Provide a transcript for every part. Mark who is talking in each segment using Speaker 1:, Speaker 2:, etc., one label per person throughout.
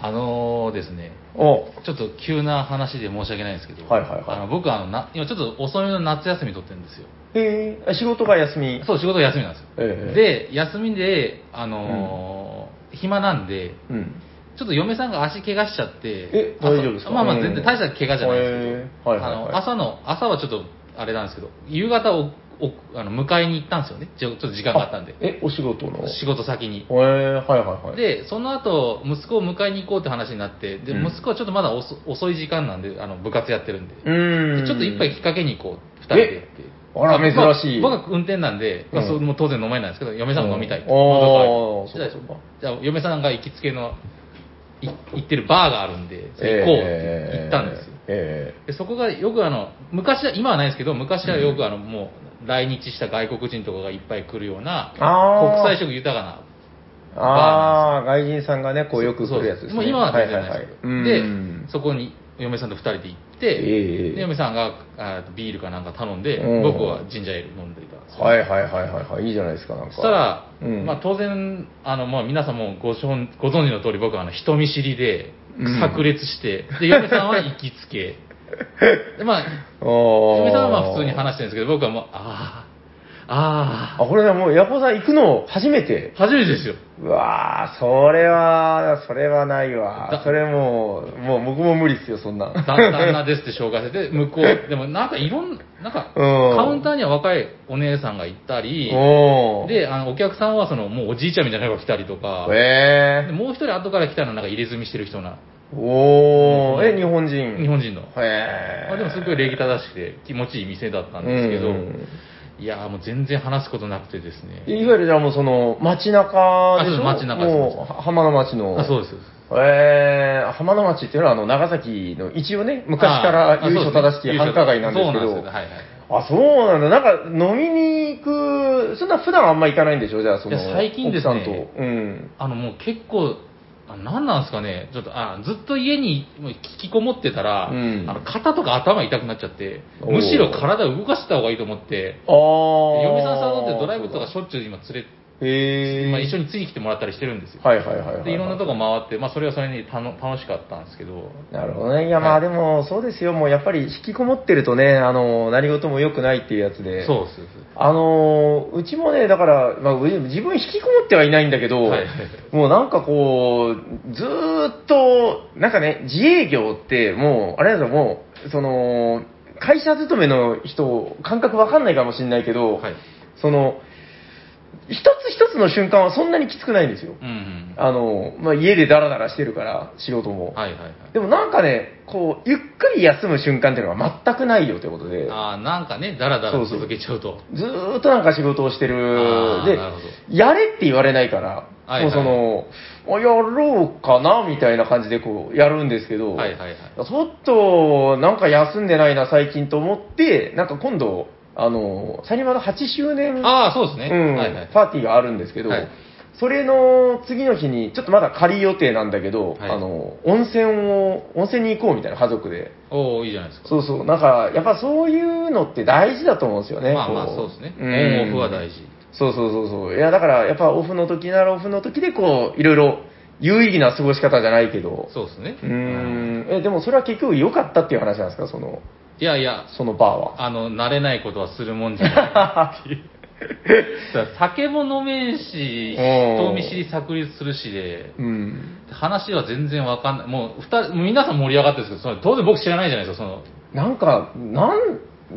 Speaker 1: あのですね、
Speaker 2: お
Speaker 1: ちょっと急な話で申し訳ないんですけど、
Speaker 2: はいはいはい
Speaker 1: あの僕あのな、今ちょっと遅めの夏休み取ってるんですよ。
Speaker 2: へえ仕事が休み
Speaker 1: そう、仕事が休みなんですよ。
Speaker 2: ええ
Speaker 1: で、休みで、あのー暇なんで、
Speaker 2: うん
Speaker 1: ちょっと嫁さんが足怪我しちゃって、
Speaker 2: え
Speaker 1: 朝
Speaker 2: 大丈夫ですか
Speaker 1: まあまあ
Speaker 2: うん
Speaker 1: 全然大した怪我じゃないですけど、
Speaker 2: へえはいはいはい
Speaker 1: あの朝の、朝はちょっとあれなんですけど、夕方をおあの迎えに行ったんですよね。ちょちょっと時間があったんで。
Speaker 2: えお仕事の
Speaker 1: 仕事先に。
Speaker 2: へえはいはいはい
Speaker 1: で、その後、息子を迎えに行こうって話になって、で、
Speaker 2: うん
Speaker 1: 息子はちょっとまだ遅遅い時間なんで、あの、部活やってるんで。
Speaker 2: う
Speaker 1: で
Speaker 2: ーん
Speaker 1: ちょっと一杯きっかけに行こう、二人でって。
Speaker 2: あら
Speaker 1: ま
Speaker 2: 珍しい
Speaker 1: 僕は運転なんで、まあ
Speaker 2: うん
Speaker 1: そうもう当然飲めないんですけど、嫁さんも飲みたいって。
Speaker 2: うんおー
Speaker 1: だから
Speaker 2: そうかそうか
Speaker 1: じゃあ、嫁さんが行きつけの、い行ってるバーがあるんで、それ行こうって言ったんですよ。
Speaker 2: え
Speaker 1: でそこがよくあの、昔は、今はないですけど、昔はよくあの、もう、来日した外国人とかがいっぱい来るような
Speaker 2: え、あ
Speaker 1: 国
Speaker 2: あ
Speaker 1: 際色豊かな
Speaker 2: ああ外人さんがねこうよく来るやつですね
Speaker 1: そうもう今は全然
Speaker 2: い
Speaker 1: ない
Speaker 2: は
Speaker 1: で
Speaker 2: いは
Speaker 1: す
Speaker 2: い
Speaker 1: け
Speaker 2: う
Speaker 1: ど
Speaker 2: ん
Speaker 1: で、そこに嫁さんと二人で行って、
Speaker 2: ええ
Speaker 1: で嫁さんがあビールかなんか頼んで、
Speaker 2: うん
Speaker 1: 僕はジンジャーエール飲んでいたんですよ
Speaker 2: はいはいはいはいはいいいじゃないですかなんか
Speaker 1: そしたら、
Speaker 2: うん
Speaker 1: まあ、当然あの、まあ、皆さんもご承ご存知の通り僕はあの人見知りで
Speaker 2: うん
Speaker 1: 炸裂して、で嫁さんは行きつけで、 まあ、
Speaker 2: 嫁
Speaker 1: 嫁さんはまあ普通に話してるんですけど僕はもうあああ
Speaker 2: あこれねもうヤコさん行くの初めて
Speaker 1: あ初めてですよ
Speaker 2: うわー、それは、それはないわ
Speaker 1: だ。
Speaker 2: それもう、もう僕も無理っすよ、そんな。
Speaker 1: だ旦那ですって紹介さ れて、向こう、でもなんかいろんな、んか、
Speaker 2: うん
Speaker 1: カウンターには若いお姉さんがいたり、
Speaker 2: おー。
Speaker 1: で、あの、お客さんはその、もうおじいちゃんみたいなのが来たりとか、で
Speaker 2: え
Speaker 1: もう一人後から来たのはなんか入れ墨してる人な、
Speaker 2: ー。おー。
Speaker 1: うん
Speaker 2: え、日本人
Speaker 1: 日本人の。
Speaker 2: へー。
Speaker 1: まあ、でもすごい礼儀正しくて気持ちいい店だったんですけど、
Speaker 2: うん
Speaker 1: いやーもう全然話すことなくてですね。
Speaker 2: いわゆるじゃあもうその、街中でしょ
Speaker 1: あそう街中です街
Speaker 2: もう、浜の町の。
Speaker 1: あそうです。
Speaker 2: えー、浜の町っていうのはあの、長崎の、一応ね、昔から
Speaker 1: あ
Speaker 2: 由緒正しき繁華街なんですけ
Speaker 1: そうなんで
Speaker 2: ど
Speaker 1: すよ。はいはい。
Speaker 2: あ、そうなんだ。なんか、飲みに行く、そんな普段あんま行かないんでしょじゃあ、その、
Speaker 1: いや最近ですね
Speaker 2: 奥さんと。うん。
Speaker 1: あのもう結構、あ何なんですかね、ちょっとあずっと家にもう引きこもってたら、
Speaker 2: うん
Speaker 1: あの肩とか頭痛くなっちゃって、
Speaker 2: おー
Speaker 1: むしろ体を動かした方がいいと思って、
Speaker 2: ああ。
Speaker 1: 嫁さん誘ってドライブとかしょっちゅう今連れ、
Speaker 2: へえ。
Speaker 1: まあ、一緒
Speaker 2: に。
Speaker 1: についに来てもらったりしてるんですよ。
Speaker 2: はいはいはい、はい。
Speaker 1: でいろんなとこ回って、まあ、それはそれに楽楽しかったんですけど、
Speaker 2: なるほどね。いや、ま
Speaker 1: は
Speaker 2: あ
Speaker 1: い
Speaker 2: でも、そうですよ。もうやっぱり引きこもってるとね、あの、何事も良くないっていうやつで。
Speaker 1: そうです。
Speaker 2: あのーうちもね、だから、まあ、う自分引きこもってはいないんだけど、
Speaker 1: はい
Speaker 2: もうなんかこう、ずーっと、なんかね、自営業って、もう、あれだともう、その、会社勤めの人、感覚わかんないかもしれないけど、
Speaker 1: はい。
Speaker 2: その、一つ一つの瞬間はそんなにきつくないんですよ。
Speaker 1: うんうん。
Speaker 2: あの、まあ、家でダラダラしてるから、仕事も。
Speaker 1: はいはいはい。
Speaker 2: でもなんかね、こう、ゆっくり休む瞬間っていうのが全くないよってことで。
Speaker 1: ああ、なんかね、だらだら続けちゃうと。
Speaker 2: ずーっとなんか仕事をして
Speaker 1: あ
Speaker 2: る
Speaker 1: ー
Speaker 2: で
Speaker 1: なるほど
Speaker 2: やれって言われないから、
Speaker 1: はいはい
Speaker 2: もうそのあやろうかなみたいな感じでこうやるんですけど、
Speaker 1: はいはいはい。
Speaker 2: ちょっとなんか休んでないな最近と思ってなんか今度あのサニバの8周年
Speaker 1: ああ、そうですね。
Speaker 2: うん
Speaker 1: はいはい。
Speaker 2: パーティーがあるんですけど、
Speaker 1: はい
Speaker 2: それの次の日にちょっとまだ仮予定なんだけど、
Speaker 1: はい
Speaker 2: あの温泉を温泉に行こうみたいな家族で。
Speaker 1: おおいいじゃないですか。
Speaker 2: そうそう、なんか、やっぱそういうのって大事だと思うんですよね。
Speaker 1: まあまあ
Speaker 2: こ
Speaker 1: そうですね。オン
Speaker 2: ん
Speaker 1: オフは大事。
Speaker 2: そうそうそうそう。いや、だから、やっぱオフの時ならオフの時で、こう、いろいろ有意義な過ごし方じゃないけど。
Speaker 1: そうですね。
Speaker 2: うーん。え、でもそれは結局良かったっていう話なんですかその、
Speaker 1: いやいや、
Speaker 2: そのバーは。
Speaker 1: あの、慣れないことはするもんじゃ ない。だから酒も飲めんし、
Speaker 2: うん
Speaker 1: 人見知り炸裂するしで、
Speaker 2: うん。
Speaker 1: 話は全然わかんない。もう、二人、もう皆さん盛り上がってるんですけど、その当然僕知らないじゃないですか、その。
Speaker 2: なんか、なん、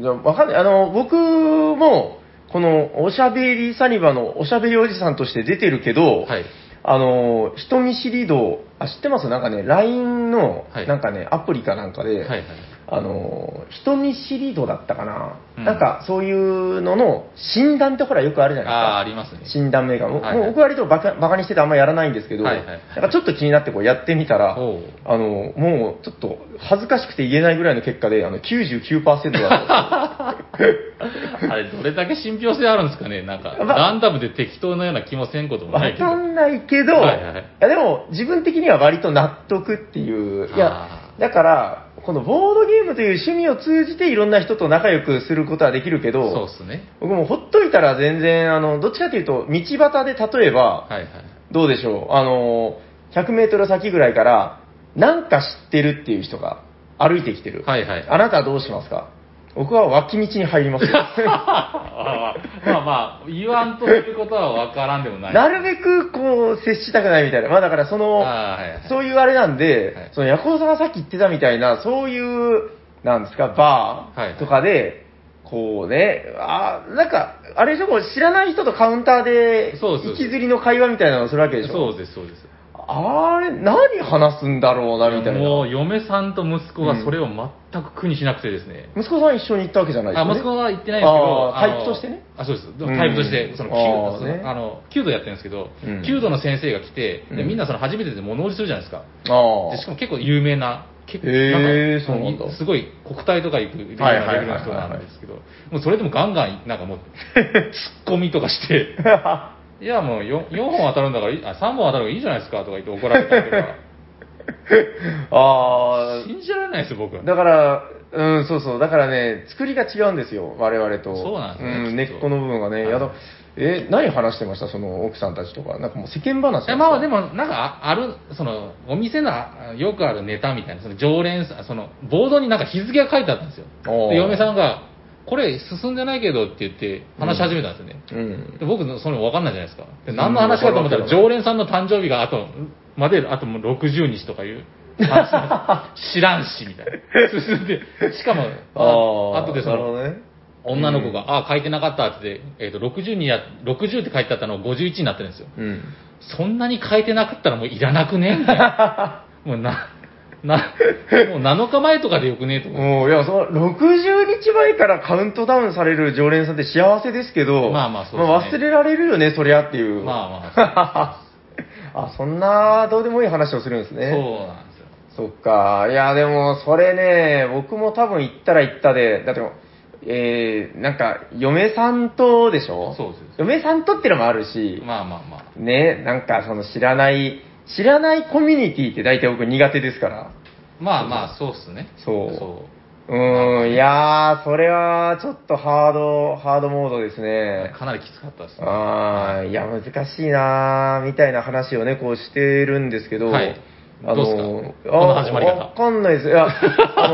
Speaker 2: じゃわかんない。あの、僕も、この、おしゃべりサニバのおしゃべりおじさんとして出てるけど、
Speaker 1: はい。
Speaker 2: あの、人見知り度、あ、知ってますなんかね、LINE の
Speaker 1: は、い
Speaker 2: なんかね、アプリかなんかで、
Speaker 1: はいはい。
Speaker 2: あの、人見知り度だったかな、
Speaker 1: うん
Speaker 2: なんかそういうのの診断ってほらよくあるじゃ
Speaker 1: ああ、
Speaker 2: な
Speaker 1: あ
Speaker 2: いで
Speaker 1: りますね。
Speaker 2: すか。診断メーカー。もう
Speaker 1: はいはい
Speaker 2: もう僕割とバカバカにしててあんまやらないんですけど、
Speaker 1: はいはい
Speaker 2: なんかちょっと気になってこうやってみたら、
Speaker 1: おう
Speaker 2: あの、もうちょっと恥ずかしくて言えないぐらいの結果で、あの、99%だった。
Speaker 1: あれ、どれだけ信憑性あるんですかねなんか、
Speaker 2: まあ
Speaker 1: ランダムで適当なような気もせんこと もない
Speaker 2: わ
Speaker 1: けど。
Speaker 2: かんないけど、
Speaker 1: はいはい
Speaker 2: やでも自分的には割と納得っていう、い
Speaker 1: あ
Speaker 2: や、だから、このボードゲームという趣味を通じていろんな人と仲良くすることはできるけど、
Speaker 1: そうっすね。
Speaker 2: 僕もほっといたら全然、あの、どっちかというと、道端で例えば、
Speaker 1: はいはい。
Speaker 2: どうでしょう、あの、 100メートル先ぐらいから、なんか知ってるっていう人が歩いてきてる。
Speaker 1: はいはい。
Speaker 2: あなたはどうしますか僕は脇道に入 りますよ。
Speaker 1: あーまあまあ、言わんということはわからんでもない。
Speaker 2: なるべくこう、接したくないみたいな。まあだからその、
Speaker 1: あーはいはい
Speaker 2: そういうあれなんで、
Speaker 1: はい
Speaker 2: そのヤコウさんがさっき言ってたみたいな、そういう、なんですか、バ
Speaker 1: はいはい
Speaker 2: ーとかで、こうね、あーなんか、あれでしょ、こう知らない人とカウンターで、
Speaker 1: そうです
Speaker 2: 息づりの会話みたいなのをするわけでしょ。
Speaker 1: そうです、そうです。
Speaker 2: あれ、何話すんだろうな、みたい
Speaker 1: もう、
Speaker 2: な。
Speaker 1: 嫁さんと息子がそれを全く苦にしなくてですね。
Speaker 2: 息子さん一緒に行ったわけじゃないです
Speaker 1: あ
Speaker 2: よ、ね。
Speaker 1: 息子は行ってないんですけど、
Speaker 2: あー
Speaker 1: あの
Speaker 2: タイプとしてね。
Speaker 1: あ、そうです。でもタイプとし
Speaker 2: う
Speaker 1: て、
Speaker 2: ん
Speaker 1: その、
Speaker 2: あー
Speaker 1: 弓そ
Speaker 2: ね
Speaker 1: のあの、弓道やってるんですけど
Speaker 2: うん、
Speaker 1: 弓道の先生が来て、で
Speaker 2: うん
Speaker 1: みんなその初めてで物おじするじゃないですか。
Speaker 2: あ
Speaker 1: で
Speaker 2: あ。
Speaker 1: しかも結構有名な、結構
Speaker 2: へー
Speaker 1: か
Speaker 2: そうなんだ
Speaker 1: すごい国体とか行くレベル
Speaker 2: はいはいはいはい
Speaker 1: の人なんですけど、もうそれでもガンガンなんか もう、ツッコミとかして、いやもう 4, 四本当たるんだからいい、あ3本当たるからいいじゃないですかとか言って怒られたりと か、
Speaker 2: あ
Speaker 1: 信じられないですよ、僕
Speaker 2: あ。。だから、うん、そうそう。だからね、作りが違うんですよ、我々と。
Speaker 1: そうなんですね
Speaker 2: うん、
Speaker 1: き
Speaker 2: 根
Speaker 1: っと
Speaker 2: っこの部分がね。
Speaker 1: はい
Speaker 2: やだえ、何話してましたその奥さんたちとか。なんかもう世間話
Speaker 1: えまあで
Speaker 2: も。
Speaker 1: も、なんかあある、その、お店のあよくあるネタみたいな、その常連さん、その、ボードになんか日付が書いてあったんですよ。
Speaker 2: おー
Speaker 1: で、嫁さんが、これ進んでないけどって言って話し始めたんですよね。
Speaker 2: うん。
Speaker 1: で僕のそれ分かんないじゃないですか。で
Speaker 2: うん
Speaker 1: 何の話かと思ったら、
Speaker 2: わかるわかる
Speaker 1: 常連さんの誕生日があと、まであともう60日とかいう 話なんですよ知らんし、みたいな。進んで、し かも、あ
Speaker 2: ー
Speaker 1: 後でそ
Speaker 2: なるほ
Speaker 1: の、
Speaker 2: どね。
Speaker 1: 女の子が、ああ、書いてなかったって言って、えっ、と、60にや、60って書いてあったのを51になってるんですよ。
Speaker 2: うん。
Speaker 1: そんなに変えてなかったらもういらなく ねみたいな。もうな、な、もう7日前とかでよくねとか。
Speaker 2: もう、いや、その、60日前からカウントダウンされる常連さんって幸せですけど、
Speaker 1: まあまあそうですね
Speaker 2: 忘れられるよね、そりゃっていう。
Speaker 1: まあまあ、
Speaker 2: あそんな、どうでもいい話をするんです
Speaker 1: そう
Speaker 2: ね。
Speaker 1: なんですよ。
Speaker 2: そっか。いや、でも、それね、僕も多分行ったら行ったで、だってもう、えー、なんか、嫁さんとでしょ
Speaker 1: そうですそうです
Speaker 2: 嫁さんとってのもあるし、
Speaker 1: まあまあまあ。
Speaker 2: ね、なんか、その、知らない、知らないコミュニティって大体僕苦手ですから。
Speaker 1: まあまあ、そうっすね。
Speaker 2: そう
Speaker 1: そう
Speaker 2: ーん、いやー、それは、ちょっとハード、ハードモードですね
Speaker 1: う。。かなりきつかったですね。
Speaker 2: あー、いや、難しいなー、みたいな話をね、こうしてるんですけど、
Speaker 1: はい
Speaker 2: あ
Speaker 1: どう
Speaker 2: の
Speaker 1: ですか
Speaker 2: ー、
Speaker 1: この
Speaker 2: あー
Speaker 1: 始まり方
Speaker 2: わかんないです。いや、あ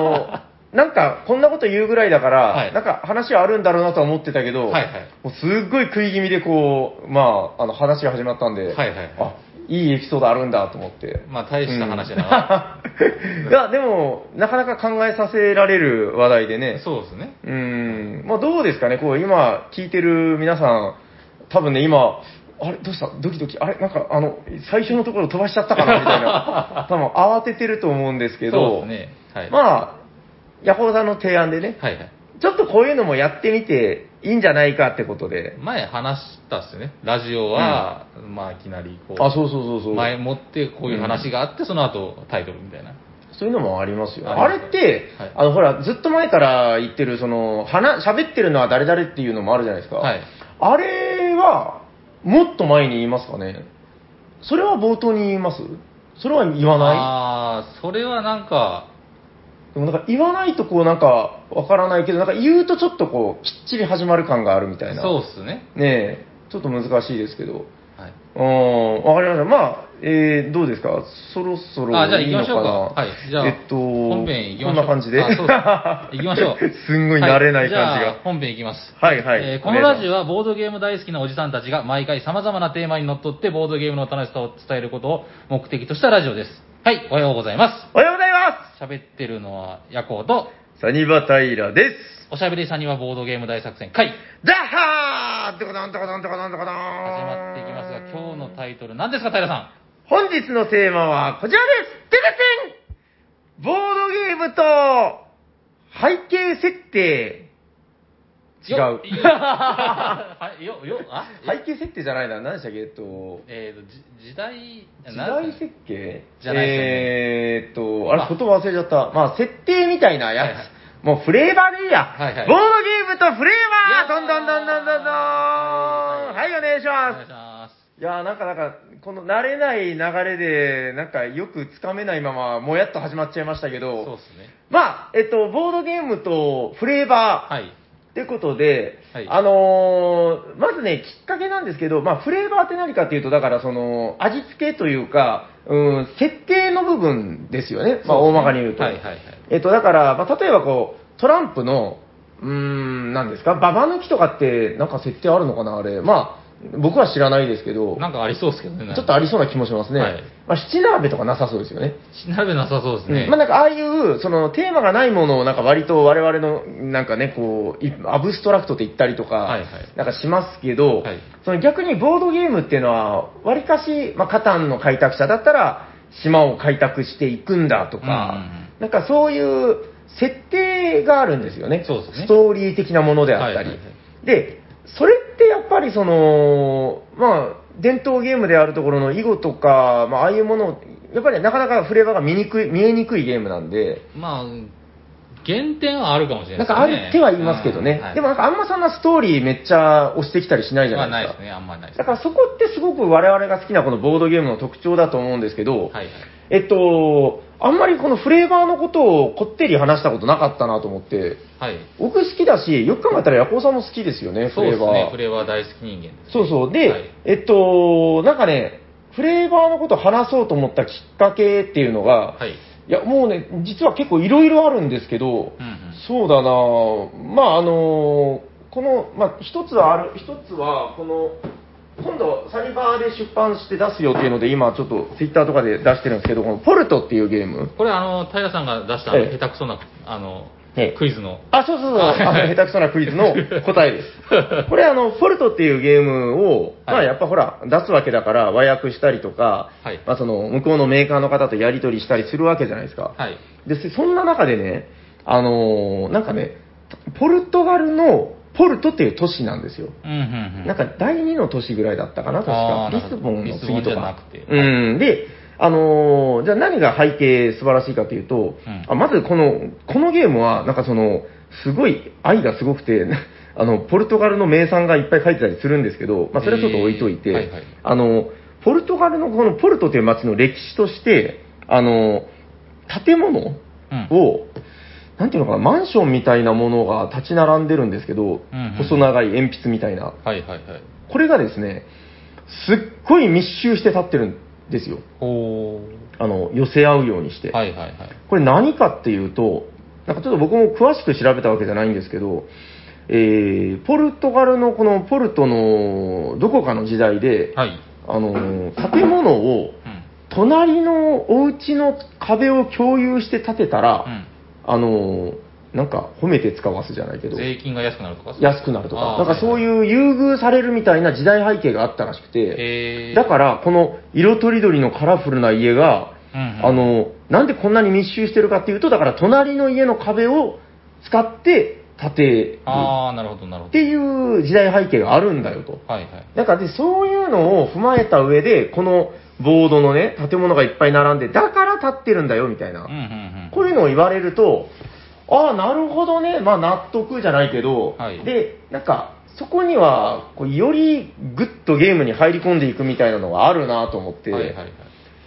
Speaker 2: の、なんか、こんなこと言うぐらいだから、
Speaker 1: はい
Speaker 2: なんか話はあるんだろうなとは思ってたけ
Speaker 1: は
Speaker 2: ど、
Speaker 1: いはい
Speaker 2: もうすっごい食い気味でこう、まあ、あの、話が始まったんで、
Speaker 1: はいはいはい
Speaker 2: あ、いいエピソードあるんだと思って。
Speaker 1: まあ、大した話じゃなかっ
Speaker 2: うん いや、でも、なかなか考えさせられる話題でね
Speaker 1: た。。 そうですね。
Speaker 2: うーん、まあどうですかね、こう今聞いてる皆さん、多分ね、今、あれ、どうしたドキドキ、あれ、なんかあの、最初のところ飛ばしちゃったかなみた いな、多分慌ててると思うんですけ
Speaker 1: そう
Speaker 2: ど、
Speaker 1: ですね。はい。
Speaker 2: まあ、ヤホーさんの提案でね、
Speaker 1: はいはい。
Speaker 2: ちょっとこういうのもやってみていいんじゃないかってことで、
Speaker 1: 前話したっすよね。ラジオは、まあ、いきなりこう。
Speaker 2: あ、そうそうそうそう。
Speaker 1: 前もってこういう話があって、その後タイトルみたいな。
Speaker 2: そういうのもありますよ。
Speaker 1: あ
Speaker 2: あ
Speaker 1: り
Speaker 2: れ
Speaker 1: ます
Speaker 2: って、
Speaker 1: はい
Speaker 2: あの、ほら、ずっと前から言ってる、その、話、喋ってるのは誰々っていうのもあるじゃないですか。
Speaker 1: はい
Speaker 2: あれは、もっと前に言いますかね。それは冒頭に言いますそれは言わな
Speaker 1: ああ、それはなんか、
Speaker 2: いでもなんか言わないとこうなんかわからないけど、なんか言うとちょっとこう、きっちり始まる感があるみたいな。
Speaker 1: そうっすね。
Speaker 2: ねえ、ちょっと難しいですけど。
Speaker 1: はい。
Speaker 2: うん、わかりました。まあ、えー、どうですかそろそろ
Speaker 1: あ、じゃあ
Speaker 2: い
Speaker 1: 行
Speaker 2: い
Speaker 1: き
Speaker 2: の
Speaker 1: ま
Speaker 2: か
Speaker 1: し
Speaker 2: な
Speaker 1: ょうか。はい。じゃあ、
Speaker 2: えっと、
Speaker 1: 本編行きましょう。
Speaker 2: こんな感じで。。
Speaker 1: あそうです行きましょう
Speaker 2: すんごい慣れない感じ
Speaker 1: は
Speaker 2: が
Speaker 1: じゃあ本編行きます。
Speaker 2: はいはい
Speaker 1: えーこのラジオはボードゲーム大好きなおじさんたちが毎回様々なテーマにのっとってボードゲームの楽しさを伝えることを目的としたラジオです。はい、おはようございま。
Speaker 2: おはようございます
Speaker 1: 喋ってるのはヤコウと、
Speaker 2: すサニバタイラです
Speaker 1: おしゃべりさんにはボードゲーム大作戦会。
Speaker 2: ダッハードコドンドコドンドコドンドコドン
Speaker 1: 始まっていきますが、今日のタイトル何ですか、平さ
Speaker 2: 本日のテーマはこちらですてかてんボードゲームと背景設定
Speaker 1: ん。
Speaker 2: 違う
Speaker 1: よはい、よ、よ、 あ
Speaker 2: 背景設定じゃないな何でしたっけえっと
Speaker 1: えーと、じ時代、
Speaker 2: 時
Speaker 1: なん
Speaker 2: 代
Speaker 1: ですか
Speaker 2: 設計
Speaker 1: じゃないですよね
Speaker 2: えーっと、あれ、
Speaker 1: まあ
Speaker 2: 言葉忘れちゃった。まあ、設定みたいなやつ。
Speaker 1: はいはい
Speaker 2: もうフレーバーでいいや。
Speaker 1: はいはい
Speaker 2: ボードゲームとフレ
Speaker 1: い
Speaker 2: ーバ
Speaker 1: やー
Speaker 2: ーどんどんどんどんどんどん
Speaker 1: はい
Speaker 2: はい、お願いし
Speaker 1: お願
Speaker 2: ま
Speaker 1: いし
Speaker 2: す
Speaker 1: ます。
Speaker 2: いやーなんかなんか、この慣れない流れで、なんかよくつかめないまま、もやっと始まっちゃいましたけ
Speaker 1: そう
Speaker 2: ど、
Speaker 1: ですね。
Speaker 2: まあ、えっと、ボードゲームとフレーバー、
Speaker 1: はい。
Speaker 2: ってことで、
Speaker 1: はい
Speaker 2: あのーまずね、きっかけなんですけど、まあ、フレーバーって何かっていうと、だから、その、味付けというか、うん、設定の部分ですよね。まあ、大まかに言うと。
Speaker 1: はいはいはい。
Speaker 2: えっと、だから、まあ、例えばこう、トランプの、うーん、なんですか、ババ抜きとかって、なんか設定あるのかな、あれ。まあ、僕は知らないですけど、
Speaker 1: なんかありそうですけどね。
Speaker 2: ちょっとありそうな気もしますね。
Speaker 1: はい
Speaker 2: まあ、七並べとかなさそうですよね。
Speaker 1: 調べなさそうですね。
Speaker 2: まあなんかああいう、そのテーマがないものをなんか割と我々のなんかね、こう、いアブストラクトって言ったりとか、
Speaker 1: はいはい
Speaker 2: なんかしますけど、
Speaker 1: はい
Speaker 2: その逆にボードゲームっていうのは、わりかし、まあカタンの開拓者だったら、島を開拓していくんだとか、なんかそういう設定があるんですよね。
Speaker 1: そうですね
Speaker 2: ストーリー的なものであったり。
Speaker 1: はいはいは
Speaker 2: で、それってやっぱりその、まあ、伝統ゲームであるところの囲碁とか、まあ、ああいうものを、やっぱりなかなかフレーバーが見にくい、見えにくいゲームなんで、
Speaker 1: まあ、減点はあるかもしれな
Speaker 2: な
Speaker 1: い
Speaker 2: んかあるっては言いますけどね。でもなん
Speaker 1: か
Speaker 2: かあんまそんなストーリーめっちゃ押してきたりしないじゃ
Speaker 1: な
Speaker 2: ない
Speaker 1: いで
Speaker 2: で
Speaker 1: すす
Speaker 2: か。
Speaker 1: ね、あんまりないです
Speaker 2: だからそこってすごく我々が好きなこのボードゲームの特徴だと思うんですけど、
Speaker 1: はいはい。
Speaker 2: えっと、あんまりこのフレーバーのことをこってり話したことなかったなと思って、
Speaker 1: はい。
Speaker 2: 僕好きだし、よく考えたらヤコウさんも好きですよね、フ
Speaker 1: そう
Speaker 2: レ
Speaker 1: で
Speaker 2: ー
Speaker 1: す
Speaker 2: バー。
Speaker 1: ね、フレーバー大好き人間ですね。
Speaker 2: そうそう。で、
Speaker 1: はい
Speaker 2: えっと、なんかね、フレーバーのことを話そうと思ったきっかけっていうのが、
Speaker 1: はい。
Speaker 2: いや、もうね、実は結構いろいろあるんですけど、
Speaker 1: うんうん。
Speaker 2: そうだなぁまああのこの、まあ、一つはある、一つは、この、今度、サニバーで出版して出すよっていうので、今、ちょっと、ツイッターとかで出してるんですけど、このポルトっていうゲーム。
Speaker 1: これ、あの、平さんが出した、あの
Speaker 2: ええ
Speaker 1: 下手くそな、あの
Speaker 2: ええ、
Speaker 1: クイズの。
Speaker 2: あ、そうそうそう、
Speaker 1: あ
Speaker 2: あの、下手くそなクイズ の答えです。これ、あの、ポルトっていうゲームを、ま
Speaker 1: は
Speaker 2: あ、
Speaker 1: い
Speaker 2: やっぱほら、出すわけだから、和訳したりとか、
Speaker 1: はい
Speaker 2: まあ、その、向こうのメーカーの方とやり取りしたりするわけじゃないですか。
Speaker 1: はい。
Speaker 2: で、そんな中でね、あのーなんかね、ポルトガルのポルトっていう都市なんですよ。
Speaker 1: うんうんうん。
Speaker 2: なんか第2の都市ぐらいだったかな、確か
Speaker 1: あ。ー
Speaker 2: リ
Speaker 1: なる
Speaker 2: ス
Speaker 1: ほど
Speaker 2: ボンの次
Speaker 1: リスボンじ
Speaker 2: と
Speaker 1: ゃ
Speaker 2: か
Speaker 1: なくて。
Speaker 2: うん。で、あのーじゃあ何が背景素晴らしいかというと、
Speaker 1: うん
Speaker 2: あまずこの、このゲームは、なんかその、すごい愛がすごくて、 あの、ポルトガルの名産がいっぱい書いてたりするんですけど、まあそれはちょっと置いといて、
Speaker 1: えーはいはい
Speaker 2: あの、ポルトガルのこのポルトという街の歴史として、あの、建物
Speaker 1: うん
Speaker 2: を、なんていうのかな、マンションみたいなものが立ち並んでるんですけど、
Speaker 1: うん
Speaker 2: 細長い鉛筆みたいな。
Speaker 1: はいはいはい。
Speaker 2: これがですね、すっごい密集して立ってるんですよ。
Speaker 1: ほ
Speaker 2: あの、寄せ合うようにして。
Speaker 1: ー。はいはいはい。
Speaker 2: これ何かっていうと、なんかちょっと僕も詳しく調べたわけじゃないんですけど、えーポルトガルのこのポルトのどこかの時代で、
Speaker 1: はい。
Speaker 2: あの、建物
Speaker 1: う
Speaker 2: を
Speaker 1: ん。
Speaker 2: 隣のお家の壁を共有して建てたら、あの、なんか褒めて使わすじゃないけ
Speaker 1: うん。
Speaker 2: ど、
Speaker 1: 税金が安くなるとか
Speaker 2: 安くなるとか
Speaker 1: あ、ー
Speaker 2: なんかそういう優遇されるみたいな時代背景があったらしくて、
Speaker 1: へー。
Speaker 2: だから、この色とりどりのカラフルな家が、
Speaker 1: うんうん
Speaker 2: あの、なんでこんなに密集してるかっていうと、だから隣の家の壁を使って建てる
Speaker 1: ああ、なるほどなるほど。
Speaker 2: っていう時代背景があるんだよと。
Speaker 1: はいはい。
Speaker 2: だからで、そういうのを踏まえた上で、このボードのね、建物がいっぱい並んで、だから建ってるんだよみたいな
Speaker 1: うんう、ん
Speaker 2: こういうのを言われると、ああ、なるほどね、まあ納得じゃないけど、
Speaker 1: はい
Speaker 2: で、なんか、そこには、こうよりグッとゲームに入り込んでいくみたいなのがあるなと思っ
Speaker 1: う
Speaker 2: て、
Speaker 1: ん。はいはいはい。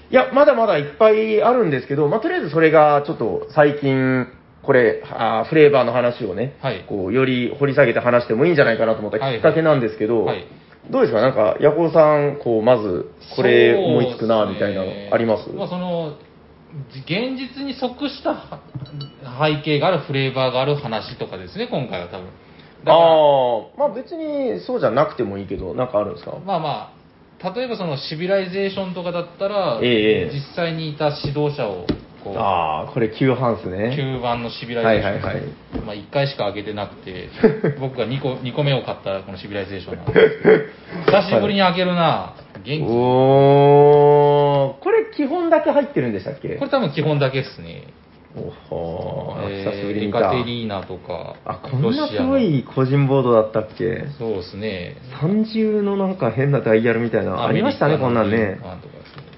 Speaker 2: いや、まだまだいっぱいあるんですけど、まあ、とりあえずそれがちょっと最近、これ、あーフレーバーの話をね、
Speaker 1: はい
Speaker 2: こう、より掘り下げて話してもいいんじゃないかなと思った
Speaker 1: はい
Speaker 2: きっかけなんですけど、
Speaker 1: はい
Speaker 2: どうですかなんか、ヤコウさん、こう、まず、これ思いつく
Speaker 1: そ
Speaker 2: な、
Speaker 1: う
Speaker 2: み
Speaker 1: です
Speaker 2: た
Speaker 1: ね
Speaker 2: いなのあります
Speaker 1: まあその、現実に即したは背景があるフレーバーがある話とかですね、今回は多分。だから
Speaker 2: ああ、まあ別にそうじゃなくてもいいけど、なんかあるんですか
Speaker 1: まあまあ、例えばそのシビライゼーションとかだったら、
Speaker 2: ええ
Speaker 1: 実際にいた指導者を、こう、
Speaker 2: ああ、これ旧ハンスね。
Speaker 1: 吸盤のシビラ
Speaker 2: は
Speaker 1: イ
Speaker 2: い
Speaker 1: ゼー
Speaker 2: は
Speaker 1: ショ
Speaker 2: い
Speaker 1: ン。
Speaker 2: はい。
Speaker 1: まあ1回しか開けてなく て、僕が2個 ,2 個目を買ったこのシビライゼーションなんですけど、久しぶりに開けるな、元
Speaker 2: おー、これ基本だけ入ってるんでしたっけ
Speaker 1: 気。これ多分基本だけですね。
Speaker 2: おほー、
Speaker 1: えー
Speaker 2: 久しぶりに
Speaker 1: エ
Speaker 2: 見
Speaker 1: カ
Speaker 2: た。
Speaker 1: テリーナとか、
Speaker 2: あ、こんな
Speaker 1: ロシアの
Speaker 2: 黒い個人ボードだったっけ
Speaker 1: そうですね。
Speaker 2: 30のなんか変なダイヤルみたいな、ありましたね、こんなんね。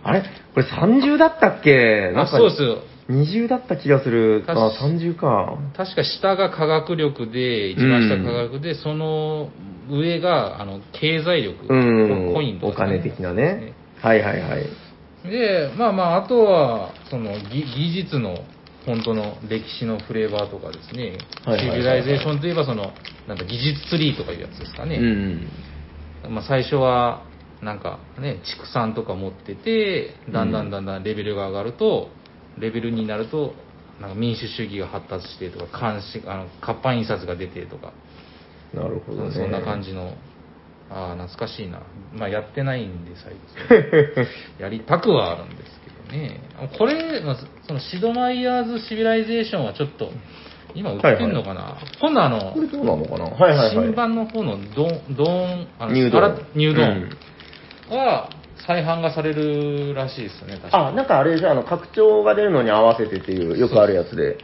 Speaker 2: あれこれ30だったっけなん
Speaker 1: あ、
Speaker 2: か
Speaker 1: そうですよ。
Speaker 2: 20だった気がする。
Speaker 1: 確
Speaker 2: あ、30か。
Speaker 1: 確か下が科学力で、一番下が科学で、その上があの経済力、
Speaker 2: うん。
Speaker 1: コインと
Speaker 2: お
Speaker 1: か、
Speaker 2: 金的なね。はいはいはい。
Speaker 1: で、まあまあ、あとは、その技技術の本当の歴史のフレーバーとかですね、
Speaker 2: はいはいはいは
Speaker 1: シ
Speaker 2: い
Speaker 1: ビライゼーションといえばその、なんか技術ツリーとかいうやつですかね。
Speaker 2: うん。
Speaker 1: まあ、最初はなんかね畜産とか持っててだんだんだんだんレベルが上がると、レベルになるとなんか民主主義が発達してとか監視あの活版印刷が出てとか、
Speaker 2: なるほどね。
Speaker 1: そんな感じのああ懐かしいなまあやってないんで最 近やりたくはあるんですけどねこれ、まあ、そのシドマイヤーズ・シビライゼーションはちょっと今売ってんのかな、今度あの
Speaker 2: これどうなのかなはいはいはい。
Speaker 1: 新版の方のドン、ドン、あの
Speaker 2: 入道
Speaker 1: あら入道
Speaker 2: うん
Speaker 1: は再販がされるらしいですね、確か
Speaker 2: あ、なんかあれじゃあの、拡張が出るのに合わせてっていう、よくあるやつで。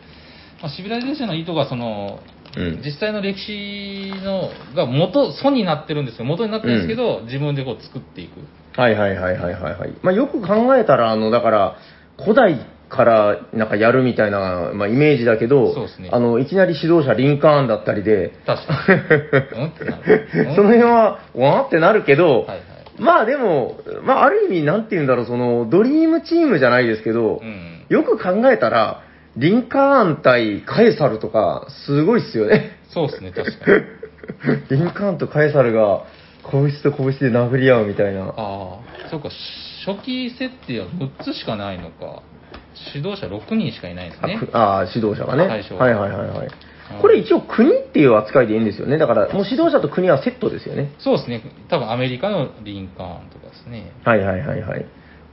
Speaker 1: まあ、シビライゼーションの意図がその、
Speaker 2: うん
Speaker 1: 実際の歴史のが元、素になってるんですよ。元になってるんですけど、自分でこう作っていく。
Speaker 2: はいはいはいはいはいはい。まあよく考えたら、あの、だから、古代からなんかやるみたいな、まあイメージだけど、
Speaker 1: そうですね
Speaker 2: あの、いきなり指導者リンカーンだったりで、
Speaker 1: 確かに。うんってなる
Speaker 2: その辺は、わーってなるけど、
Speaker 1: はいはい。
Speaker 2: まあでも、まあある意味、なんて言うんだろう、その、ドリームチームじゃないですけど、
Speaker 1: うん。
Speaker 2: よく考えたら、リンカーン対カエサルとか、すごいっすよね。
Speaker 1: そうですね、確かに。
Speaker 2: リンカーンとカエサルが、拳と拳で殴り合うみたいな。
Speaker 1: ああ、そうか、初期設定は6つしかないのか。指導者6人しかいないんです
Speaker 2: あ
Speaker 1: ね。
Speaker 2: くあー、指導者がね。
Speaker 1: 最初
Speaker 2: はいはいはいはい
Speaker 1: うん。
Speaker 2: これ一応国っていう扱いでいいんですよね。だから、もう指導者と国はセットですよね。
Speaker 1: そうですね、多分アメリカのリンカーンとかですね。
Speaker 2: はいはいはいはい。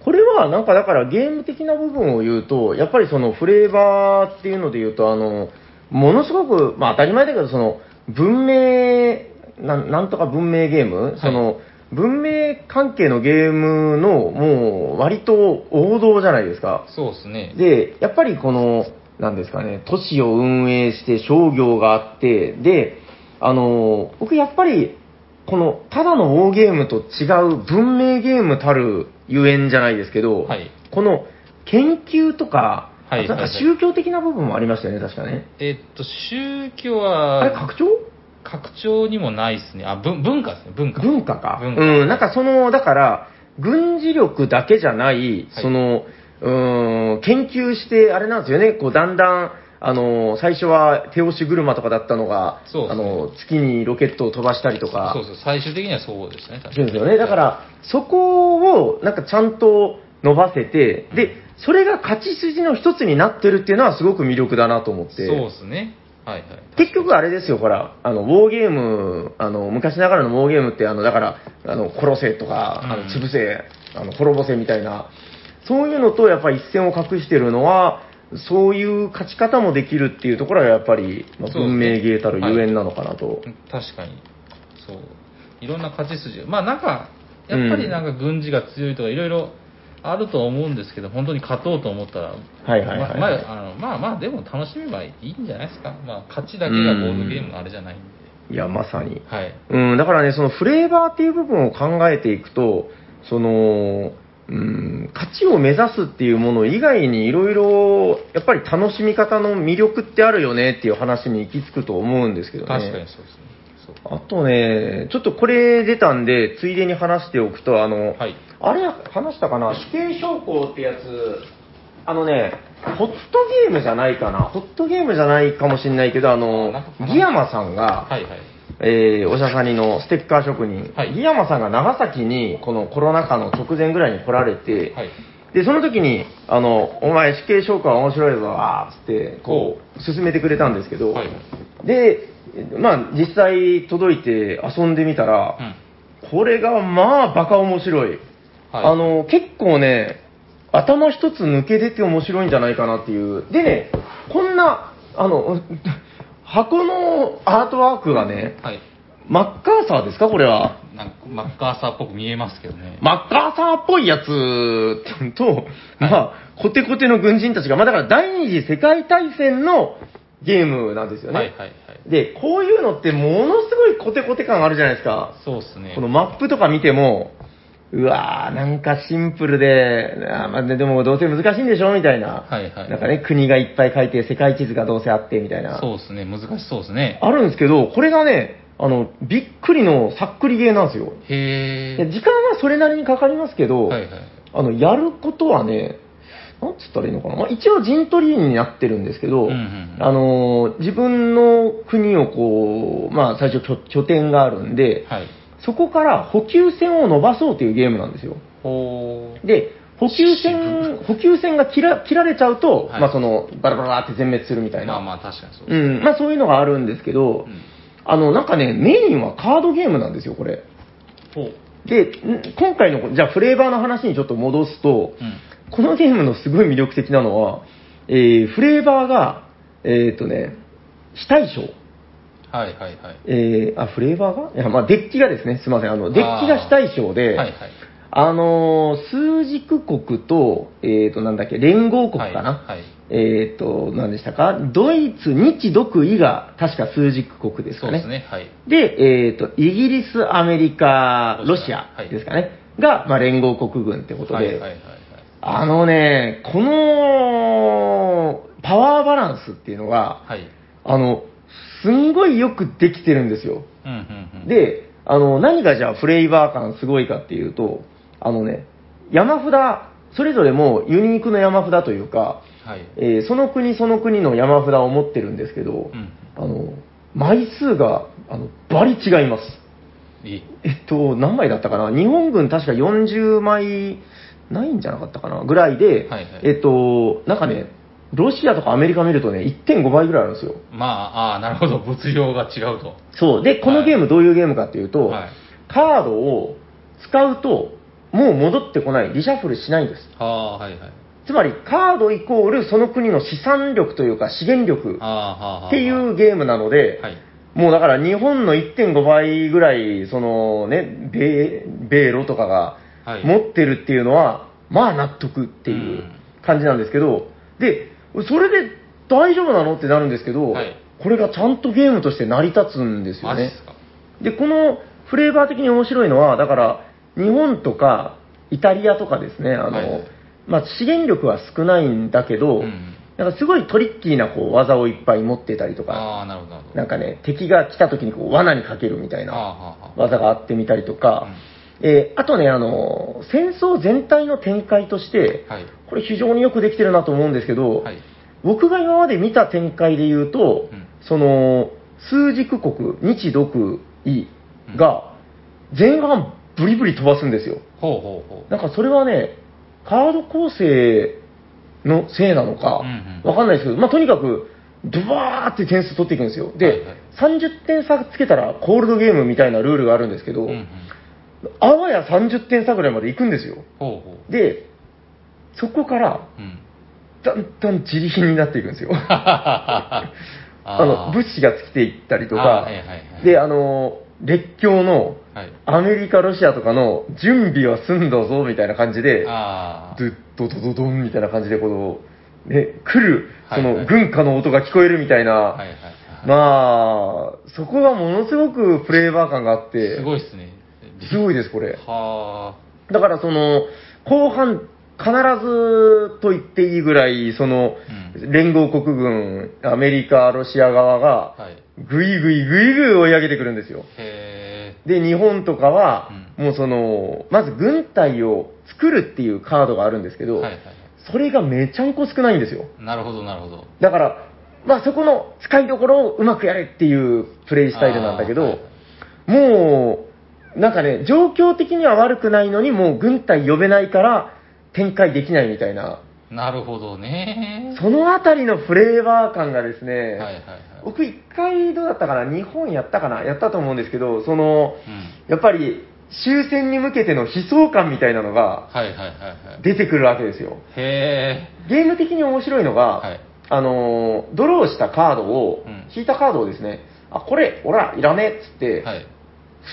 Speaker 2: これはなんかだからゲーム的な部分を言うと、やっぱりそのフレーバーっていうので言うと、あの、ものすごく、まあ当たり前だけど、その文明、なんなんとか文明ゲーム、
Speaker 1: い
Speaker 2: その文明関係のゲームのもう割と王道じゃないですか。
Speaker 1: そうですね。
Speaker 2: で、やっぱりこの、なんですかね、都市を運営して商業があって、で、あの、僕やっぱり、この、ただの大ゲームと違う文明ゲームたるゆえんじゃないですけど、
Speaker 1: はい
Speaker 2: この、研究とか、
Speaker 1: はい
Speaker 2: あとなん
Speaker 1: はい
Speaker 2: か
Speaker 1: はい
Speaker 2: 宗教的な部分もありましたよね、確かね。
Speaker 1: えっと、宗教
Speaker 2: あれ、
Speaker 1: は
Speaker 2: 拡張
Speaker 1: 拡張にもないですね。あ、文文化ですね、文化。
Speaker 2: 文化か。
Speaker 1: 文化
Speaker 2: うん、なんかその、だから、軍事力だけじゃない、
Speaker 1: はい
Speaker 2: その、うーん、研究して、あれなんですよね、こう、だんだん、あの、最初は手押し車とかだったのが、
Speaker 1: そうです
Speaker 2: あ
Speaker 1: ね
Speaker 2: の、月にロケットを飛ばしたりとか、
Speaker 1: そうそう、最終的にはそうですね、確
Speaker 2: そ
Speaker 1: かに。
Speaker 2: うですよね。だから、そこを、なんかちゃんと伸ばせて、で、それが勝ち筋の一つになってるっていうのはすごく魅力だなと思って。
Speaker 1: そうですね。はいはい。
Speaker 2: 結局あれですよ、ほら、あの、ウォーゲーム、あの、昔ながらのウォーゲームって、あの、だから、あの、殺せとか、あの
Speaker 1: うん
Speaker 2: 潰せ、あの、滅ぼせみたいな、そういうのとやっぱり一線を隠してるのは、そういう勝ち方もできるっていうところがやっぱり、まあ
Speaker 1: そうですね
Speaker 2: 文明芸たるゆえんなのかなと。
Speaker 1: 確かに。そう。いろんな勝ち筋。まあなんか、やっぱりなんか軍事が強いとかいろいろあると思うんですけど、本当に勝とうと思ったら、
Speaker 2: はいはいはいは
Speaker 1: ま
Speaker 2: い
Speaker 1: まああのまあまあ、でも楽しめばいいんじゃないですか。まあ、勝ちだけがボードゲームのあれじゃないんで。
Speaker 2: いや、まさに。
Speaker 1: はい。
Speaker 2: うん、だからね、そのフレーバーっていう部分を考えていくと、その、うん、勝ちを目指すっていうもの以外にいろいろ、やっぱり楽しみ方の魅力ってあるよねっていう話に行き着くと思うんですけど
Speaker 1: 確
Speaker 2: ね。
Speaker 1: かにそうですね。そう
Speaker 2: あとね、ちょっとこれ出たんで、ついでに話しておくと、あの、
Speaker 1: はい。
Speaker 2: あれ話したかな死刑将校ってやつ、あのね、ホットゲームじゃないかなホットゲームじゃないかもしれないけど、あの
Speaker 1: なんか、
Speaker 2: ギヤマさんが、
Speaker 1: はいはい。
Speaker 2: えーおしゃさにのステッカー職人、
Speaker 1: はい
Speaker 2: ギヤマさんが長崎にこのコロナ禍の直前ぐらいに来られて、
Speaker 1: はい。
Speaker 2: でその時にあの「お前死刑証拠は面白いぞ」わーっつってこう勧めてくれたんですけど、
Speaker 1: はいは
Speaker 2: でまあ実際届いて遊んでみたら、
Speaker 1: うん。
Speaker 2: これがまあバカ面白い、
Speaker 1: はい
Speaker 2: あの結構ね頭一つ抜け出て面白いんじゃないかなっていうでねこんなあの 箱のアートワークがね
Speaker 1: はい。
Speaker 2: マッカーサーですかこれは
Speaker 1: なんかマッカーサーっぽく見えますけどね。
Speaker 2: マッカーサーっぽいやつ と、まあ、コテコテの軍人たちが、まあだから第二次世界大戦のゲームなんですよね。
Speaker 1: はいはいはい。
Speaker 2: で、こういうのってものすごいコテコテ感あるじゃないですか。
Speaker 1: そうっすね。
Speaker 2: このマップとか見ても、うわー、なんかシンプルで、あーまあ、ででもどうせ難しいんでしょみたいな。
Speaker 1: はいはい
Speaker 2: なんかね、国がいっぱい書いて、世界地図がどうせあって、みたいな。
Speaker 1: そうっすね。難しそうっすね。
Speaker 2: あるんですけど、これがね、あの、びっくりのさっくりゲーなんですよ。
Speaker 1: へ
Speaker 2: いや
Speaker 1: え。
Speaker 2: 時間はそれなりにかかりますけど、
Speaker 1: はいはい。
Speaker 2: あの、やることはね、なんつったらいいのかな、まあ、一応陣取りになってるんですけど、
Speaker 1: うんうんうん
Speaker 2: あのー自分の国をこう、まあ、最初拠拠点があるんで、
Speaker 1: はい。
Speaker 2: そこから補給線を伸ばそうというゲームなんですよ。
Speaker 1: ほう。
Speaker 2: で、補給線、補給線が切ら切られちゃうと、
Speaker 1: はい
Speaker 2: まあその、バラバラバラって全滅するみたいな。
Speaker 1: まあまあ、確かにそう
Speaker 2: う
Speaker 1: です。
Speaker 2: ん、まあそういうのがあるんですけど、
Speaker 1: うん
Speaker 2: あの、なんかね、メインはカードゲームなんですよ、これ。
Speaker 1: ほう。
Speaker 2: で、ん今回の、じゃあフレーバーの話にちょっと戻すと、
Speaker 1: うん。
Speaker 2: このゲームのすごい魅力的なのは、えー、フレーバーが、えーっとね、非対称。
Speaker 1: はいはいはい。
Speaker 2: えー、あ、フレーバーがいや、まあデッキがですね、すいません、あの、デッキが非対称で、
Speaker 1: はいはい。
Speaker 2: あのー枢軸国と、えー、と、なんだっけ、連合国かな、
Speaker 1: はいはい
Speaker 2: えっ、と、何でしたかドイツ、日独伊が、確か枢軸国です
Speaker 1: そ
Speaker 2: か
Speaker 1: う
Speaker 2: ね。
Speaker 1: ですね。はい。
Speaker 2: で、えっ、と、イギリス、アメリカ、ロ
Speaker 1: ロ
Speaker 2: シ
Speaker 1: シア
Speaker 2: アですかね、が、まあ、連合国軍ってこと
Speaker 1: はい
Speaker 2: で、
Speaker 1: はいはいはい。
Speaker 2: あのね、この、パワーバランスっていうのが、
Speaker 1: はい。
Speaker 2: あの、すんごいよくできてるんですよ。
Speaker 1: うんうんうん。、
Speaker 2: で、あの、何がじゃあフレーバー感すごいかっていうと、あのね、山札、それぞれもユニークの山札というか、
Speaker 1: はい。
Speaker 2: えーその国その国の山札を持ってるんですけど、
Speaker 1: うん。
Speaker 2: あの、枚数が、あの、バリ違います。
Speaker 1: いい。
Speaker 2: えっと、何枚だったかな日本軍確か40枚ないんじゃなかったかなぐらいで、
Speaker 1: はいはい
Speaker 2: えっと、なんかね、ロシアとかアメリカ見るとね、1.5倍ぐらいあるんですよ。
Speaker 1: まあ、ああ、なる ほど。物量が違うと。
Speaker 2: そう。で、このゲームどういうゲームかっていうと、
Speaker 1: はい
Speaker 2: カードを使うと、もう戻ってこない、リシャッフルしないんです。
Speaker 1: ああ、はいはい。
Speaker 2: つまり、カードイコールその国の資産力というか資源力
Speaker 1: ああ、はあ、はあ。
Speaker 2: っていうゲームなので、
Speaker 1: はい。
Speaker 2: もうだから日本の1.5倍ぐらい、そのね、米、米ロとかが
Speaker 1: はい
Speaker 2: 持ってるっていうのは、まあ納得っていう感じなんですけど、で、それで大丈夫なのってなるんですけど、
Speaker 1: はい
Speaker 2: これがちゃんとゲームとして成り立つんですよ
Speaker 1: マジ
Speaker 2: ね
Speaker 1: っ。すか。
Speaker 2: で、このフレーバー的に面白いのは、だから、日本とかイタリアとかですね、あの、
Speaker 1: はい
Speaker 2: まあ、資源力は少ないんだけど、
Speaker 1: うん
Speaker 2: なんかすごいトリッキーなこう技をいっぱい持ってたりとか、
Speaker 1: ああ、なるほど、なるほど。
Speaker 2: なんかね、敵が来た時にこう罠にかけるみた
Speaker 1: あ
Speaker 2: い
Speaker 1: あ、
Speaker 2: な
Speaker 1: はあ、は
Speaker 2: 技があってみたりとか、えーあとね、あの、戦争全体の展開として、
Speaker 1: あ。はい。
Speaker 2: これ非常によくできてるなと思うんですけど、
Speaker 1: はい。
Speaker 2: 僕が今まで見た展開で言うと、
Speaker 1: うん
Speaker 2: その、枢軸国、日独伊が、前半ブリブリ飛ばすんですよ。
Speaker 1: ほうほうほう。
Speaker 2: なんかそれはね、カード構成のせいなのか、
Speaker 1: うんうん
Speaker 2: わかんないですけど、まあ、とにかく、ドバーって点数取っていくんですよ。で、
Speaker 1: はいはい
Speaker 2: 30点差つけたらコールドゲームみたいなルールがあるんですけど、
Speaker 1: うんうん
Speaker 2: あわや30点差ぐらいまで行くんですよ。
Speaker 1: ほうほう。
Speaker 2: で、そこから、
Speaker 1: うん。
Speaker 2: だんだん自利品になっていくんですよ。
Speaker 1: あ
Speaker 2: あの物
Speaker 1: 資
Speaker 2: 資が尽きていったりとか、
Speaker 1: はいはいはい。
Speaker 2: で、あの、列強の
Speaker 1: はい。
Speaker 2: アメリカ、ロシアとかの準備は済んだぞみたいな感じで、
Speaker 1: あ
Speaker 2: ドゥッドドドドンみたいな感じで、この、ね、来る、そ
Speaker 1: はいは
Speaker 2: の
Speaker 1: い
Speaker 2: 軍歌の音が聞こえるみたいな、
Speaker 1: あ。はいはいはい。
Speaker 2: まあ、そこがものすごくフレーバー感があって、
Speaker 1: すごいっすね。
Speaker 2: すごいです、これ。
Speaker 1: は
Speaker 2: だからその、後半、必ずと言っていいぐらい、その、
Speaker 1: う
Speaker 2: 連合国軍、アメリカ、ロシア側が
Speaker 1: あ。、はい。
Speaker 2: ぐいぐいぐいぐい追い上げてくるんですよ。
Speaker 1: へ
Speaker 2: で、日本とかは、もうその、まず軍隊を作るっていうカードがあるんですけ
Speaker 1: え。
Speaker 2: ど、
Speaker 1: はいはいは
Speaker 2: それがめちゃんこ少ないんですよ。
Speaker 1: い。なるほどなるほど。
Speaker 2: だから、まあそこの使いどころをうまくやれっていうプレイスタイルなんだけど、
Speaker 1: あーはい
Speaker 2: もう、なんかね、状況的には悪くないのに、もう軍隊呼べないから展開できないみたいな、
Speaker 1: なるほどね。
Speaker 2: そのあたりのフレーバー感がですね、
Speaker 1: はいはいはい。
Speaker 2: 僕一回どうだったかな、日本やったかな、やったと思うんですけど、その、
Speaker 1: うん。
Speaker 2: やっぱり終戦に向けての悲壮感みたいなのが
Speaker 1: はいはいはいはい。
Speaker 2: 出てくるわけですよ。
Speaker 1: へえ。
Speaker 2: ゲーム的に面白いのが、
Speaker 1: はい。
Speaker 2: あのードローしたカードを
Speaker 1: うん、
Speaker 2: 引いたカードをですね、あ、これ、俺らいらねえっつって、
Speaker 1: はい。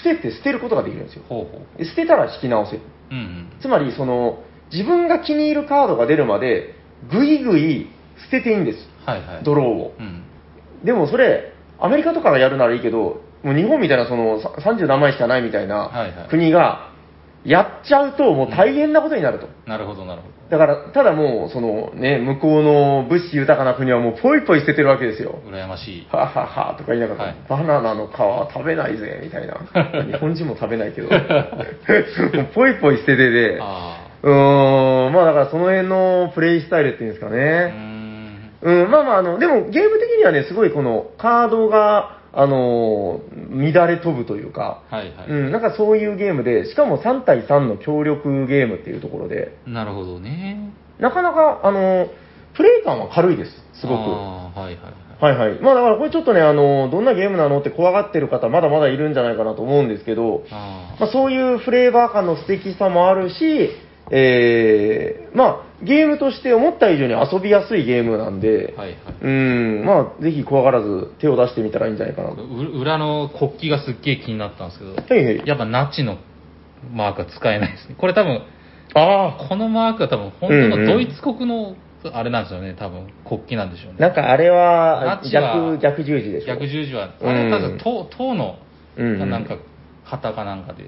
Speaker 2: 捨てて捨てることができるんですよ。
Speaker 1: ほうほう。
Speaker 2: で捨てたら引き直せる。
Speaker 1: うんうん。
Speaker 2: つまり、その、自分が気に入るカードが出るまで、ぐいぐい捨てていいんです。
Speaker 1: はいはい。
Speaker 2: ドローを。
Speaker 1: うん。
Speaker 2: でもそれ、アメリカとかがやるならいいけど、もう日本みたいなそのさ30何枚しかないみたい
Speaker 1: はいは
Speaker 2: ない国が、やっちゃうともう大変なことになると。
Speaker 1: なるほどなるほ
Speaker 2: だから、ただもう、そのね、向こうの物資豊かな国はもうポイポイ捨ててるわけですよ。
Speaker 1: ど。羨ましい。
Speaker 2: はははとか言いながら、
Speaker 1: はい
Speaker 2: バナナの皮は食べない ぜみたいな日本人も食べないけどもうポイポイ捨ててで
Speaker 1: あ
Speaker 2: うーん、まあだからその辺のプレイスタイルっていうんですか
Speaker 1: うー
Speaker 2: ね。
Speaker 1: ん。
Speaker 2: うん、まあまあ、あの、でもゲーム的にはね、すごいこのカードが、あの、乱れ飛ぶというか、
Speaker 1: はいはい。
Speaker 2: うん、なんかそういうゲームで、しかも3対3の協力ゲームっていうところで、
Speaker 1: なるほどね。
Speaker 2: なかなか、あの、プレイ感は軽いです、すごく。
Speaker 1: あーはいはいはい。
Speaker 2: はいはい。まあだからこれちょっとね、あの、どんなゲームなのって怖がってる方まだまだいるんじゃないかなと思うんですけど、
Speaker 1: あー
Speaker 2: まあそういうフレーバー感の素敵さもあるし、えー、まあゲームとして思った以上に遊びやすいゲームなんで、
Speaker 1: はいはい。
Speaker 2: うん、まあぜひ怖がらず手を出してみたらいいんじゃないかなと。
Speaker 1: う裏の国旗がすっげえ気になったんですけど、
Speaker 2: はいはい。
Speaker 1: やっぱナチのマークは使えないですね。これ多分、
Speaker 2: あ
Speaker 1: このマークは多分本当のドイツ国の、あれなんですよね、多分国旗なんでしょう
Speaker 2: あ、
Speaker 1: ね。
Speaker 2: なんかあれは
Speaker 1: ナチは
Speaker 2: 逆、逆十字でしょ。
Speaker 1: 逆十字は、
Speaker 2: うん
Speaker 1: あれ多分党党の
Speaker 2: うんうん
Speaker 1: なんか旗かなんかで、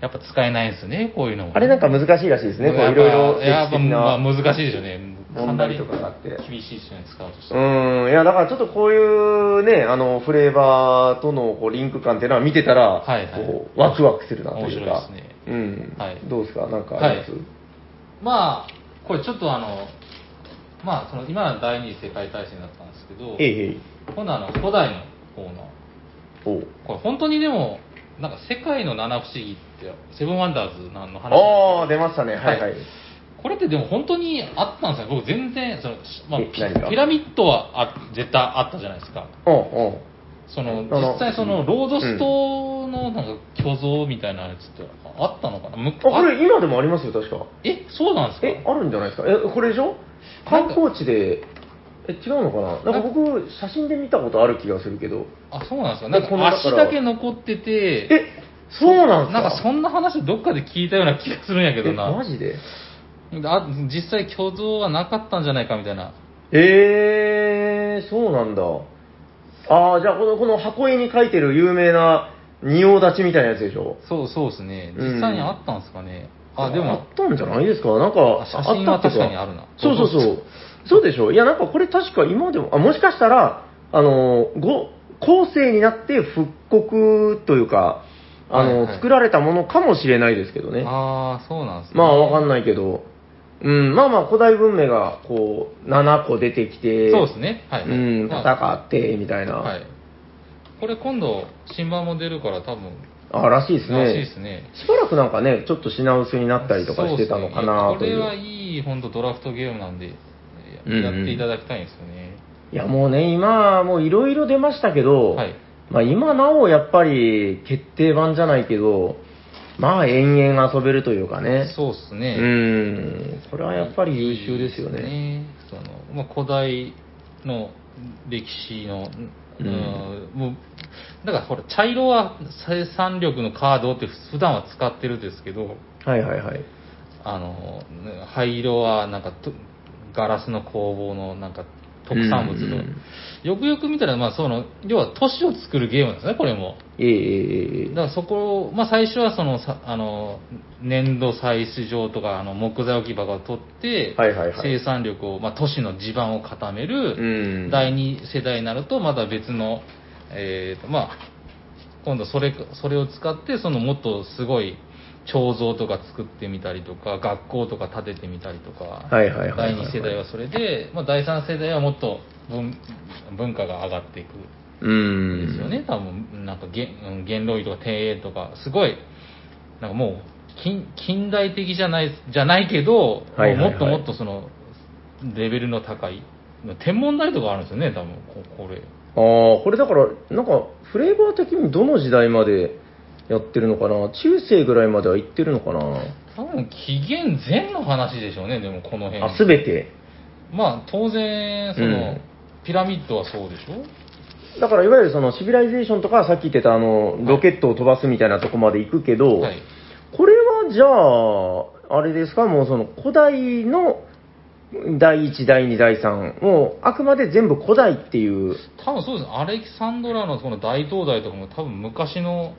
Speaker 1: やっぱ使えないですね、こういうのも。
Speaker 2: あれなんか難しいらしいですね、こう
Speaker 1: やっ
Speaker 2: い
Speaker 1: ぱ
Speaker 2: ろいろ
Speaker 1: やっ
Speaker 2: 歴
Speaker 1: ぱ
Speaker 2: 史的
Speaker 1: まあ
Speaker 2: な。
Speaker 1: 難しいですよね。
Speaker 2: 問題とかがあって
Speaker 1: かなり厳しいですよね、使うとして。
Speaker 2: うん、いや、だからちょっとこういうね、あの、フレーバーとのこうリンク感っていうのは見てたら、
Speaker 1: はいはい
Speaker 2: こうワクワクするなと
Speaker 1: 面
Speaker 2: い
Speaker 1: 白い
Speaker 2: うか。
Speaker 1: ですね。
Speaker 2: うん、
Speaker 1: はい
Speaker 2: どうですかなんかあります、
Speaker 1: はいまあ、これちょっとあの、まあ、その今の第二次世界大戦だったんですけど、
Speaker 2: えいえい。
Speaker 1: 今度はあの古代のコーナー。
Speaker 2: おう
Speaker 1: これ本当にでも、なんか世界の七不思議って、セブンワンダーズなんの話なんですけど
Speaker 2: ああ、出ましたね。はいはい。
Speaker 1: これってでも本当にあったんですよ、僕全然、そのしまあ、
Speaker 2: え
Speaker 1: ピ
Speaker 2: 何が
Speaker 1: ピラミッドはあ絶対あったじゃないですか、
Speaker 2: おう
Speaker 1: その
Speaker 2: あの
Speaker 1: 実際、そのロードストのなんか虚像みたいなやつってあったのかな、む
Speaker 2: おうあ、これ今でもありますよ、確か。
Speaker 1: あえそうなんですか
Speaker 2: え、あるんじゃないですかえ、これでしょ観光地で、え、違うのかななんか僕、写真で見たことある気がするけど。
Speaker 1: あ、そうなんですか、
Speaker 2: え
Speaker 1: なん
Speaker 2: このだ
Speaker 1: か
Speaker 2: か
Speaker 1: 足
Speaker 2: ら
Speaker 1: だけ残ってて、
Speaker 2: え、そうなんす か
Speaker 1: なんかそんな話、どっかで聞いたような気がするんやけど
Speaker 2: えマ
Speaker 1: な、
Speaker 2: ジで
Speaker 1: あ実際、虚像はなかったんじゃないかみたいな、
Speaker 2: えー、そうなんだ。ああ、じゃあこの、この箱絵に書いてる有名な仁王立ちみたいなやつでしょ
Speaker 1: そうそうですね、
Speaker 2: うん
Speaker 1: 実際にあったんですかね、あ、で
Speaker 2: あ
Speaker 1: も、
Speaker 2: ったんじゃないですかなんか
Speaker 1: あ、写真は
Speaker 2: ったっていう
Speaker 1: 確かにあるな
Speaker 2: そうそうそう。そうでしょいや、なんかこれ確か今でも、あ、もしかしたら、あの、ご、後世になって復刻というか、あの、
Speaker 1: はいはい
Speaker 2: 作られたものかもしれないですけどね。
Speaker 1: ああ、そうなんですね。
Speaker 2: まあわかんないけど、うん、まあまあ古代文明がこう、7個出てきて、
Speaker 1: そうですね。はい。
Speaker 2: うん、
Speaker 1: ま
Speaker 2: 戦
Speaker 1: あ
Speaker 2: って、みたいな。
Speaker 1: はい。これ今度、新版も出るから多分、
Speaker 2: あ、らしいですね。
Speaker 1: らしいですね。
Speaker 2: しばらくなんかね、ちょっと品薄になったりとかしてたのかな
Speaker 1: そう
Speaker 2: と
Speaker 1: ですね
Speaker 2: い
Speaker 1: これは
Speaker 2: う。
Speaker 1: いい、本当ドラフトゲームなんで、
Speaker 2: うんうん
Speaker 1: やっていただきたいんですよね。
Speaker 2: いやもうね、今、もういろいろ出ましたけど、
Speaker 1: はい。
Speaker 2: まあ今なおやっぱり決定版じゃないけど、まあ延々遊べるというかね。
Speaker 1: そうです
Speaker 2: う
Speaker 1: ね。
Speaker 2: ん、これはやっぱり優秀ですよ
Speaker 1: いい
Speaker 2: ね。
Speaker 1: ですねそのまあ、古代の歴史の、
Speaker 2: う
Speaker 1: うんんもうだからほら茶色は生産力のカードって普段は使ってるんですけど
Speaker 2: はいはいはい。
Speaker 1: あのね灰色はなんかとガラスの工房のなんか特産物
Speaker 2: うんう
Speaker 1: の、
Speaker 2: ん
Speaker 1: よくよく見たら、まあ、その要は都市を作るゲームなんですねこれも
Speaker 2: えええええ
Speaker 1: だからそこを、まあ、最初はそのさあの粘土採取場とかあの木材置き場を取って、
Speaker 2: はいはいはい
Speaker 1: 生産力を、まあ、都市の地盤を固め
Speaker 2: えう
Speaker 1: る、
Speaker 2: ん。
Speaker 1: 第二世代になるとまた別の、えーとまあ、今度それそれを使ってそのもっとすごい彫像とか作ってみたりとか学校とか建ててみたりとか、
Speaker 2: はいはいはいは
Speaker 1: 第
Speaker 2: い
Speaker 1: 二世代はそれで、まあ、第三世代はもっと文文化が上がっていく。
Speaker 2: うん。
Speaker 1: ですよね、多分なんかげうん元老院とか庭園とか、すごい、なんかもう近近代的じゃないじゃないけど、
Speaker 2: はいはい
Speaker 1: も
Speaker 2: はい
Speaker 1: うもっともっとそのレベルの高い、天文台とかあるんですよね、多分ここれ。
Speaker 2: ああ、これだから、なんか、フレーバー的にどの時代までやってるのかな中世ぐらいまでは行ってるのかな
Speaker 1: 多分紀元前の話でしょうね、でもこの辺。
Speaker 2: あ、すべて。
Speaker 1: まあ当然、その、
Speaker 2: うん
Speaker 1: ピラミッドはそうでしょ
Speaker 2: だから、いわゆるそのシビライゼーションとか、さっき言ってたあの、ロケットを飛ばすみたいなとこまで行くけど、
Speaker 1: はい。
Speaker 2: これはじゃあ、あれですか、もうその古代の第1、第2、第3、もうあくまで全部古代っていう、
Speaker 1: 多分そうですね、アレキサンドラのこの大灯台とかも多分昔の、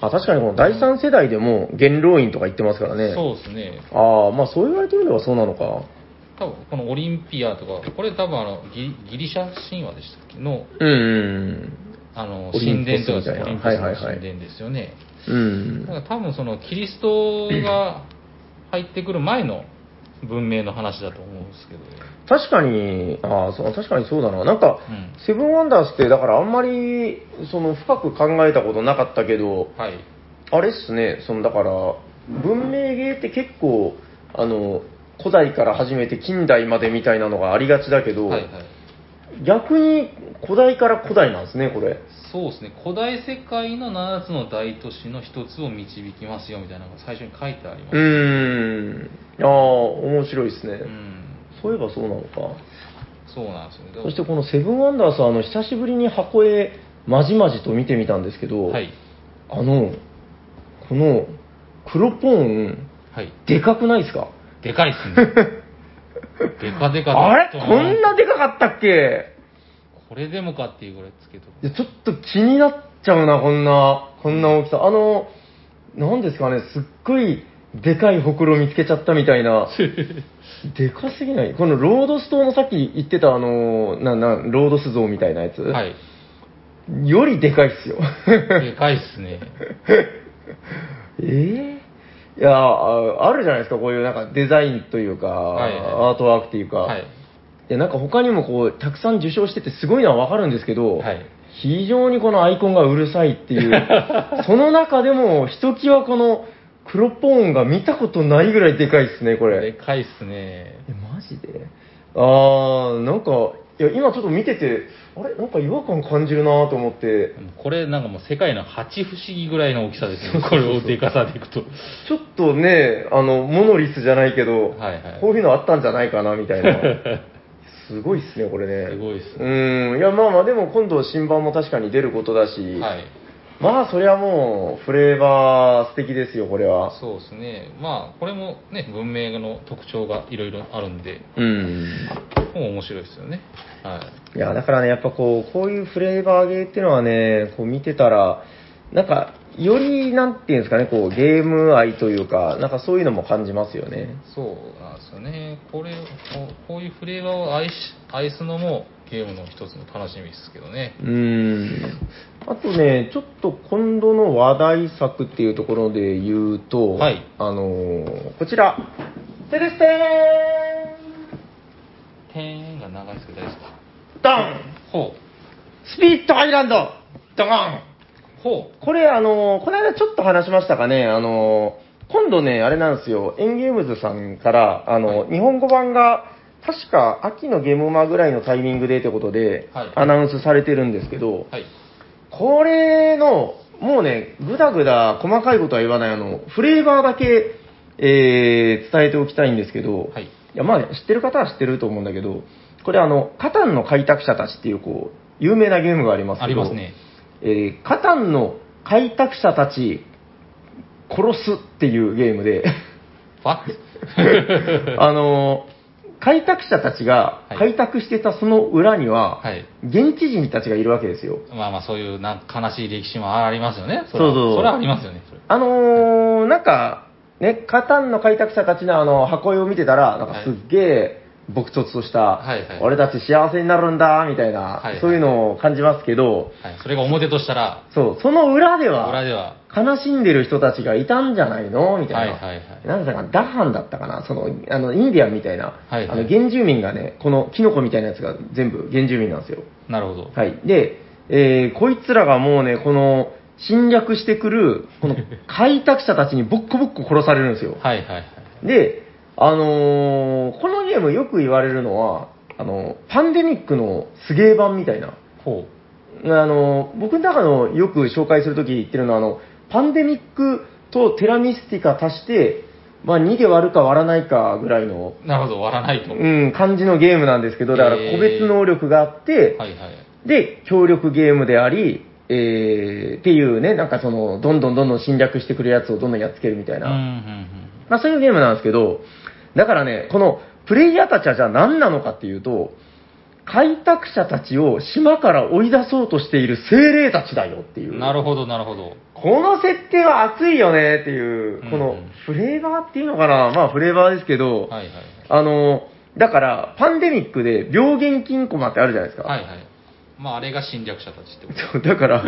Speaker 2: あ、確かにこの第3世代でも元老院とか行ってますからね。
Speaker 1: そうですね、
Speaker 2: ああ、まあそう言われてみればそうなのか。
Speaker 1: 多分このオリンピアとか、これ多分あのギリギリシャ神話でしたっけの
Speaker 2: うんうん
Speaker 1: あの
Speaker 2: オリン
Speaker 1: 神
Speaker 2: ポス
Speaker 1: 殿とかですね
Speaker 2: みたいな
Speaker 1: オリンポスの
Speaker 2: はいはいはい
Speaker 1: 神殿ですよね。
Speaker 2: うん。うん
Speaker 1: だから多分そのキリストが入ってくる前の文明の話だと思うんですけど。
Speaker 2: 確かに、ああ、そう、確かにそうだな。なんか、
Speaker 1: うん
Speaker 2: セブンワンダースって、だからあんまり、その、深く考えたことなかったけど、
Speaker 1: はい。
Speaker 2: あれっすね、その、だから、文明芸って結構、あの、古代から始めて近代までみたいなのがありがちだけど、
Speaker 1: はいはい。
Speaker 2: 逆に古代から古代なんですね、これ。
Speaker 1: そうですね。古代世界の7つの大都市の一つを導きますよみたいなのが最初に書いてあります。
Speaker 2: うーん。ああ、面白いですね。
Speaker 1: うん
Speaker 2: そういえばそうなのか。
Speaker 1: そうなんですよね。だから
Speaker 2: そしてこのセブンワンダース、あの、久しぶりに箱絵、まじまじと見てみたんですけど、
Speaker 1: はい。
Speaker 2: あの、この、黒ポーン、
Speaker 1: はい。
Speaker 2: でかくないですか
Speaker 1: でかいっすね。でかでかだ
Speaker 2: あれこんなでかかったっけ
Speaker 1: これでもかっていうぐらいですけど。
Speaker 2: いや、ちょっと気になっちゃうな、こんな、こんな大きさ。あの、なんですかね、すっごい、でかいほくろ見つけちゃったみたいな。でかすぎないこのロードス島のさっき言ってたあのな、な、ロードス像みたいなやつ、
Speaker 1: はい。
Speaker 2: よりでかいっすよ。
Speaker 1: でかいっすね。
Speaker 2: ええいやあ、あるじゃないですか、こういうなんかデザインというか、
Speaker 1: いはい
Speaker 2: アートワークというか。
Speaker 1: はい。
Speaker 2: で、なんか他にもこう、たくさん受賞しててすごいのはわかるんですけど、
Speaker 1: はい
Speaker 2: 非常にこのアイコンがうるさいっ ていう、その中でもひときわこの黒ポーンが見たことないぐらいでかいですね、これ。
Speaker 1: でかいっすね。
Speaker 2: えマジであーなんかいや今ちょっと見ててあれなんか違和感感じるなと思って
Speaker 1: これなんかもう世界の八不思議ぐらいの大きさですよ。これをでかさでいくと。
Speaker 2: ちょっとねあのモノリスじゃないけど、
Speaker 1: はいはい
Speaker 2: こういうのあったんじゃないかなみたい なすごいっすねこれね
Speaker 1: すごいっす
Speaker 2: うーんいやまあまあでも今度新版も確かに出ることだし、
Speaker 1: はい。
Speaker 2: まあそりゃもうフレーバー素敵ですよこれは
Speaker 1: そうですね。まあ、これもね、文明の特徴がいろいろあるんで、
Speaker 2: うん
Speaker 1: もう面白いですよね。はい
Speaker 2: や、だからね、やっぱこう、こういうフレーバーゲーっていうのはね、こう見てたら、なんか、より、なんていうんですかね、こう、ゲーム愛というか、なんかそういうのも感じますよね
Speaker 1: い。。そうなんですよね。これ、こうこういうフレーバーを愛し、愛すのもゲームの一つの楽しみですけどね。
Speaker 2: うーん。あとね、ちょっと今度の話題作っていうところで言うと、
Speaker 1: はい
Speaker 2: あのーこちら、てるて
Speaker 1: 点が長いですけど大丈夫ですか
Speaker 2: ーんドン
Speaker 1: ほ
Speaker 2: スピリットアイランドドゴン
Speaker 1: う。ほ
Speaker 2: これ、あのーこの間ちょっと話しましたかね、あのー今度ね、あれなんですよ、エンゲームズさんから、あのー日本語版が、確か秋のゲームマぐらいのタイミングでってことで、
Speaker 1: はい
Speaker 2: アナウンスされてるんですけど、
Speaker 1: う。はい。
Speaker 2: これの、もうね、ぐだぐだ細かいことは言わない、あの、フレーバーだけ、えー伝えておきたいんですけど、
Speaker 1: はい
Speaker 2: や、まあ、知ってる方は知ってると思うんだけど、これあの、カタンの開拓者たちっていう、こう、有名なゲームがありますけど、
Speaker 1: ありますね。
Speaker 2: えーカタンの開拓者たち殺すっていうゲー ムで、
Speaker 1: わっ
Speaker 2: あのー開拓者たちが
Speaker 1: はい
Speaker 2: 開拓してたその裏には、
Speaker 1: はい。
Speaker 2: 現地人たちがいるわけですよ。
Speaker 1: まあまあ、そういうなんか悲しい歴史もありますよね。れ
Speaker 2: そ
Speaker 1: は
Speaker 2: うそう
Speaker 1: それはありますよね。それ
Speaker 2: あのーなんか、ね、カタンの開拓者たちのあの箱絵を見てたら、なんかすっげえ撲突とした、
Speaker 1: はいはい
Speaker 2: 俺たち幸せになるんだ、みたいな、
Speaker 1: はいはい
Speaker 2: そういうのを感じますけど、
Speaker 1: はい。それが表としたら、
Speaker 2: そう、その裏では、
Speaker 1: 裏では、
Speaker 2: 悲しんでる人たちがいたんじゃないのみたいな。
Speaker 1: はいはいはい
Speaker 2: なんだかダハンだったかなその、あの、インディアンみたいな。
Speaker 1: はいはい
Speaker 2: あの、原住民がね、このキノコみたいなやつが全部原住民なんですよ。
Speaker 1: なるほど。
Speaker 2: はい。で、えー、こいつらがもうね、この、侵略してくる、この、開拓者たちにボッコボッコ殺されるんですよ。
Speaker 1: はいはいはい。
Speaker 2: で、あのーこのゲームよく言われるのは、あの、パンデミックのすげえ版みたいな。
Speaker 1: ほ
Speaker 2: あの、僕の中のよく紹介するとき言ってるのは、あの、パンデミックとテラミスティカ足して、まあ2で割るか割らないかぐらいの、
Speaker 1: う。なるほど、割らないと。は
Speaker 2: うん、感じのゲームなんですけど、だから
Speaker 1: へー
Speaker 2: 個別能力があって、
Speaker 1: いはい。
Speaker 2: で、協力ゲームであり、えー、っていうね、なんかその、どんどんどんどん侵略してくるやつをどんどんやっつけるみたい
Speaker 1: うん
Speaker 2: な。
Speaker 1: うん
Speaker 2: まあそういうゲームなんですけど、だからね、このプレイヤーたちはじゃあ何なのかっていうと、開拓者たちを島から追い出そうとしている精霊たちだよっていうう。
Speaker 1: ん。なるほど、なるほど。
Speaker 2: この設定は熱いよねっていう、こ
Speaker 1: うん
Speaker 2: の
Speaker 1: うん
Speaker 2: フレーバーっていうのかなまあフレーバーですけど、
Speaker 1: はいはい
Speaker 2: あの、だから、パンデミックで病原菌コマってあるじゃないですか。
Speaker 1: はい。はいはい。まあ、あれが侵略者たちってこと
Speaker 2: そうだから、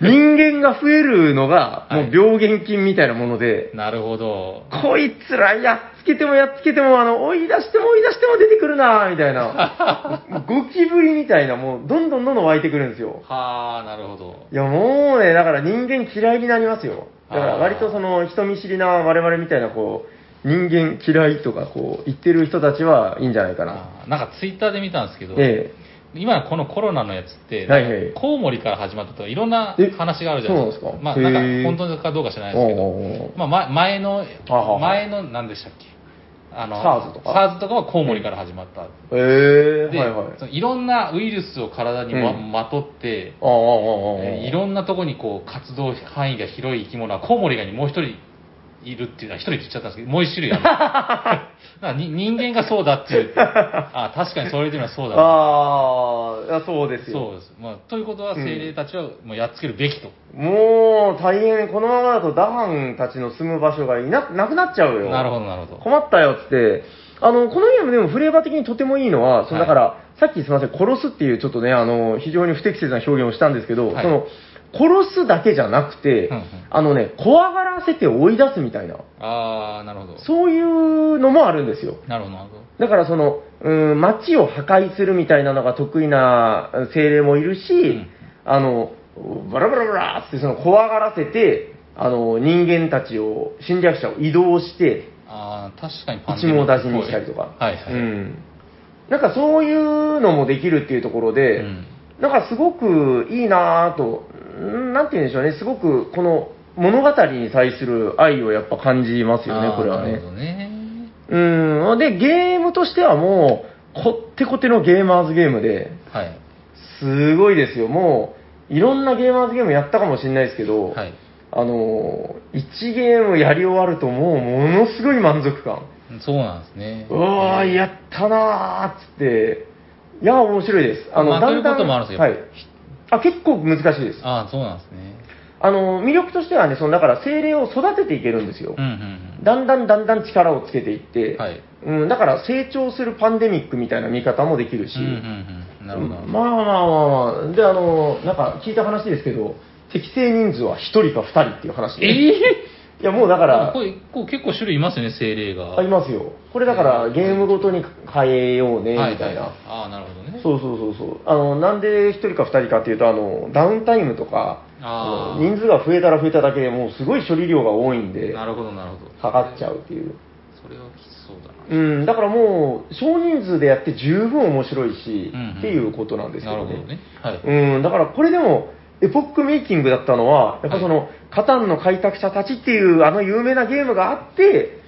Speaker 2: 人間が増えるのが、も
Speaker 1: は
Speaker 2: う
Speaker 1: い
Speaker 2: 病原菌みたいなもので、
Speaker 1: なるほど。
Speaker 2: こいつらやっつけてもやっつけても、あの、追い出しても追い出しても出てくるなぁみたいな。ゴキブリみたいな、もう、どんどんどんどん湧いてくるんですよ。
Speaker 1: はあ、なるほど。
Speaker 2: いや、もうね、だから人間嫌いになりますよ。だから
Speaker 1: あー
Speaker 2: 割とその、人見知りな我々みたいな、こう、人間嫌いとか、こう、言ってる人たちはいいんじゃないかな。
Speaker 1: あーなんかツイッターで見たんですけど、
Speaker 2: え
Speaker 1: 今このコロナのやつって、
Speaker 2: はいはい
Speaker 1: コウモリから始まったとかいろんな
Speaker 2: え
Speaker 1: 話があるじゃないですか。
Speaker 2: そうな
Speaker 1: ま
Speaker 2: ん
Speaker 1: あ、
Speaker 2: です
Speaker 1: な
Speaker 2: か
Speaker 1: んか
Speaker 2: へー
Speaker 1: 本当かどうか知らな
Speaker 2: え。
Speaker 1: いですけど、
Speaker 2: おうおうおう
Speaker 1: まあ、ま前の
Speaker 2: あはは、
Speaker 1: 前の何でしたっけあの、
Speaker 2: SARS とか
Speaker 1: SARS とかはコウモリから始まった。
Speaker 2: ええ
Speaker 1: で、
Speaker 2: はいはい。
Speaker 1: そのいろんなウイルスを体にま,、
Speaker 2: うん
Speaker 1: とって、
Speaker 2: ああ、ああ、ああ。
Speaker 1: えーいろんなとこにこう活動範囲が広い生き物はコウモリがにもう一人いるっていうのは一人って言っちゃったんですけどもう一種類 あるなんかに人間がそうだっていうあ確かにそれというのはそうだな
Speaker 2: あーあ、そうですよ。
Speaker 1: そうです、まあ、ということは精霊たちはもうやっつけるべきと、
Speaker 2: もう、大変、このままだとダハンたちの住む場所がいななくなっちゃうよ。
Speaker 1: なるほどなるほど
Speaker 2: 困ったよって。あの、このゲームでもフレーバー的にとてもいいのは、その
Speaker 1: は
Speaker 2: だ
Speaker 1: い
Speaker 2: から、さっきすみません、殺すっていうちょっとね、あの、非常に不適切な表現をしたんですけど、
Speaker 1: はい
Speaker 2: その、殺すだけじゃなくて、
Speaker 1: うんうん
Speaker 2: あのね、怖がらせて追い出すみたいな、
Speaker 1: ああなるほど
Speaker 2: そういうのもあるんですよ。
Speaker 1: なるほどなるほど
Speaker 2: だからその、うん、街を破壊するみたいなのが得意なうん精霊もいるし、
Speaker 1: ん
Speaker 2: あの、バラバラバラってその怖がらせて、あの、人間たちを、侵略者を移動して、
Speaker 1: ああ確かに
Speaker 2: 一網打尽にしたりとか。
Speaker 1: はいはい、
Speaker 2: うん。なんかそういうのもできるっていうところで、
Speaker 1: うん
Speaker 2: なんかすごくいいなぁと、うんなんて言うんでしょうね、すごくこの物語に対する愛をやっぱ感じますよね
Speaker 1: あ、ー
Speaker 2: これはね。
Speaker 1: なるほどね
Speaker 2: うん。で、ゲームとしてはもう、こってこてのゲーマーズゲームで、
Speaker 1: はい
Speaker 2: すごいですよ。もう、いろんなゲーマーズゲームやったかもしれないですけど、
Speaker 1: はい
Speaker 2: あのー、1ゲームやり終わるともう、ものすごい満足感。
Speaker 1: そうなんですね
Speaker 2: うわー、やったなーっつって、いやー、面白いです。あの、
Speaker 1: まあ
Speaker 2: だんだん、
Speaker 1: ということもあるんですよ
Speaker 2: はい。あ、結構難しいです。
Speaker 1: ああそうなんですね
Speaker 2: あのー、魅力としてはね、その、だから、精霊を育てていけるんですよ。
Speaker 1: うんうん
Speaker 2: だんだんだんだん力をつけていって、
Speaker 1: はい
Speaker 2: うん、だから成長するパンデミックみたいな見方もできるし、
Speaker 1: うんうんうんなるほどなるほど
Speaker 2: まあまあまあまあ、で、あの、なんか聞いた話ですけど、適正人数は1人か2人っていう話で、いやもうだから
Speaker 1: こ、れこう結構種類いますよね精霊が
Speaker 2: ありますよ、これだからゲームごとに変えようね、み
Speaker 1: はい
Speaker 2: たいな。
Speaker 1: はああなるほどね
Speaker 2: そうそうそうそうあのなんで1人か2人かっていうとあのダウンタイムとか
Speaker 1: あー
Speaker 2: あの人数が増えたら増えただけでもうすごい処理量が多いんで
Speaker 1: なるほどなるほど
Speaker 2: かかっちゃうっていう
Speaker 1: それはきつそうだな
Speaker 2: うん、だからもう少人数でやって十分面白いし、
Speaker 1: うんうん
Speaker 2: っていうことなんですけ
Speaker 1: な
Speaker 2: ど
Speaker 1: るほ
Speaker 2: ね
Speaker 1: どねはい
Speaker 2: うん、だからこれでもエポックメイキングだったのはやっぱその、カタンの開拓者たちっていうあの有名なゲームがあって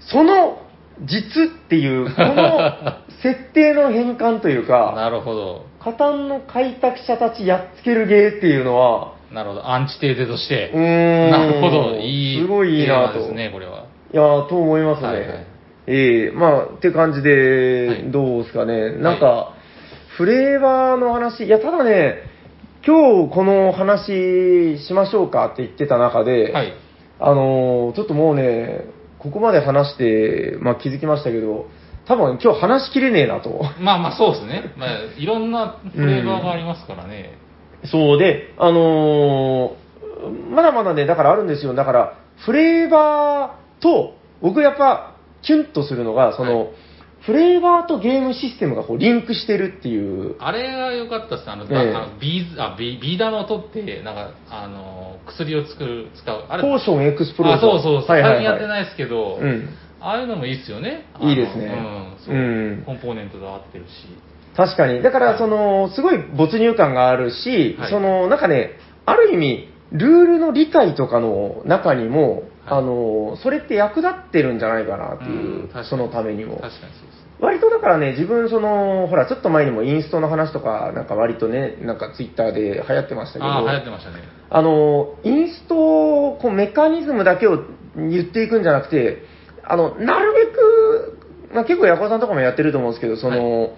Speaker 2: その実っていうこ の設定の変換というか
Speaker 1: なるほど
Speaker 2: カタンの開拓者たちやっつけるゲーっていうのは
Speaker 1: なるほどアンチテーゼとし
Speaker 2: う
Speaker 1: て
Speaker 2: ーん
Speaker 1: なるほどいい
Speaker 2: すごいいいな
Speaker 1: テーマ
Speaker 2: と
Speaker 1: ですねこれはい
Speaker 2: やーと思いますね。
Speaker 1: はいはい
Speaker 2: ええまあ、って感じで、
Speaker 1: はい
Speaker 2: どうですかね。なんか、フレーバーの話、いや、ただね、今日この話しましょうかって言ってた中で、
Speaker 1: はい
Speaker 2: あのーちょっともうね、ここまで話して、まあ気づきましたけど、多分今日話しきれねえなと。
Speaker 1: まあまあそうですねまあいろんなフレーバーがありますからね
Speaker 2: そうで、あのーまだまだね、だからあるんですよ。だから、フレーバーと、僕やっぱ、キュンとするのが、そ
Speaker 1: は
Speaker 2: の、
Speaker 1: い
Speaker 2: フレーバーとゲームシステムがこうリンクしてるっていう。
Speaker 1: あれが良かったっすねあの、
Speaker 2: ええ
Speaker 1: あのビーズあビビー玉を取ってなんかあの薬を作る使うあれ
Speaker 2: ポーションエクスプロー
Speaker 1: あ
Speaker 2: ション。
Speaker 1: そうそうそう、
Speaker 2: はいは
Speaker 1: 最近
Speaker 2: い
Speaker 1: やって
Speaker 2: はい。
Speaker 1: ないですけど、
Speaker 2: うん。
Speaker 1: ああいうのもいいっすよね。あの
Speaker 2: いいですね
Speaker 1: うん。そう
Speaker 2: うん
Speaker 1: コンポーネントが合ってるし。
Speaker 2: 確かに。だから、その、すごい没入感があるし、
Speaker 1: はい
Speaker 2: その、なんかね、ある意味、ルールの理解とかの中にも、
Speaker 1: はい
Speaker 2: あの、それって役立ってるんじゃないかなってい
Speaker 1: うん
Speaker 2: う、
Speaker 1: 確かに
Speaker 2: そのためにも。
Speaker 1: 確かにそうですね。
Speaker 2: 割とだからね、自分、その、ほら、ちょっと前にもインストの話とか、なんか割とね、なんかツイッターで流行ってましたけど、
Speaker 1: ああ、流行ってましたね。
Speaker 2: あの、インスト、こう、メカニズムだけを言っていくんじゃなくて、あの、なるべく、まあ、結構ヤコウさんとかもやってると思うんですけど、その、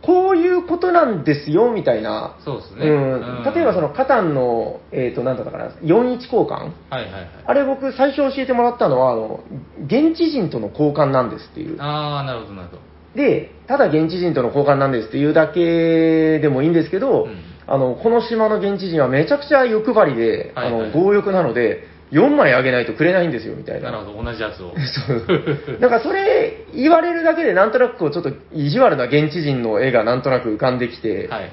Speaker 2: こういうことなんですよ、みたいな。
Speaker 1: そうです
Speaker 2: う
Speaker 1: ね。
Speaker 2: ん、例えばその、カタンの、えっ、と、なんだったかな、41交換
Speaker 1: はいはいはい。
Speaker 2: あれ僕最初教えてもらったのは、あの、現地人との交換なんですっていう。
Speaker 1: ああ、なるほどなるほど。
Speaker 2: で、ただ現地人との交換なんですっていうだけでもいいんですけど、
Speaker 1: うん
Speaker 2: あの、この島の現地人はめちゃくちゃ欲張りで、
Speaker 1: はいはい
Speaker 2: あの、強欲なので、4枚あげないとくれないんですよ、みたいな。
Speaker 1: なるほど、同じや つを。
Speaker 2: そうなんかそれ言われるだけでなんとなくこうちょっと意地悪な現地人の絵がなんとなく浮かんできて、
Speaker 1: はいはいはい、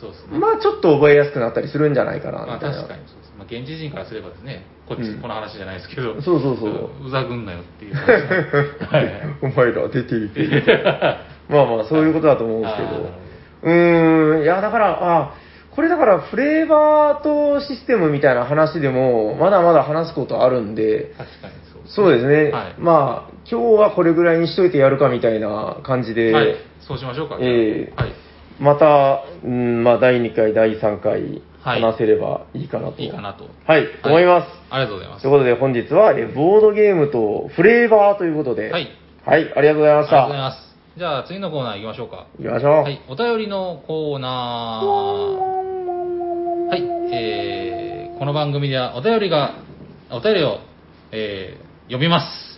Speaker 1: そうですね。
Speaker 2: まあちょっと覚えやすくなったりするんじゃないかな
Speaker 1: まあ
Speaker 2: みたいな、
Speaker 1: 確かにそうです。まあ現地人からすればですね、こっち、
Speaker 2: うん
Speaker 1: この話じゃないですけど、
Speaker 2: そうそうそう
Speaker 1: うざくんなよっていう話。 はいはい。
Speaker 2: お前ら出ていけみたいなまあまあそういうことだと思うんですけ
Speaker 1: あーなる
Speaker 2: ど
Speaker 1: ほど
Speaker 2: うーんいやだからあこれだからフレーバーとシステムみたいな話でもまだまだ話すことあるんで
Speaker 1: 確かにそうですね
Speaker 2: そうですね、
Speaker 1: はい
Speaker 2: まあ今日はこれぐらいにしといてやるかみたいな感じで、
Speaker 1: はい、そうしましょうか。
Speaker 2: えー
Speaker 1: はい。
Speaker 2: また、うんまあ、第2回、第3回、
Speaker 1: はい
Speaker 2: 話せればいいかなと。
Speaker 1: いいかなと。
Speaker 2: はい、思います。
Speaker 1: ありがとうございます。
Speaker 2: ということで、本日は、えーボードゲームとフレーバーということで、
Speaker 1: はい。
Speaker 2: はい、ありがとうござい
Speaker 1: あ
Speaker 2: ま
Speaker 1: り
Speaker 2: し
Speaker 1: がとうござい
Speaker 2: た。
Speaker 1: ます。じゃあ次のコーナー行きましょうか。
Speaker 2: 行きましょう。
Speaker 1: はい、お便りのコーナー。はい、えー、この番組ではお便りが、お便りを、えー、読み ます。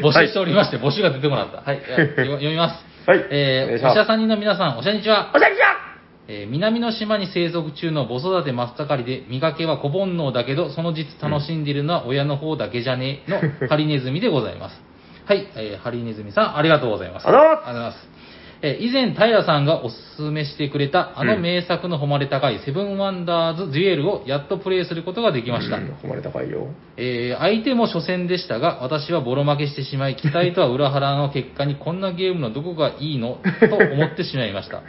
Speaker 1: 募集しておりまして、募集が出てこなかった。はい、いや読読みます。
Speaker 2: はいお願
Speaker 1: え
Speaker 2: い
Speaker 1: ー、お
Speaker 2: します
Speaker 1: しゃさんにの皆さん、おしゃにちは
Speaker 2: お。じゃんじゃん
Speaker 1: えー南の島に生息中の子育て真っ盛りで、磨けは小煩悩だけど、その実楽しんでいるのは親の方だけじゃねえのハリネズミでございます。 はい、えーハリネズミさん、ありがとうございます。
Speaker 2: ありがとうございます
Speaker 1: ありがとうございます。えー以前、平さんがおすすめしてくれた、あの名作の誉れ高い、セブンワンダーズ・デュエルをやっとプレイすることができました。
Speaker 2: うん誉れ高いよ。
Speaker 1: えー相手も初戦でしたが、私はボロ負けしてしまい、期待とは裏腹の結果に、こんなゲームのどこがいいのと思ってしまいました。
Speaker 2: はい、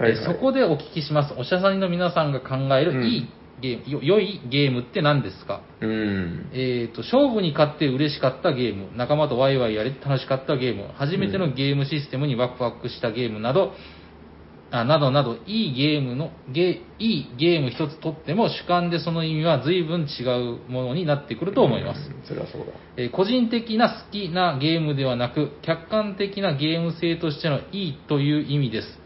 Speaker 1: えー
Speaker 2: はい。
Speaker 1: そこでお聞きします。おしゃさんの皆さんが考える、
Speaker 2: うん
Speaker 1: いいゲーム、よ良いゲームって何ですか
Speaker 2: うん。
Speaker 1: えっ、と、勝負に勝って嬉しかったゲーム、仲間とワイワイやれて楽しかったゲーム、初めてのゲームシステムにワクワクしたゲームなど、あなどなど、いいゲームの、ゲいいゲーム一つとっても主観でその意味は随分違うものになってくると思います。
Speaker 2: うんそれはそうだ。
Speaker 1: えー個人的な好きなゲームではなく、客観的なゲーム性としてのいいという意味です。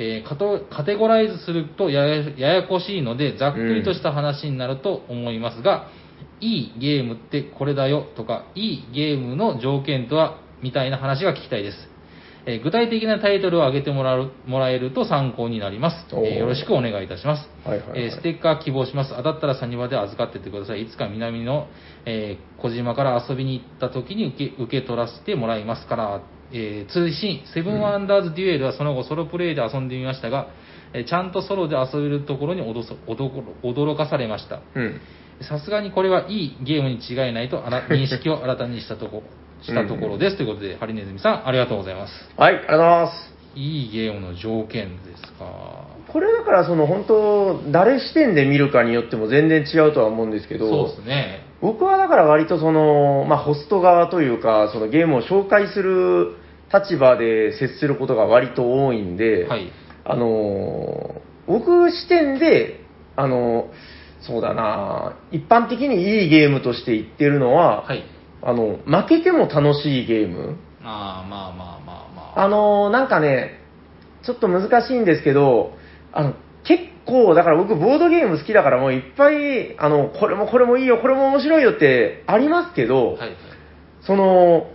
Speaker 1: えーカトカテゴライズするとややややこしいので、ざっくりとした話になると思いますが、いいゲームってこれだよとか、いいゲームの条件とは、みたいな話が聞きたいです。えー具体的なタイトルを挙げてもらうもらえると参考になります、えー
Speaker 2: おー
Speaker 1: よろしくお願いいたします。
Speaker 2: はいはいはい
Speaker 1: えーステッカー希望します。当たったらサニバで預かってってください。いつか南の、えー小島から遊びに行った時に受け受け取らせてもらいますから、えー通信、セブンワンダーズデュエルはその後ソロプレイで遊んでみましたが、えーちゃんとソロで遊べるところに驚そ驚驚かされました。
Speaker 2: うん。
Speaker 1: さすがにこれはいいゲームに違いないとあら認識を新たにしたと こしたところです。ということで、ハリネズミさん、ありがとうございます。
Speaker 2: はい、ありがとうございます。
Speaker 1: いいゲームの条件ですか。
Speaker 2: これだから、その本当、誰視点で見るかによっても全然違うとは思うんですけど、
Speaker 1: そうですね。
Speaker 2: 僕はだから割とその、まあ、ホスト側というかそのゲームを紹介する立場で接することが割と多いんで、
Speaker 1: はい。
Speaker 2: あのー僕視点で、あのーそうだな一般的にいいゲームとして言ってるのは、
Speaker 1: はい。
Speaker 2: あの負けても楽しいゲーム
Speaker 1: ああ、まあまあまあまあ。
Speaker 2: あのーなんかねちょっと難しいんですけどあの結構だから僕ボードゲーム好きだからもういっぱいあのこれもこれもいいよこれも面白いよってありますけど、
Speaker 1: はいはい。
Speaker 2: その、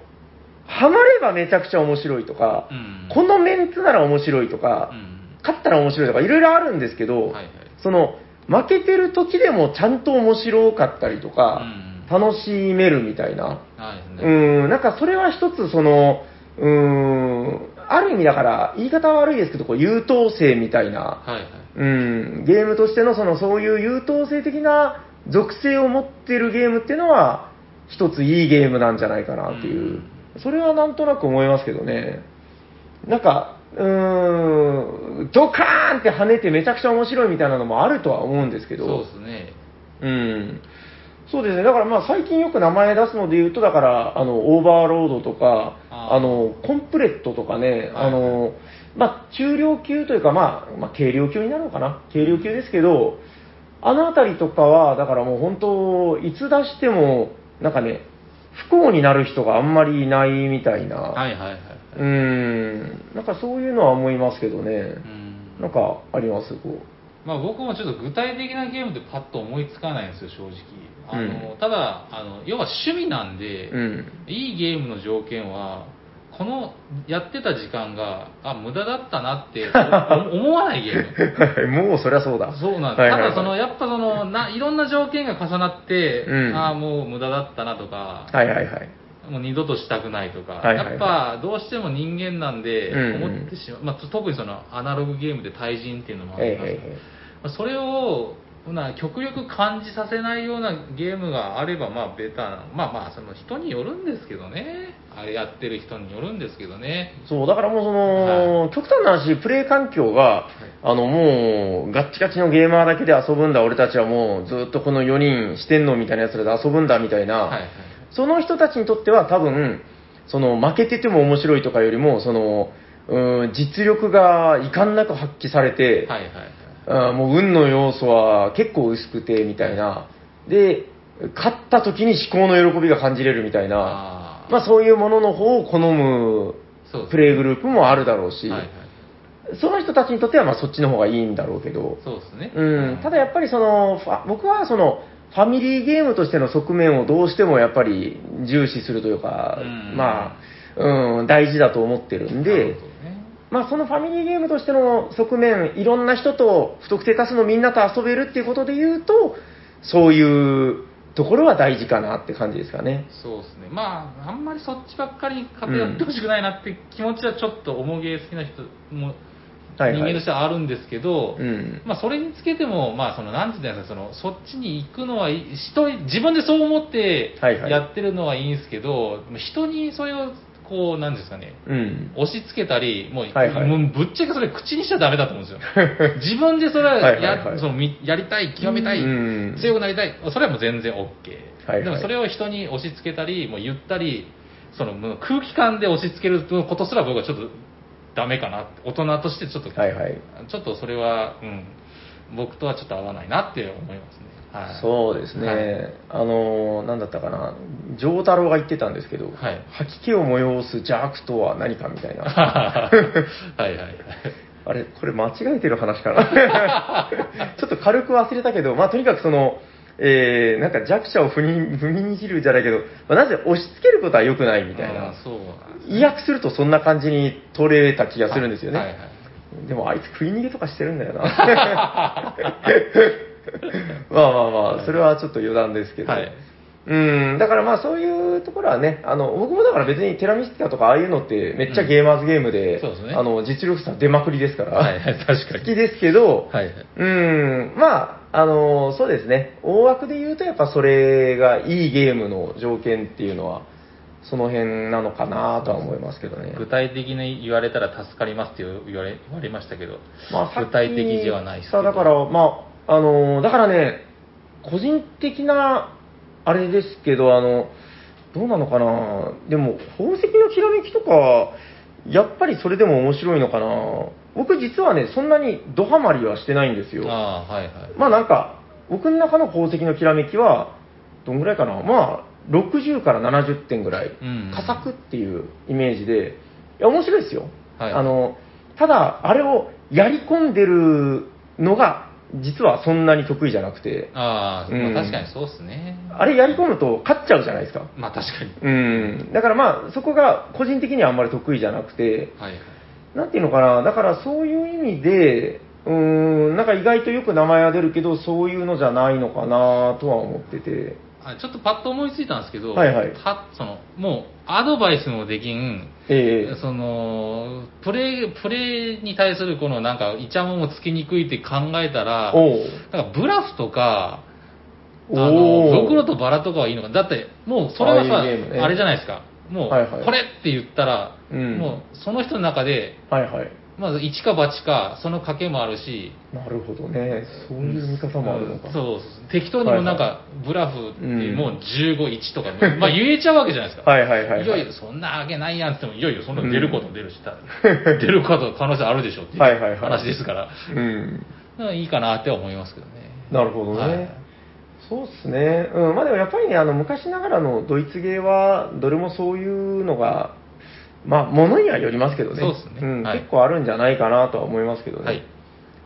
Speaker 2: ハマればめちゃくちゃ面白いとか
Speaker 1: う、ん。
Speaker 2: このメンツなら面白いとか、
Speaker 1: うん。
Speaker 2: 勝ったら面白いとか、いろいろあるんですけど、
Speaker 1: はいはい。
Speaker 2: その、負けてる時でもちゃんと面白かったりと
Speaker 1: う
Speaker 2: か、
Speaker 1: ん。
Speaker 2: 楽しめるみたいな。
Speaker 1: はいですね。
Speaker 2: うん、なんかそれは一つその、うん、ある意味だから、言い方は悪いですけど、こう優等生みたい
Speaker 1: は
Speaker 2: な
Speaker 1: いはい。
Speaker 2: うん、ゲームとしてのそのそういう優等生的な属性を持ってるゲームっていうのは、一ついいゲームなんじゃないかなっていう、それはなんとなく思いますけどね。なんか、うーん、ドカーンって跳ねてめちゃくちゃ面白いみたいなのもあるとは思うんですけど、
Speaker 1: そうですね。
Speaker 2: うん。そうですね。だからまあ最近よく名前出すので言うと、だから、あの、オーバーロードとか、
Speaker 1: あ
Speaker 2: あ
Speaker 1: ー
Speaker 2: の、コンプレットとかね、
Speaker 1: はい
Speaker 2: あの、まあ中量級というか、まあ、まあ軽量級になるのかな。軽量級ですけど、あのあたりとかは、だからもう本当、いつ出しても、なんかね、不幸になる人があんまりいないみたいな。
Speaker 1: はいはいはい。たいう
Speaker 2: ーん、なんかそういうのは思いますけどね
Speaker 1: う。ん
Speaker 2: なんかあります、こ
Speaker 1: まあ、僕もちょっと具体的なゲームでパッと思いつかないんですよ正直あの、
Speaker 2: うん
Speaker 1: ただあの要は趣味なんで、
Speaker 2: う。うん。
Speaker 1: いいゲームの条件はこのやってた時間があ無駄だったなってお思わないゲーム
Speaker 2: もうそりゃそうだ。
Speaker 1: そうなんです、
Speaker 2: はいはいは
Speaker 1: た
Speaker 2: い
Speaker 1: だそのやっぱそのないろんな条件が重なって、
Speaker 2: うん
Speaker 1: ああもう無駄だったなとか、
Speaker 2: はいはいはい。
Speaker 1: もう二度としたくないとか、
Speaker 2: はいはいはい
Speaker 1: やっぱどうしても人間なんで
Speaker 2: うんうん
Speaker 1: 思ってしまう、まあ、特にそのアナログゲームで対人っていうのもあ
Speaker 2: ええ
Speaker 1: りますけど、まあそれをな極力感じさせないようなゲームがあればまあベタなまあまあその人によるんですけどねあれやってる人によるんですけどね
Speaker 2: そう、だからもうその、極端な話、プレイ環境が、あの、もう、ガッチガチのゲーマーだけで遊ぶんだ、俺たちはもう、ずっとこの4人してんのみたいなやつらで遊ぶんだ、みたいな、
Speaker 1: はいはい
Speaker 2: その人たちにとっては多分、その、負けてても面白いとかよりも、その、うーん実力が遺憾なく発揮されて、
Speaker 1: はいはいはい
Speaker 2: あーもう運の要素は結構薄くて、みたいな。で、勝った時に思考の喜びが感じれるみたいな。
Speaker 1: あ
Speaker 2: まあそういうものの方を好む
Speaker 1: そう
Speaker 2: プレイグループもあるだろうし、
Speaker 1: はいはい
Speaker 2: その人たちにとってはまあそっちの方がいいんだろうけど、
Speaker 1: そうですね
Speaker 2: うん、ただ
Speaker 1: や
Speaker 2: やっぱりその、ファ僕はその、ファミリーゲームとしての側面をどうしてもやっぱり重視するというか、
Speaker 1: うん
Speaker 2: まあ、うん、大事だと思ってるんで、まあ、そのファミリーゲームとしての側面、いろんな人と、不特定多数のみんなと遊べるっていうことで言うと、そういうところは大事かなって感じですかね。
Speaker 1: そうですねまああんまりそっちばっかりに偏ってほしくないなって気持ちはちょっと重げ好きな人も人
Speaker 2: はいは
Speaker 1: 間とし
Speaker 2: い。
Speaker 1: てはあるんですけど、
Speaker 2: うん。
Speaker 1: まあ、それにつけても、まあ、そのなんて言うんですかそのそっちに行くのはいい人自分でそう思って
Speaker 2: はいはい
Speaker 1: やってるのはいいんですけど、人にそれをこうなんですかね
Speaker 2: うん。
Speaker 1: 押し付けたりもう、
Speaker 2: はいはい
Speaker 1: もうぶっちゃけそれ口にしちゃダメだと思うんですよ 自分でそれはや,、
Speaker 2: はいはいはい
Speaker 1: そのみやりたい極めたい、
Speaker 2: うん
Speaker 1: 強くなりたいそれはもう全然 OK、
Speaker 2: はいはい
Speaker 1: でもそれを人に押し付けたりもう言ったりそのもう空気感で押し付けることすら僕はちょっとダメかなって大人としてちょっと
Speaker 2: はいはい。
Speaker 1: ちょっとそれは、うん、僕とはちょっと合わないなって思いますね。はい、
Speaker 2: そうですね。あのー、なんだったかな。丈太郎が言ってたんですけど、
Speaker 1: はい
Speaker 2: 吐き気を催す邪悪とは何かみた いな。
Speaker 1: はいはい。
Speaker 2: あれ、これ間違えてる話かな。 ちょっと軽く忘れたけど、まあ、とにかくその、えー、なんか弱者を踏み踏みにじるじゃないけど、まあなぜ押し付けることは良くないみたい
Speaker 1: あ
Speaker 2: な
Speaker 1: ー。そうなんです
Speaker 2: 威訳するとそんな感じに取れた気がするんですよね。
Speaker 1: はいはいはい
Speaker 2: でもあいつ食い逃げとかしてる んだよな。 まあまあまあ、それはちょっと余談ですけど。
Speaker 1: はい
Speaker 2: うん、だからまあそういうところはね、あの、僕もだから別にテラミスティカとかああいうのってめっちゃゲーマーズゲームで、
Speaker 1: うんそうですね
Speaker 2: あの、実力差出まくりですから、
Speaker 1: はいはい、確か
Speaker 2: 好
Speaker 1: に。
Speaker 2: きですけど、
Speaker 1: はいはい。
Speaker 2: うん、まあ、あの、そうですね、大枠で言うとやっぱそれがいいゲームの条件っていうのは、その辺なのかなとは思いますけどね。
Speaker 1: 具体的に言われたら助かりますって言われ言われましたけど、
Speaker 2: まあ、
Speaker 1: 具体的ではない
Speaker 2: で
Speaker 1: ですす
Speaker 2: だから、まあ、あのーだからね、個人的な、あれですけど、あの、どうなのかなでも、宝石のきらめきとか、やっぱりそれでも面白いのかな僕実はね、そんなにドハマりはしてないんですよ。
Speaker 1: ああ、はいはい。
Speaker 2: まあなんか、僕の中の宝石のきらめきは、どんぐらいかなまあ、60から70点ぐらい。
Speaker 1: うん
Speaker 2: 佳作っていうイメージで、いや、面白いですよ。
Speaker 1: はい
Speaker 2: あの、ただ、あれをやり込んでるのが、実はそんなに得意じゃなくて、
Speaker 1: ああ、まあ
Speaker 2: うん
Speaker 1: 確かにそうですね。
Speaker 2: あれやり込むと勝っちゃうじゃないですか。
Speaker 1: まあ確かに。
Speaker 2: うん。だからまあ、そこが個人的にはあんまり得意じゃなくて、
Speaker 1: はいはい。
Speaker 2: なんていうのかな、だからそういう意味で、うーん、なんか意外とよく名前は出るけど、そういうのじゃないのかなとは思ってて。
Speaker 1: あちょっとパッと思いついたんですけど、
Speaker 2: はいはい
Speaker 1: たそのもうアドバイスもできん、
Speaker 2: ええ
Speaker 1: そのプレープレーに対するこのなんかイチャモンもつきにくいって考えたら、
Speaker 2: おう
Speaker 1: なんかブラフとか、あ
Speaker 2: おー
Speaker 1: の、ドクロとバラとかはいいのか。だって、もうそれはさ、
Speaker 2: ああ
Speaker 1: あ
Speaker 2: いうゲームね
Speaker 1: れじゃないですか。もう、
Speaker 2: はいはい
Speaker 1: これって言ったら、
Speaker 2: うん
Speaker 1: もうその人の中で、
Speaker 2: はいはい。
Speaker 1: まず一か八か、その賭けもあるし、
Speaker 2: なるほどね。そういう見方もあるのか。
Speaker 1: うんそうそう適当にもなんか、ブラフって
Speaker 2: うん
Speaker 1: もう15、1とか、 まあ言えちゃうわけじゃないですか。
Speaker 2: はいはいはいはい
Speaker 1: いよいよそんなわけないやんって言っても、いよいよそんなの出ることも出るし、出ること可能性あるでしょっていう
Speaker 2: はいはいはい
Speaker 1: 話ですから、
Speaker 2: うん。
Speaker 1: うんいいかなって思いますけどね。
Speaker 2: なるほどね。
Speaker 1: はい
Speaker 2: そうっすね。うん。まあでもやっぱりね、あの、昔ながらのドイツ芸は、どれもそういうのが、まあ、ものにはよりますけどね。
Speaker 1: そうっすね
Speaker 2: ん
Speaker 1: はい
Speaker 2: 結構あるんじゃないかなとは思いますけどね。
Speaker 1: はい。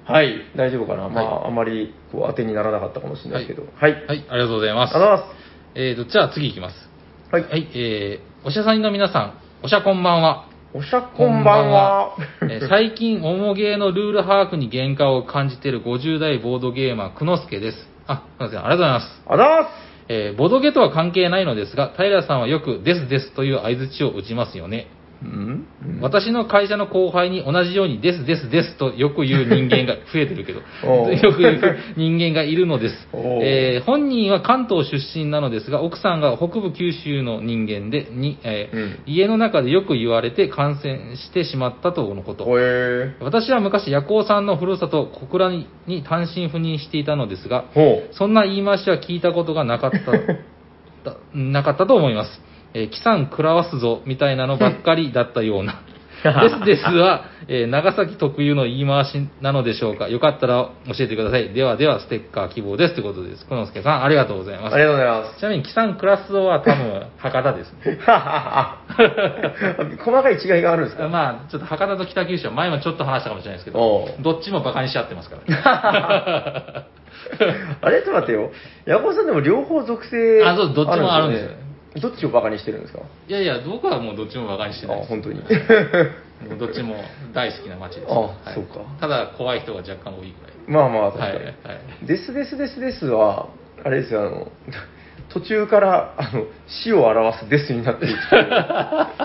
Speaker 2: はい。大丈夫かな、ま
Speaker 1: は
Speaker 2: あ、あまりこう当てにならなかったかもしれないですけど。はい。
Speaker 1: はい、ありがとうございます
Speaker 2: あり。がとう
Speaker 1: えーと、じゃあ次いきます。
Speaker 2: ございます。はい。
Speaker 1: はい、えー、おしゃさんの皆さん、おしゃこんばんは。
Speaker 2: おしゃこんばんは。
Speaker 1: えー最近、重ゲーのルール把握に限界を感じている50代ボードゲーマー、くのすけです。あ、すいません、ありがとうございます。
Speaker 2: あざーす。
Speaker 1: えーボードゲーとは関係ないのですが、平さんはよく、ですですという相槌を打ちますよね。
Speaker 2: うん
Speaker 1: 私の会社の後輩に同じように、ですですですとよく言う人間が 増えてるけど
Speaker 2: お、う
Speaker 1: よく言う人間がいるのです。
Speaker 2: おう
Speaker 1: えー本人は関東出身なのですが、奥さんが北部九州の人間で、にえー
Speaker 2: うん
Speaker 1: 家の中でよく言われて感染してしまったとのこと。
Speaker 2: ほえ
Speaker 1: 私は昔、夜行さんのふるさと、小倉にに単身赴任していたのですが
Speaker 2: ー。、ほう。
Speaker 1: そんな言い回しは聞いたことがなかった だ、なかったと思います。えー、貴さん食らわすぞ、みたいなのばっかりだったような。ですですは、えー長崎特有の言い回しなのでしょうか。よかったら教えてください。ではでは、ステッカー希望です。ということです。このすけさん、ありがとうございま
Speaker 2: ありがとうございます
Speaker 1: す。ちなみに、貴さん食らすぞは多分、博多ですね。
Speaker 2: は はは。 細かい違いがあるんですか
Speaker 1: まあ、ちょっと博多と北九州は前もちょっと話したかもしれないですけ
Speaker 2: お
Speaker 1: ど、
Speaker 2: う
Speaker 1: どっちも馬鹿にし合ってます から。
Speaker 2: あれちょっと待ってよ。ヤコウさんでも両方属性
Speaker 1: あそうどっちもあるんですよ
Speaker 2: よねどっちをバカにしてるんですか
Speaker 1: いやいや、僕はもうどっちも馬鹿にしてない
Speaker 2: あ
Speaker 1: です。
Speaker 2: 本当 に。
Speaker 1: もうどっちも大好きな街です。
Speaker 2: あ
Speaker 1: はい
Speaker 2: そうか
Speaker 1: ただ、怖い人が若干多いぐらい。
Speaker 2: まあまあ、確か
Speaker 1: はいは
Speaker 2: に。
Speaker 1: い。
Speaker 2: ですですですですは、あれですよ、あの、 途中から、あの、死を表すですになっ ていくという。あ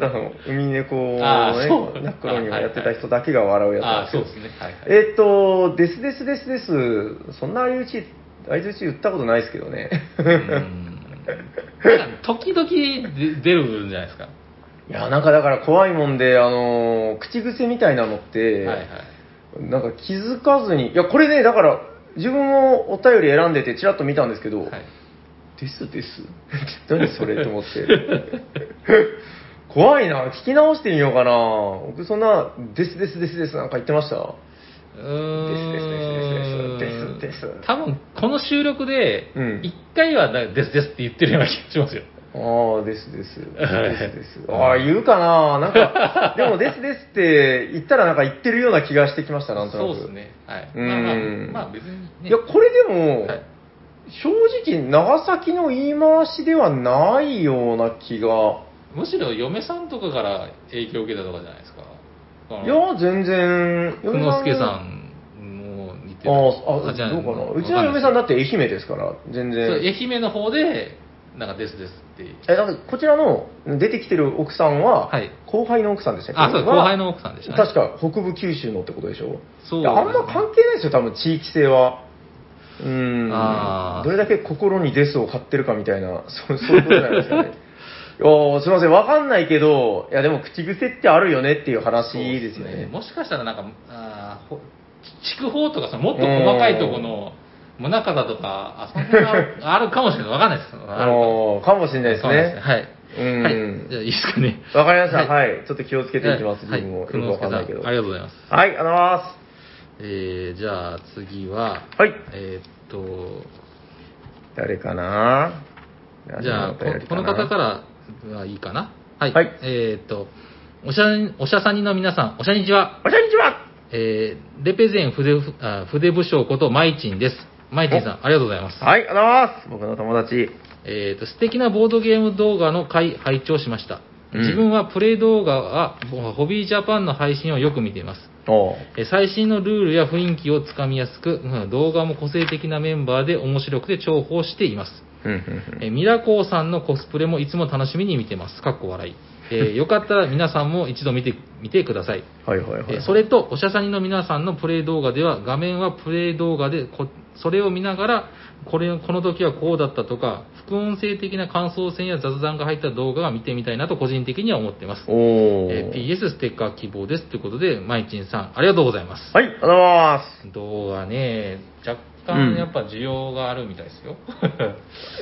Speaker 2: の、海猫
Speaker 1: あー
Speaker 2: の
Speaker 1: そう
Speaker 2: ね、ナックロニをやってた人だけが笑うやつなん
Speaker 1: あ
Speaker 2: で
Speaker 1: あ、
Speaker 2: すけ
Speaker 1: そう
Speaker 2: ど
Speaker 1: で。すね。はいはい。
Speaker 2: えーっと、ですですですです、そんな相打ち、相打ち打ったことないですけどね。
Speaker 1: うんなんか時々で出るんじゃないですか。
Speaker 2: いや、なんかだから怖いもんで、あのー口癖みたいなのって、
Speaker 1: はいはい。
Speaker 2: なんか気づかずに、いや、これね、だから、自分もお便り選んでて、ちらっと見たんですけど、
Speaker 1: はい
Speaker 2: ですです。 何それと思って。 怖いな、聞き直してみようかな。僕そんな、ですですですですなんか言ってました
Speaker 1: うーん
Speaker 2: ですですですですですです
Speaker 1: 多分この収録で
Speaker 2: うん
Speaker 1: 一回はなんかですですって言ってるような気がしますよ、
Speaker 2: ああ、ですです。です
Speaker 1: はい
Speaker 2: です。ああ、言うかななんか、でもですですって言ったらなんか言ってるような気がしてきました、なんとな
Speaker 1: そ
Speaker 2: く。
Speaker 1: うですねはい
Speaker 2: うん
Speaker 1: まあまあ、まあ、別にね
Speaker 2: いや、これでも、
Speaker 1: はい
Speaker 2: 正直、長崎の言い回しではないような気が。
Speaker 1: むしろ嫁さんとかから影響を受けたとかじゃないですかあの
Speaker 2: いや、全然。
Speaker 1: 久之助さ
Speaker 2: ん。
Speaker 1: んも似て
Speaker 2: あ
Speaker 1: る
Speaker 2: あ、あ
Speaker 1: じゃ
Speaker 2: どうかな。うち
Speaker 1: わ
Speaker 2: の
Speaker 1: かんな
Speaker 2: 嫁
Speaker 1: い
Speaker 2: さんだって愛媛ですから、全
Speaker 1: そう
Speaker 2: 然。
Speaker 1: 愛媛の方でなんかですですって
Speaker 2: え、なんか、こちらの出てきてる奥さんは、
Speaker 1: はい
Speaker 2: 後輩の奥さんでしたっけ
Speaker 1: あそう
Speaker 2: は
Speaker 1: 後輩の奥さんでしたね
Speaker 2: 確か、北部九州のってことでしょ
Speaker 1: そう
Speaker 2: いやあんま関係ないですよ、多分、地域性は。う
Speaker 1: あ
Speaker 2: ん
Speaker 1: ー。
Speaker 2: どれだけ心にデスを買ってるかみたいな、そう そういうことじゃないですかね。いやーすいません、わかんないけど、いや、でも、口癖ってあるよねっていう話ですよ
Speaker 1: そうっ
Speaker 2: ね。
Speaker 1: もしかしたらなんか、あーほ筑豊とかさ、もっと細かいとこの、宗像とか、あそんなのあるかもしれない。わかんないです。
Speaker 2: あ
Speaker 1: あるかも
Speaker 2: のーかもしれないです
Speaker 1: そうなん
Speaker 2: ね。
Speaker 1: はい。
Speaker 2: うん
Speaker 1: はい。じゃあいいですかね。
Speaker 2: わかりました、
Speaker 1: は
Speaker 2: はい。ちょっと気をつけていきます、自分も。よく
Speaker 1: 久之
Speaker 2: わ
Speaker 1: 助
Speaker 2: かん
Speaker 1: さん、
Speaker 2: な
Speaker 1: あ
Speaker 2: いけ
Speaker 1: り
Speaker 2: ど。
Speaker 1: が
Speaker 2: はい、
Speaker 1: とうございます。
Speaker 2: ありがとうございま
Speaker 1: えー、じゃあ次は、
Speaker 2: す。はい。
Speaker 1: えーっと、
Speaker 2: 誰かな。
Speaker 1: じゃあ、ここの方かららはいいかな。はい。
Speaker 2: はい
Speaker 1: えーっと、おしゃ、おしゃさにの皆さん、おしゃにちは。
Speaker 2: おしゃにちは
Speaker 1: えーレペゼン筆ふあ筆武将ことマイチンです。マイチンさん、ありがとうございます。
Speaker 2: はい、ありがとうございます。僕の友達。
Speaker 1: えーと、素敵なボードゲーム動画の回、拝聴しました。
Speaker 2: うん
Speaker 1: 自分はプレイ動画は、ホビージャパンの配信をよく見ています。
Speaker 2: おう
Speaker 1: えー最新のルールや雰囲気をつかみやすく、うん動画も個性的なメンバーで面白くて重宝しています。
Speaker 2: うんうんうん
Speaker 1: えーミラコーさんのコスプレもいつも楽しみに見てます。かっこ笑い。えー よかったら皆さんも一度見て、見てください。
Speaker 2: はい はいはい。
Speaker 1: えーそれと、おしゃさにの皆さんのプレイ動画では、画面はプレイ動画でこ、それを見ながら、これ、この時はこうだったとか、副音声的な感想戦や雑談が入った動画が見てみたいなと個人的には思ってます。
Speaker 2: おお、
Speaker 1: えー PS ステッカー希望ですということで、マイチンさん、ありがとうございます。
Speaker 2: はい、ありがとうございます。
Speaker 1: 動画ね、若
Speaker 2: う
Speaker 1: 干
Speaker 2: ん
Speaker 1: やっぱ需要があるみたいですよ。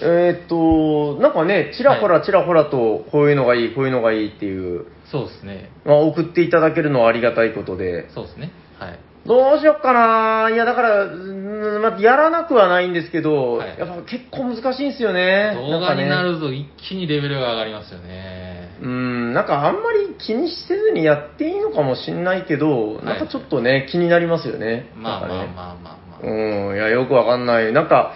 Speaker 2: えーっと、なんかね、ちらほらちらほらと、こういうのがいい、こういうのがいいっていう、
Speaker 1: そうですね。
Speaker 2: まあ、送っていただけるのはありがたいことで、
Speaker 1: そうですね。はい。
Speaker 2: どうしよっかないや、だから、うーんまあ、やらなくはないんですけど、
Speaker 1: はい
Speaker 2: やっぱ結構難しいんですよね。
Speaker 1: 動画にな
Speaker 2: なんかね
Speaker 1: ると一気にレベルが上がりますよね。
Speaker 2: うーん、なんかあんまり気にせずにやっていいのかもしんないけど、
Speaker 1: はい
Speaker 2: なんかちょっとね、気になりますよね。
Speaker 1: まあまあ
Speaker 2: なんかね
Speaker 1: まあまあまあ。
Speaker 2: うん、いや、よくわかんない。なんか、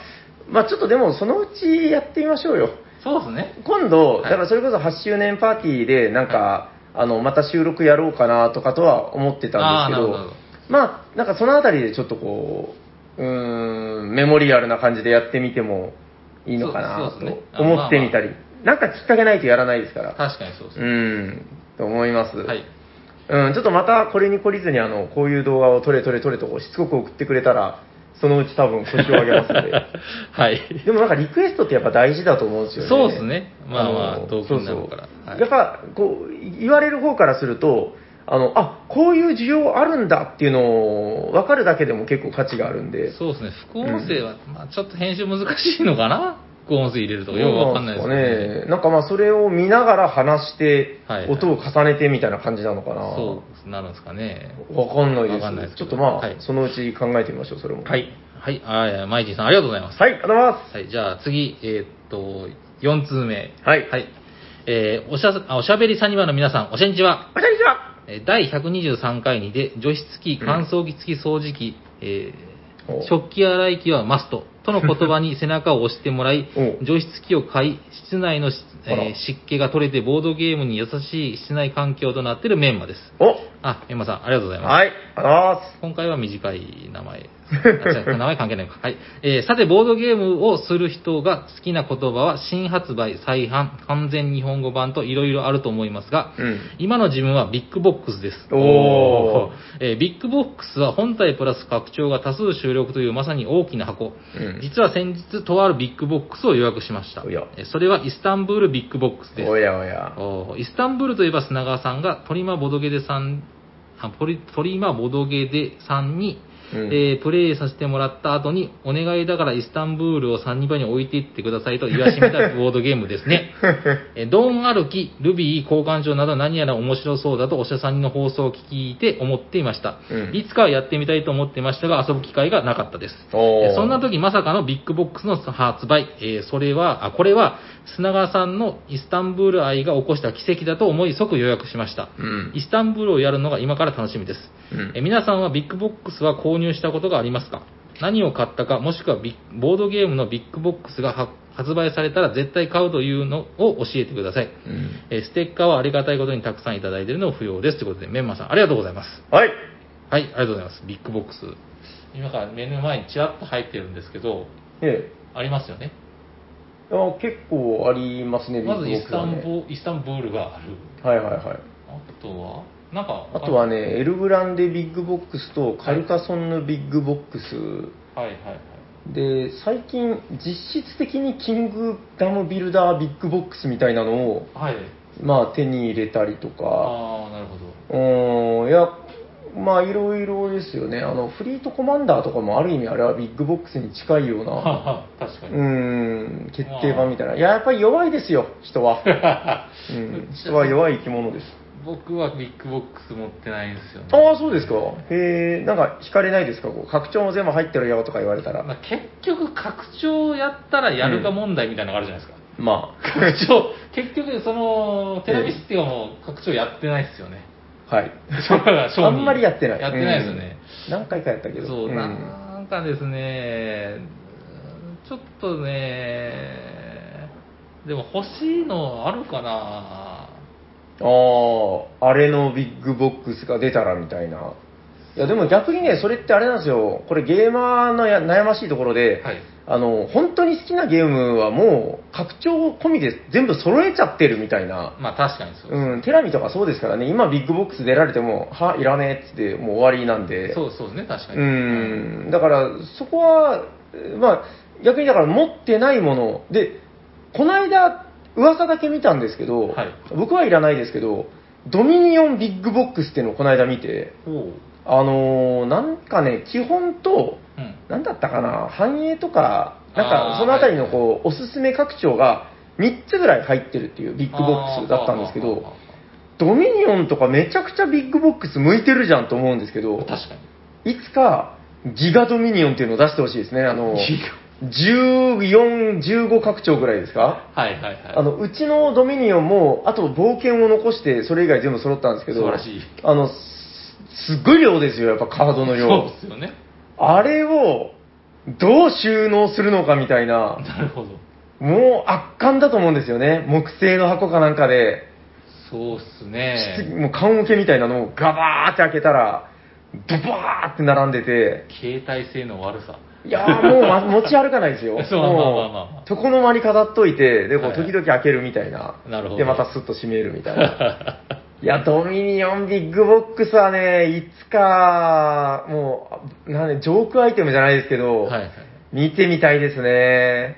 Speaker 2: まあちょっとでもそのうちやってみましょうよ。
Speaker 1: そうですね。
Speaker 2: 今度、
Speaker 1: は
Speaker 2: だ
Speaker 1: い
Speaker 2: からそれこそ8周年パーティーで、なんか、あの、また収録やろうかなとかとは思ってたんですけど、
Speaker 1: あーなるほど
Speaker 2: まあ、なんかそのあたりでちょっとこう、うーん、メモリアルな感じでやってみてもいいのかな
Speaker 1: そうそうですね
Speaker 2: と思ってみたり、なんかきっかけないとやらないですから、
Speaker 1: 確かにそうです
Speaker 2: う
Speaker 1: ね。
Speaker 2: ん、と思います。
Speaker 1: はい。
Speaker 2: うん、ちょっとまたこれに懲りずに、あの、こういう動画を撮れ撮れ撮れとしつこく送ってくれたら、そのうち多分腰を上げますの で。
Speaker 1: はい。
Speaker 2: でもなんかリクエストってやっぱ大事だと思うんですよね。
Speaker 1: そうですねまあまあ
Speaker 2: の
Speaker 1: 動機になるから
Speaker 2: そうそう
Speaker 1: はい
Speaker 2: やっぱこう、言われる方からすると、あの、あ、こういう需要あるんだっていうのを分かるだけでも結構価値があるんで。
Speaker 1: そうですね。副音声は、まあちょっと編集難しいのかな副音声入れるとかよくわかんないですけど
Speaker 2: そう
Speaker 1: ね。
Speaker 2: ね。なんかまあそれを見ながら話して
Speaker 1: はい、はい
Speaker 2: 音を重ねてみたいな感じなのかな。
Speaker 1: そうなるんですかね。
Speaker 2: わかんない
Speaker 1: わかんない
Speaker 2: で。
Speaker 1: ですす
Speaker 2: ち
Speaker 1: け
Speaker 2: ょっ
Speaker 1: ど
Speaker 2: とま
Speaker 1: はい
Speaker 2: あ、そのうち考えてみましょう、それも。
Speaker 1: はい。はい。あーマイジーさんありがとうございます。
Speaker 2: はい、ありがとうございま
Speaker 1: はい。じゃあ次、えーっと、4通目。
Speaker 2: す。はい。
Speaker 1: はい。えーおしゃ、あおしゃべりサニバの皆さん、おしゃんちは。
Speaker 2: こんにちは。
Speaker 1: えー第123回にで、除湿機、乾燥機付き掃除機、えー
Speaker 2: お
Speaker 1: 食器洗い機はマスト。との言葉に背中を押してもらい
Speaker 2: お、
Speaker 1: 除湿機を買い、室内のし、
Speaker 2: あら
Speaker 1: えー湿気が取れてボードゲームに優しい室内環境となっているメンマです。
Speaker 2: お、
Speaker 1: あ、メンマさん、ありがとうございます。
Speaker 2: はい、ありがとうございます。
Speaker 1: 今回は短い名前。あ違う 名前関係ないか。はい。えーさて、ボードゲームをする人が好きな言葉は、新発売、再販、完全日本語版といろいろあると思いますが、
Speaker 2: うん
Speaker 1: 今の自分はビッグボックスです。
Speaker 2: おー
Speaker 1: えービッグボックスは本体プラス拡張が多数収録というまさに大きな箱。
Speaker 2: うん
Speaker 1: 実は先日、とあるビッグボックスを予約しました
Speaker 2: おや。
Speaker 1: えーそれはイスタンブールビッグボックスです
Speaker 2: お。やおや。
Speaker 1: おーイスタンブールといえば砂川さんがトリマボドゲでさん、あポリトリマボドゲでさんに、
Speaker 2: うん
Speaker 1: えープレイさせてもらった後に、お願いだからイスタンブールを32番に置いていってくださいと言わしめたボードゲームです ね。えードーン歩き、ルビー、交換所など何やら面白そうだとおしゃさんの放送を聞いて思っていました。
Speaker 2: うん
Speaker 1: いつかはやってみたいと思ってましたが、遊ぶ機会がなかったです。
Speaker 2: おー
Speaker 1: えそんな時まさかのビッグボックスの発売、えーそれは、あ、これは砂川さんのイスタンブール愛が起こした奇跡だと思い即予約しました。
Speaker 2: うん
Speaker 1: イスタンブールをやるのが今から楽しみです。
Speaker 2: うん
Speaker 1: えー皆さんはビッグボックスは購入したことがありますか何を買ったか、もしくはビッボードゲームのビッグボックスがは発売されたら絶対買うというのを教えてください。
Speaker 2: うん
Speaker 1: えーステッカーはありがたいことにたくさんいただいているのを不要です。ということで、メンマさんありがとうございます。
Speaker 2: はい。
Speaker 1: はい、ありがとうございます。ビッグボックス。今から目の前にちらっと入ってるんですけど、
Speaker 2: え
Speaker 1: ありますよね。
Speaker 2: え。あ結構ありますね、
Speaker 1: まず
Speaker 2: ビ
Speaker 1: イ
Speaker 2: ッ
Speaker 1: ス
Speaker 2: グボ
Speaker 1: タ
Speaker 2: ックスは
Speaker 1: ン
Speaker 2: ね
Speaker 1: ブ、イスタンブールがある。
Speaker 2: はいはいはい。
Speaker 1: あとは、なんか、
Speaker 2: あとはね、エルグランデビッグボックスとカルカソンヌビッグボックス。
Speaker 1: あ、はいはいはい。
Speaker 2: で、最近、実質的にキングダムビルダービッグボックスみたいなのを、
Speaker 1: はい。
Speaker 2: まあ手に入れたりとか、
Speaker 1: ああ、なるほど。
Speaker 2: うーん、いや、まあいろいろですよね。あの、フリートコマンダーとかもある意味あれはビッグボックスに近いよう
Speaker 1: は
Speaker 2: な、
Speaker 1: は確か
Speaker 2: う
Speaker 1: に。
Speaker 2: ーん、決定版みたいな。いや、やっぱり弱いですよ、人は。 うん、人は弱い生き物です。
Speaker 1: 僕はビッグボックス持ってないんですよね。
Speaker 2: ああ、そうですか。へえ、なんか惹かれないですかこう拡張も全部入ってるよとか言われたら。
Speaker 1: まあ結局、拡張やったらやるか問題みたいなのがあるじゃない ですか。
Speaker 2: ま
Speaker 1: 拡張、結局、その、テラビスティアも拡張やってないですよね。
Speaker 2: あ、はい。
Speaker 1: そうだ商品
Speaker 2: あんまりやってない。
Speaker 1: やってないですよね。
Speaker 2: うん。何回かやったけど。
Speaker 1: そう、
Speaker 2: ん
Speaker 1: なんかですね、ちょっとね、でも欲しいのあるかな
Speaker 2: ああ、あれのビッグボックスが出たらみたいな。いや、でも逆にね、それってあれなんですよ。これゲーマーのや悩ましいところで、
Speaker 1: はい。
Speaker 2: あの、本当に好きなゲームはもう、拡張込みで全部揃えちゃってるみたいな。
Speaker 1: まあ確かにそう。
Speaker 2: うん、テラミとかそうですからね、今ビッグボックス出られても、はいらねえっつって、もう終わりなんで。
Speaker 1: そうそうですね、確かに。
Speaker 2: うん、だからそこは、えーまあ、逆にだから持ってないもので、この間、噂だけ見たんですけど、
Speaker 1: はい
Speaker 2: 僕はいらないですけど、ドミニオンビッグボックスっていうのをこの間見て、
Speaker 1: ほ
Speaker 2: あのーなんかね、基本と、
Speaker 1: う。うん。
Speaker 2: なんだったかな、繁栄とか、なん
Speaker 1: あー
Speaker 2: かそのあたりのこう、おすすめ拡張が3つぐらい入ってるっていうビッグボックスだったんですけ
Speaker 1: あー
Speaker 2: ど、ドミニオンとかめちゃくちゃビッグボックス向いてるじゃんと思うんですけど、
Speaker 1: 確かに。
Speaker 2: いつかギガドミニオンっていうのを出してほしいですね。あの、 14、15拡張ぐらいですか
Speaker 3: はいはいはい。
Speaker 2: あの、うちのドミニオンも、あと冒険を残して、それ以外全部揃ったんですけど、
Speaker 3: 素晴らしい
Speaker 2: あの、すすっごい量ですよ、やっぱカードの量。
Speaker 3: そうですよね。
Speaker 2: あれを、どう収納するのかみたいな、
Speaker 3: なるほど。
Speaker 2: もう圧巻だと思うんですよね。木製の箱かなんかで、
Speaker 3: そうっす
Speaker 2: し
Speaker 3: ね。
Speaker 2: もう缶桶みたいなのをガバーって開けたら、ドバーって並んでて、
Speaker 3: 携帯性の悪さ。。
Speaker 2: いやーもう、ま、持ち歩かないですよ
Speaker 3: そうまあまあまあまあ
Speaker 2: もう床の間に飾っといて、で、こう
Speaker 3: はい
Speaker 2: 時々開けるみたいな。
Speaker 3: なるほど
Speaker 2: で、またスッと閉めるみたいな。いや、ドミニオンビッグボックスはね、いつか、もう、なんで、ジョークアイテムじゃないですけど、
Speaker 3: はいはい。
Speaker 2: 見てみたいですね。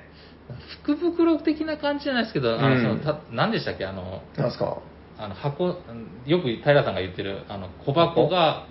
Speaker 1: 福袋的な感じじゃないですけど、あの、
Speaker 2: うん
Speaker 1: そのた何でしたっけ、あの、
Speaker 2: なんすか
Speaker 1: あの箱、うんよく平さんが言ってる、あの、小箱が、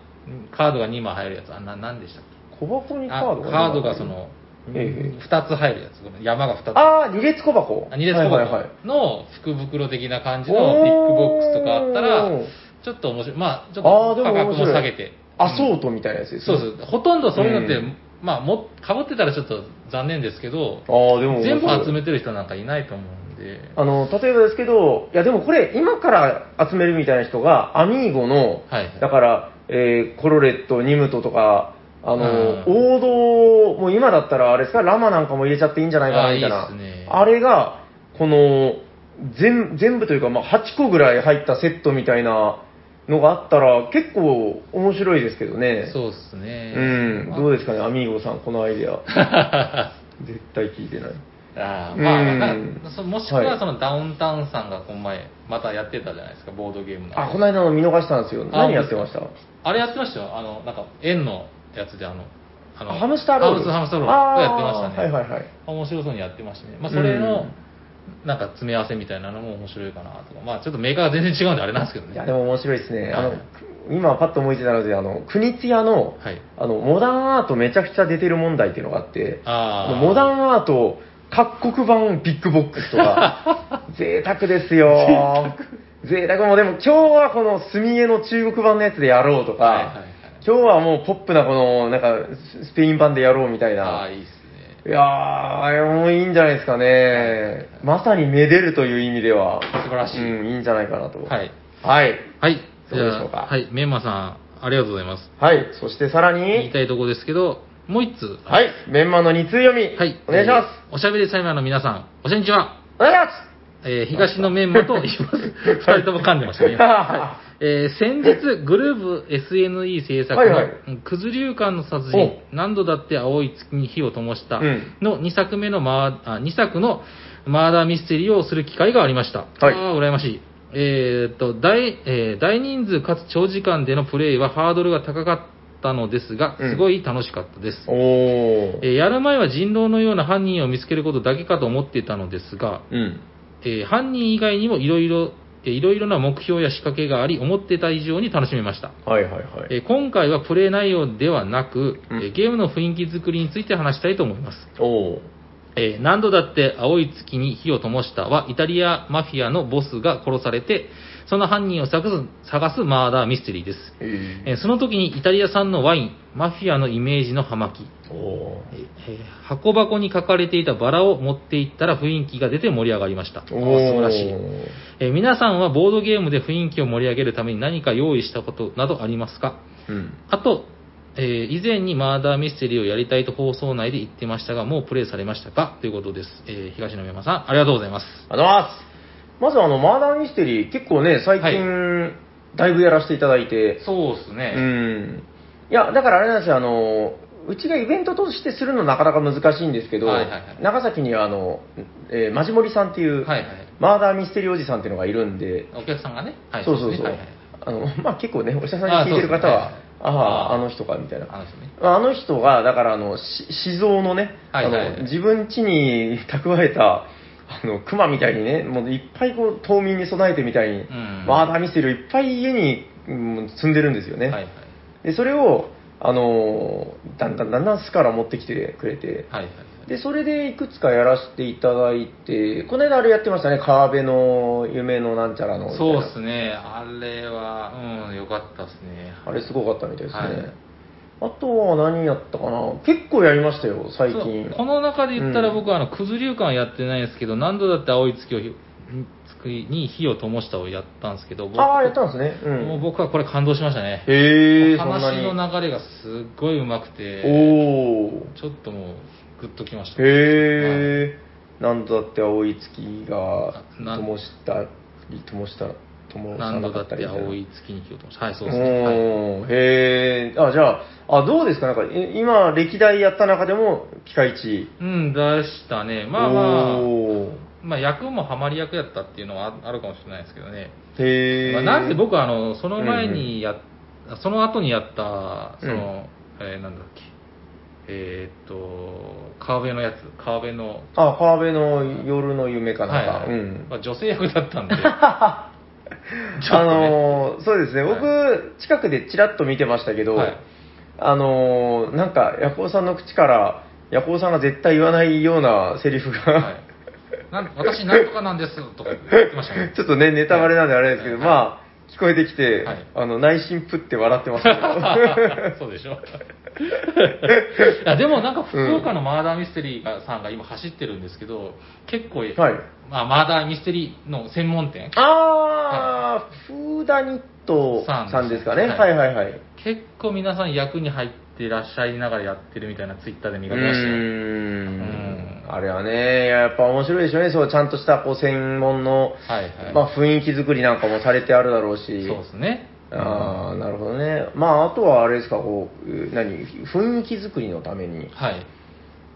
Speaker 1: カードが2枚入るやつ、あ、な、なんでしたっ
Speaker 2: 小箱に
Speaker 1: け
Speaker 2: カード
Speaker 1: あ
Speaker 2: が
Speaker 1: カードがそ、の、
Speaker 2: ええ
Speaker 1: 2つ入るやつ、ごめん山が2つ。
Speaker 2: あー、二列小箱。
Speaker 1: 二列小
Speaker 2: はいはいはい
Speaker 1: 箱の福袋的な感じのビッグボックスとかあったら
Speaker 2: おー、
Speaker 1: ちょっと面白い。まあ、ちょ
Speaker 2: あー
Speaker 1: っ
Speaker 2: で
Speaker 1: と
Speaker 2: も
Speaker 1: 価格
Speaker 2: 面白
Speaker 1: も
Speaker 2: い
Speaker 1: 下げて。
Speaker 2: アソ
Speaker 1: うん
Speaker 2: ートみたいなやつです、
Speaker 1: そう
Speaker 2: う。
Speaker 1: です。ほとんどそういうのって、
Speaker 2: うん
Speaker 1: まあ、も、かぶってたらちょっと残念ですけど、
Speaker 2: あー、でも面白
Speaker 1: 全
Speaker 2: い
Speaker 1: 部集めてる人なんかいないと思うんで、
Speaker 2: あの、例えばですけど、いやでもこれ、今から集めるみたいな人が、アミーゴの、
Speaker 1: はいはい
Speaker 2: だから、えーコロレット、ニムトとか、あの、
Speaker 1: う
Speaker 2: 王道、もう今だったらあれですか、ラマなんかも入れちゃっていいんじゃない
Speaker 1: あ
Speaker 2: かな、
Speaker 1: ー
Speaker 2: みたいな。
Speaker 1: いいっすね
Speaker 2: あれが、この、全全部というか、まあ、8個ぐらい入ったセットみたいなのがあったら、結構面白いですけどね。
Speaker 1: そうですね。
Speaker 2: うん。
Speaker 1: まあ
Speaker 2: どうですかね、アミーゴさん、このアイ デア。絶対聞いてない。
Speaker 1: あーまあ、
Speaker 2: うん
Speaker 1: なんかそもしく
Speaker 2: は
Speaker 1: はいそのダウンタウンさんがこの前、またやってたじゃないですか、ボードゲームの。
Speaker 2: あ、この間の見逃したんですよ。
Speaker 1: あ
Speaker 2: 何やってました
Speaker 1: あれやってましたよ。あの、なんか、円のやつで、あの、あの
Speaker 2: ハムスターロール
Speaker 1: ハムスターロー
Speaker 2: あ
Speaker 1: ル
Speaker 2: ー
Speaker 1: やってましたね。
Speaker 2: はいはいはい
Speaker 1: 面白そうにやってましたね。まあ、それの、
Speaker 2: うん
Speaker 1: なんか詰め合わせみたいなのも面白いかなとか。まあ、ちょっとメーカーが全然違うんであれなんですけどね。
Speaker 2: いや、でも面白いですね。あ
Speaker 1: は
Speaker 2: の
Speaker 1: い、
Speaker 2: 今パッと思いついたので、あの、国津屋の、
Speaker 1: はい
Speaker 2: あの、モダンアートめちゃくちゃ出てる問題っていうのがあって、
Speaker 1: あー
Speaker 2: のモダンアート、各国版ビッグボックス とか、贅沢ですよ。贅沢もでも今日はこの墨絵の中国版のやつでやろうとか、
Speaker 1: はいはいはい
Speaker 2: 今日はもうポップなこの、なんか、ススペイン版でやろうみたい
Speaker 1: あ
Speaker 2: な
Speaker 1: あ、。いいっすね。
Speaker 2: いやー、あれもいいんじゃないですかね。まさにめでるという意味では。
Speaker 1: 素晴らしい
Speaker 2: うん、いいんじゃないかなと。
Speaker 1: はい。
Speaker 2: はい。
Speaker 1: はい。
Speaker 2: どうでしょうか
Speaker 1: じゃあはい。メンマさん、ありがとうございます。
Speaker 2: はい。そしてさら
Speaker 1: 言
Speaker 2: に
Speaker 1: い、たいとこですけど、もう一通。
Speaker 2: はい。メンマの2通読み。
Speaker 1: はい。
Speaker 2: お願いします。
Speaker 1: えーおしゃべりサイマーの皆さん、おしんにちは。
Speaker 2: お願いします
Speaker 1: えー東のメンマと言います。 二人とも噛んでましたね。
Speaker 2: は
Speaker 1: はい。えー先日、グループ SNE 制作の、
Speaker 2: はいはい
Speaker 1: うんくず流感の殺
Speaker 2: お
Speaker 1: 人、何度だって青い月に火を灯した
Speaker 2: うん
Speaker 1: の2作目のマー、あ2作のマーダーミステリーをする機会がありました。
Speaker 2: はい
Speaker 1: ああ、羨ましい。えーっと、大、えー大人数かつ長時間でのプレイはハードルが高かったのですが、
Speaker 2: うん
Speaker 1: すごい楽しかったです。
Speaker 2: おー。
Speaker 1: えーやる前は人狼のような犯人を見つけることだけかと思っていたのですが、
Speaker 2: うん。
Speaker 1: えー犯人以外にもいろいろ、えーいろいろな目標や仕掛けがあり、思ってた以上に楽しめました。
Speaker 2: はいはいはい。
Speaker 1: えー今回はプレイ内容ではなく、
Speaker 2: うん
Speaker 1: えーゲームの雰囲気作りについて話したいと思います。
Speaker 2: おー。
Speaker 1: えー何度だって青い月に火を灯したは、イタリアマフィアのボスが殺されて、その犯人を探す探すマーダーミステリーです。
Speaker 2: え
Speaker 1: えーその時にイタリア産のワイン、マフィアのイメージの葉巻、
Speaker 2: ー、お
Speaker 1: えー箱箱に書かれていたバラを持っていったら雰囲気が出て盛り上がりました。
Speaker 2: ー。
Speaker 1: あー素晴らしい、
Speaker 2: おー
Speaker 1: えー皆さんはボードゲームで雰囲気を盛り上げるために何か用意したことなどありますか
Speaker 2: うん。
Speaker 1: あと、えー以前にマーダーミステリーをやりたいと放送内で言ってましたが、もうプレイされましたかということです。えー東野山さん、ありがとうございます。
Speaker 2: ありがとうございます。まずあの、マーダーミステリー、結構ね、最近、だいぶやらせていただいて、
Speaker 1: そうです
Speaker 2: う
Speaker 1: ね
Speaker 2: ん。いや、だからあれなんですよ、あの、うちがイベントとしてするのなかなか難しいんですけど、
Speaker 1: はいはいはい
Speaker 2: 長崎にはあの、えーマジモリさんっていう、
Speaker 1: はいはい。
Speaker 2: マーダーミステリーおじさんっていうのがいるんで、
Speaker 1: お客さんがね、はい、
Speaker 2: そうそう
Speaker 1: で
Speaker 2: そ
Speaker 1: す
Speaker 2: う。
Speaker 1: ねはいはい
Speaker 2: あの、まあ、結構ね、お医者さんに聞いてる方
Speaker 1: あそう
Speaker 2: は、あ、
Speaker 1: ですねはいあ
Speaker 2: あ、
Speaker 1: ー
Speaker 2: あの人か、みたいな。
Speaker 1: あの人ね。
Speaker 2: まああの人が、だから、あの、し死蔵のね、
Speaker 1: はいはいはい
Speaker 2: あの自分家に蓄えた、あの、熊みたいにね、もういっぱいこう、冬眠に備えてみたいに、
Speaker 1: ん
Speaker 2: マーダーミステリーをいっぱい家に、うん積んでるんですよね。
Speaker 1: はいはい。
Speaker 2: で、それを、あの、だんだんだんだん巣から持ってきてくれて、
Speaker 1: はいはいはい。
Speaker 2: で、それでいくつかやらせていただいて、この間あれやってましたね、川辺の夢のなんちゃらのみたい
Speaker 1: そう
Speaker 2: な。
Speaker 1: ですね、あれは、うん、よかったですね。
Speaker 2: あれすごかったみたいですね。
Speaker 1: はい
Speaker 2: あとは何やったかな結構やりましたよ、最近
Speaker 1: そう。この中で言ったら
Speaker 2: うん
Speaker 1: 僕はあの、くず流館やってないですけど、何度だって青い月をひ、月に火を灯したをやったんですけど、僕
Speaker 2: ああ、やったんですね。う。
Speaker 1: もうん僕はこれ感動しましたね。
Speaker 2: へえ、そんな
Speaker 1: 話
Speaker 2: に。
Speaker 1: の流れがすっごいうまくて、
Speaker 2: おー。
Speaker 1: ちょっともう、グッときました。
Speaker 2: へえ、なんとだって青い月が
Speaker 1: な
Speaker 2: 灯したり、灯した、灯さ
Speaker 1: 何
Speaker 2: な
Speaker 1: 度
Speaker 2: か
Speaker 1: だ
Speaker 2: っ
Speaker 1: った
Speaker 2: り
Speaker 1: て
Speaker 2: みたいな。
Speaker 1: 青い月に火を灯した。はい、そう
Speaker 2: お
Speaker 1: ですね。はい
Speaker 2: ーへえ、あ、じゃあ、あ、どうですかなんか、え今、歴代やった中でも、ピカイチ。
Speaker 1: うん、出したね。まあまあ、
Speaker 2: おー
Speaker 1: まあ役もハマり役やったっていうのはああるかもしれないですけどね。
Speaker 2: へえ。
Speaker 1: まあ、なんせ僕はあの、その前にやっ、その後にやった、その、えーなんだっけ、えーっと、川辺のやつ、川辺の、
Speaker 2: あ、川辺の夜の夢かなんか。
Speaker 1: はいはい
Speaker 2: うん。
Speaker 1: まあ、女性役だったんで、ちょ
Speaker 2: あ
Speaker 1: っとね
Speaker 2: のーそうですね、僕、
Speaker 1: は
Speaker 2: 近くでちらっと見てましたけ ど、
Speaker 1: はい
Speaker 2: あのーなんか、ヤコウさんの口から、ヤコウさんが絶対言わないようなセリフが、
Speaker 1: はい、なん私なんとかなんですとか言ってましたね
Speaker 2: 。ちょっとね、ネタバレなんであれですけど、
Speaker 1: はい
Speaker 2: まあ、聞こえてきて、
Speaker 1: はい
Speaker 2: あの、内心プって笑ってましたけ ど。
Speaker 1: そうでしょ いやでもなんか福岡のマーダーミステリーがさんが今走ってるんですけど、結構、
Speaker 2: はい。
Speaker 1: まあ、マーダーミステリーの専門店、
Speaker 2: あー、フーダニットさんですかね。
Speaker 1: さんですね
Speaker 2: はいはいはい。
Speaker 1: 結構皆さん役に入ってらっしゃいながらやってるみたいなツイッターで
Speaker 2: う
Speaker 1: 見
Speaker 2: ー
Speaker 1: かけましたよ。う
Speaker 2: ん
Speaker 1: ん
Speaker 2: あれはね、やっぱ面白いでしょうね、そう、ちゃんとした、こう、専門の、
Speaker 1: はいはい。
Speaker 2: まあ、雰囲気作りなんかもされてあるだろうし。
Speaker 1: そうですね。
Speaker 2: ああ、なるほどね。まあ、あとはあれですか、こう、う何、雰囲気作りのために。
Speaker 1: はい。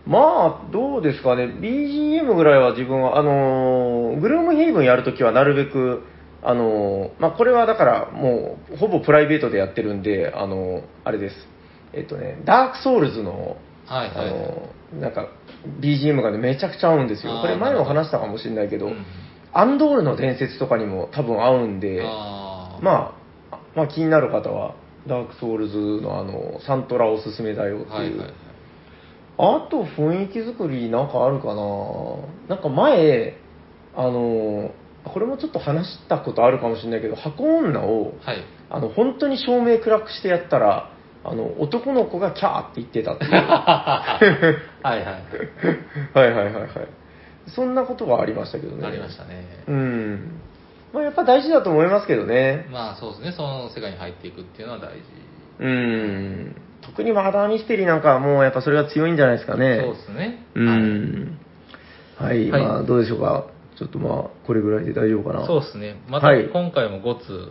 Speaker 2: まあ、どうですかね、BGM ぐらいは自分は、あのーグルームヘイブンやるときはなるべく、あのーまあ、これはだから、もう、ほぼプライベートでやってるんで、あのーあれです。えっとね、ダークソウルズの、
Speaker 1: はいはい。
Speaker 2: あのーなんか、BGM がね、めちゃくちゃ合うんですよ。
Speaker 1: あー
Speaker 2: これ前も話したかもしれないけど、
Speaker 1: うん
Speaker 2: アンドールの伝説とかにも多分合うんで、
Speaker 1: あー
Speaker 2: まあ、まあ気になる方は、ダークソウルズのあの、サントラおすすめだよっていう。
Speaker 1: はいはいはい。
Speaker 2: あと雰囲気作りなんかあるかななんか前、あの、これもちょっと話したことあるかもしれないけど、箱女を、
Speaker 1: はい。
Speaker 2: あの、本当に照明暗くしてやったら、あの、男の子がキャーって言っ てたっていう。
Speaker 1: はいはい。
Speaker 2: はいはいはいはい。そんなことはありましたけどね。
Speaker 1: ありましたね。
Speaker 2: うん。まあやっぱ大事だと思いますけどね。
Speaker 1: まあそうですね。その世界に入っていくっていうのは大事。
Speaker 2: うん。特にマーダーミステリーなんかはもうやっぱそれが強いんじゃないですかね。
Speaker 1: そうですね。
Speaker 2: う。ん。はい、
Speaker 1: はい
Speaker 2: まあどうでしょうか。ちょっとまあ、これぐらいで大丈夫かな。
Speaker 1: そうですね。また
Speaker 2: はい
Speaker 1: 今回も5通。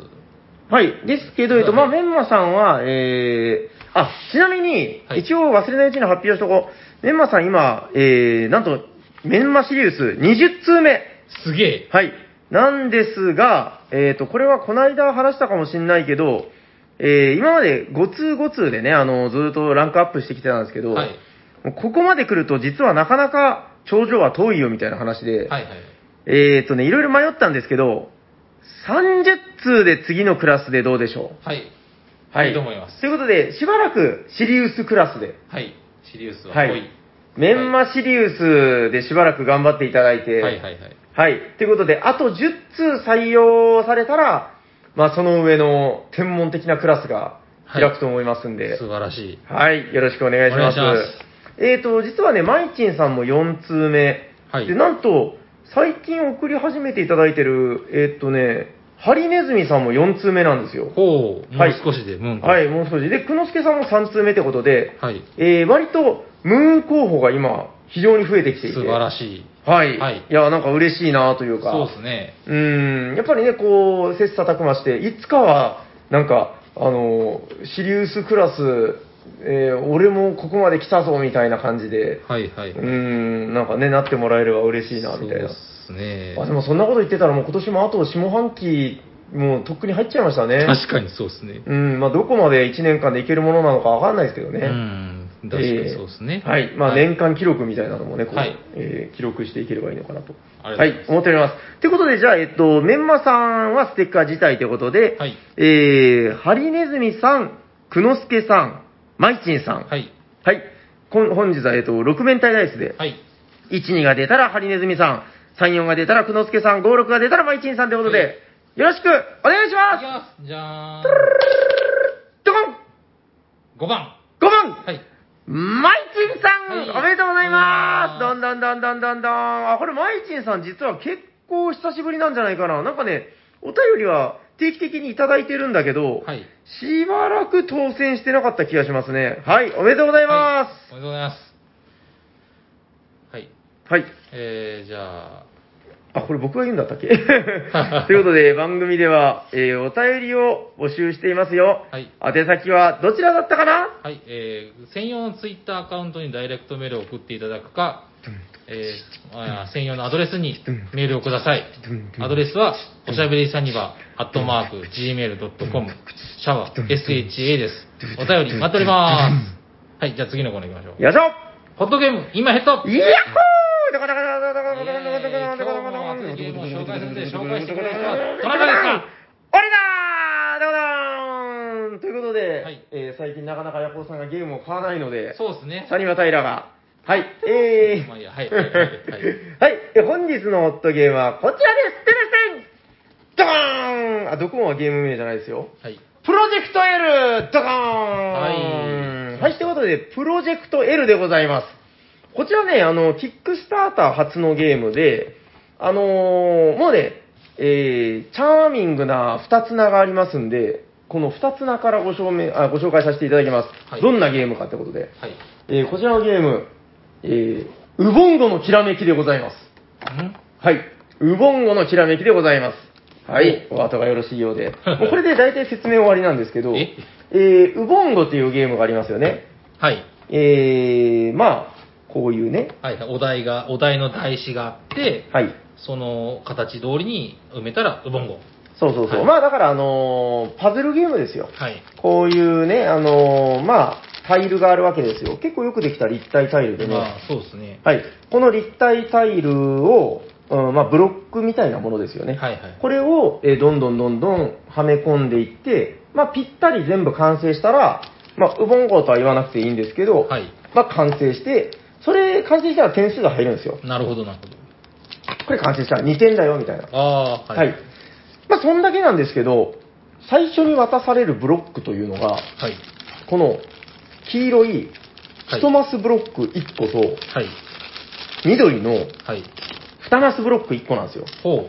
Speaker 2: はい。ですけど、えっと、まあ、メンマさんは、えー、あ、ちなみに、
Speaker 1: はい
Speaker 2: 一応忘れないうちに発表しとこう。メンマさん今、えー、なんと、メンマシリウス20通目。
Speaker 1: すげえ。
Speaker 2: はい。なんですが、えっ、と、これはこの間話したかもしれないけど、えー今まで5通5通でね、あの、ずっとランクアップしてきてたんですけど、
Speaker 1: はい。
Speaker 2: もうここまで来ると実はなかなか頂上は遠いよみたいな話
Speaker 1: はい
Speaker 2: で、
Speaker 1: はい。
Speaker 2: えっ、とね、いろいろ迷ったんですけど、30通で次のクラスでどうでしょ
Speaker 1: はい。
Speaker 2: うはい
Speaker 1: いと思います。
Speaker 2: ということで、しばらくシリウスクラスで、
Speaker 1: はい。シリウスは
Speaker 2: は
Speaker 1: 濃い。
Speaker 2: い。メンマシリウスでしばらく頑張っていただいて、
Speaker 1: はいはいはい。
Speaker 2: はい。ということで、あと10通採用されたら、まあ、その上の天文的なクラスが開くと思いますんで、
Speaker 1: 素晴らしい。
Speaker 2: はい。よろしくお願いします。
Speaker 1: お願いし
Speaker 2: えっ、と、実はね、マイチンさんも4通目。
Speaker 1: はい
Speaker 2: で、。なんと、最近送り始めていただいてる、えっ、とね、ハリネズミさんも4通目なんですよ。
Speaker 1: ほう、も
Speaker 2: は
Speaker 1: う
Speaker 2: い
Speaker 1: 少しでムーン君
Speaker 2: はい、もう少し。で、くのすけさんも3通目ってことで、
Speaker 1: はい。
Speaker 2: えー、割と、ムーン候補が今、非常に増えてきていて。
Speaker 1: 素晴ら
Speaker 2: し
Speaker 1: しい。
Speaker 2: い。はい。
Speaker 1: はいい、
Speaker 2: や、なんか嬉しいなというか。
Speaker 1: そうですね。
Speaker 2: うーん、やっぱりね、こう、切磋琢磨して、いつかは、なんか、あの、シリウスクラス、えー俺もここまで来たぞ、みたいな感じで、
Speaker 1: はいはいう
Speaker 2: ー。ん、なんかね、なってもらえれば嬉しいな、みたいな。
Speaker 1: そうですね。
Speaker 2: あ、でもそんなこと言ってたら、もう今年もあと下半期、もうとっくに入っちゃいましたね。
Speaker 1: 確かにそうですね。
Speaker 2: うん、まあ、どこまで1年間でいけるものなのかわかんないですけどね。
Speaker 1: うん。確かにそうですね。
Speaker 2: えーはい。まあ、年間記録みたいなのもね、こう、
Speaker 1: はい
Speaker 2: えー記録していければいいのかなと。
Speaker 1: ありが
Speaker 2: は
Speaker 1: とう
Speaker 2: い、思っております。ということで、じゃあ、えっと、メンマさんはステッカー自体ということで、
Speaker 1: はい
Speaker 2: えー、ハリネズミさん、くのすけさん、まいちんさん、。
Speaker 1: はいい。
Speaker 2: はい。こん本日は、えっと、6面体ダイスで、
Speaker 1: はい。
Speaker 2: 1、2が出たらハリネズミさん、3、4が出たらくのすけさん、5、6が出たらまいちんさんということで、
Speaker 1: はい
Speaker 2: よろしくお願いし
Speaker 1: い
Speaker 2: ま
Speaker 1: き
Speaker 2: す
Speaker 1: ます。じゃーん。
Speaker 2: ド
Speaker 1: 5
Speaker 2: コン
Speaker 1: 番。
Speaker 2: !5 番
Speaker 1: はい。
Speaker 2: マイチンさん、
Speaker 1: はい
Speaker 2: おめでとうございます
Speaker 1: あ
Speaker 2: どんどんどんどんどんどんあ、これマイチンさん実は結構久しぶりなんじゃないかな。なんかね、お便りは定期的にいただいてるんだけど、
Speaker 1: はい。
Speaker 2: しばらく当選してなかった気がしますね。はい、おめでとうございま
Speaker 1: おめでとうございます。はい。
Speaker 2: すはい。
Speaker 1: えー、じゃあ、
Speaker 2: あ、これ僕が言うんだったっけ ということで、番組では、えーお便りを募集していますよ。
Speaker 1: はい。
Speaker 2: 宛先はどちらだったかな
Speaker 1: はい、えー、専用のツイッターアカウントにダイレクトメールを送っていただくか、えー、あー専用のアドレスにメールをください。アドレスは、おしゃべりサニバ、アットマーク、gmail.com、シャワー、sha です。お便り待っております。はい、じゃあ次のコーナー行きましょう。
Speaker 2: よいしょ
Speaker 1: ホットゲーム、今ヘッド
Speaker 2: イヤッホーだからだからだから
Speaker 1: えー
Speaker 2: だからだから
Speaker 1: 今日も熱
Speaker 2: だからだから
Speaker 1: いゲームを紹介するので紹介してくれる人はどなたですか
Speaker 2: 俺だーだからーということで、
Speaker 1: はい
Speaker 2: えー最近なかなかヤコウさんがゲームを買わないので、
Speaker 1: そうですね。
Speaker 2: サニバタイラが、はい、えー、
Speaker 1: まあいいや、はい、はい、はい。はい
Speaker 2: はい、え本日のホットゲームはこちらですテレステンドカーンあ、ドコモはゲーム名じゃないですよ。
Speaker 1: はい。
Speaker 2: プロジェクト L! ドカーン
Speaker 1: はい
Speaker 2: はい、ということで、プロジェクト L でございます。こちらね、あの、キックスターター初のゲームで、あのーもうね、えー、チャーミングな二つ名がありますんで、この二つ名からご証明あご紹介させていただきます、
Speaker 1: はい
Speaker 2: どんなゲームかってことで。
Speaker 1: はい。
Speaker 2: えー、こちらのゲーム、えー、ウボンゴのきらめきでございます。
Speaker 1: ん
Speaker 2: はい。ウボンゴのきらめきでございます。はい。お後がよろしいようで。 もうこれで大体説明終わりなんですけど、
Speaker 1: え
Speaker 2: えー、ウボンゴというゲームがありますよね。
Speaker 1: はい。
Speaker 2: えー、まあ、こういうね。
Speaker 1: はい、お題が、お題の台紙があって、
Speaker 2: はい。
Speaker 1: その形通りに埋めたらウボンゴ。
Speaker 2: そうそうそう。
Speaker 1: はい
Speaker 2: まあ、だから、あのーパズルゲームですよ。
Speaker 1: はい。
Speaker 2: こういうね、あのーまあ、タイルがあるわけですよ。結構よくできた立体タイルでね。
Speaker 1: まあ、そうですね。
Speaker 2: はい。この立体タイルを、うんまあ、ブロックみたいなものですよね。
Speaker 1: はいはい。
Speaker 2: これを、えーどんどんどんどんはめ込んでいって、まあ、ぴったり全部完成したら、まあ、ウボンゴとは言わなくていいんですけど、
Speaker 1: はい
Speaker 2: まあ、完成して、それ完成したら点数が入るんですよ。
Speaker 1: なるほど、なるほ
Speaker 2: これ完成したら2点だよ、みたいな。
Speaker 1: ど。ああ、
Speaker 2: はい。まあ、そんだけなんですけど、最初に渡されるブロックというのが、
Speaker 1: はい。
Speaker 2: この黄色い
Speaker 1: はい
Speaker 2: 1マスブロック1個と、
Speaker 1: はい。
Speaker 2: 緑の
Speaker 1: はい。
Speaker 2: 2マスブロック1個なんですよ。
Speaker 1: ほ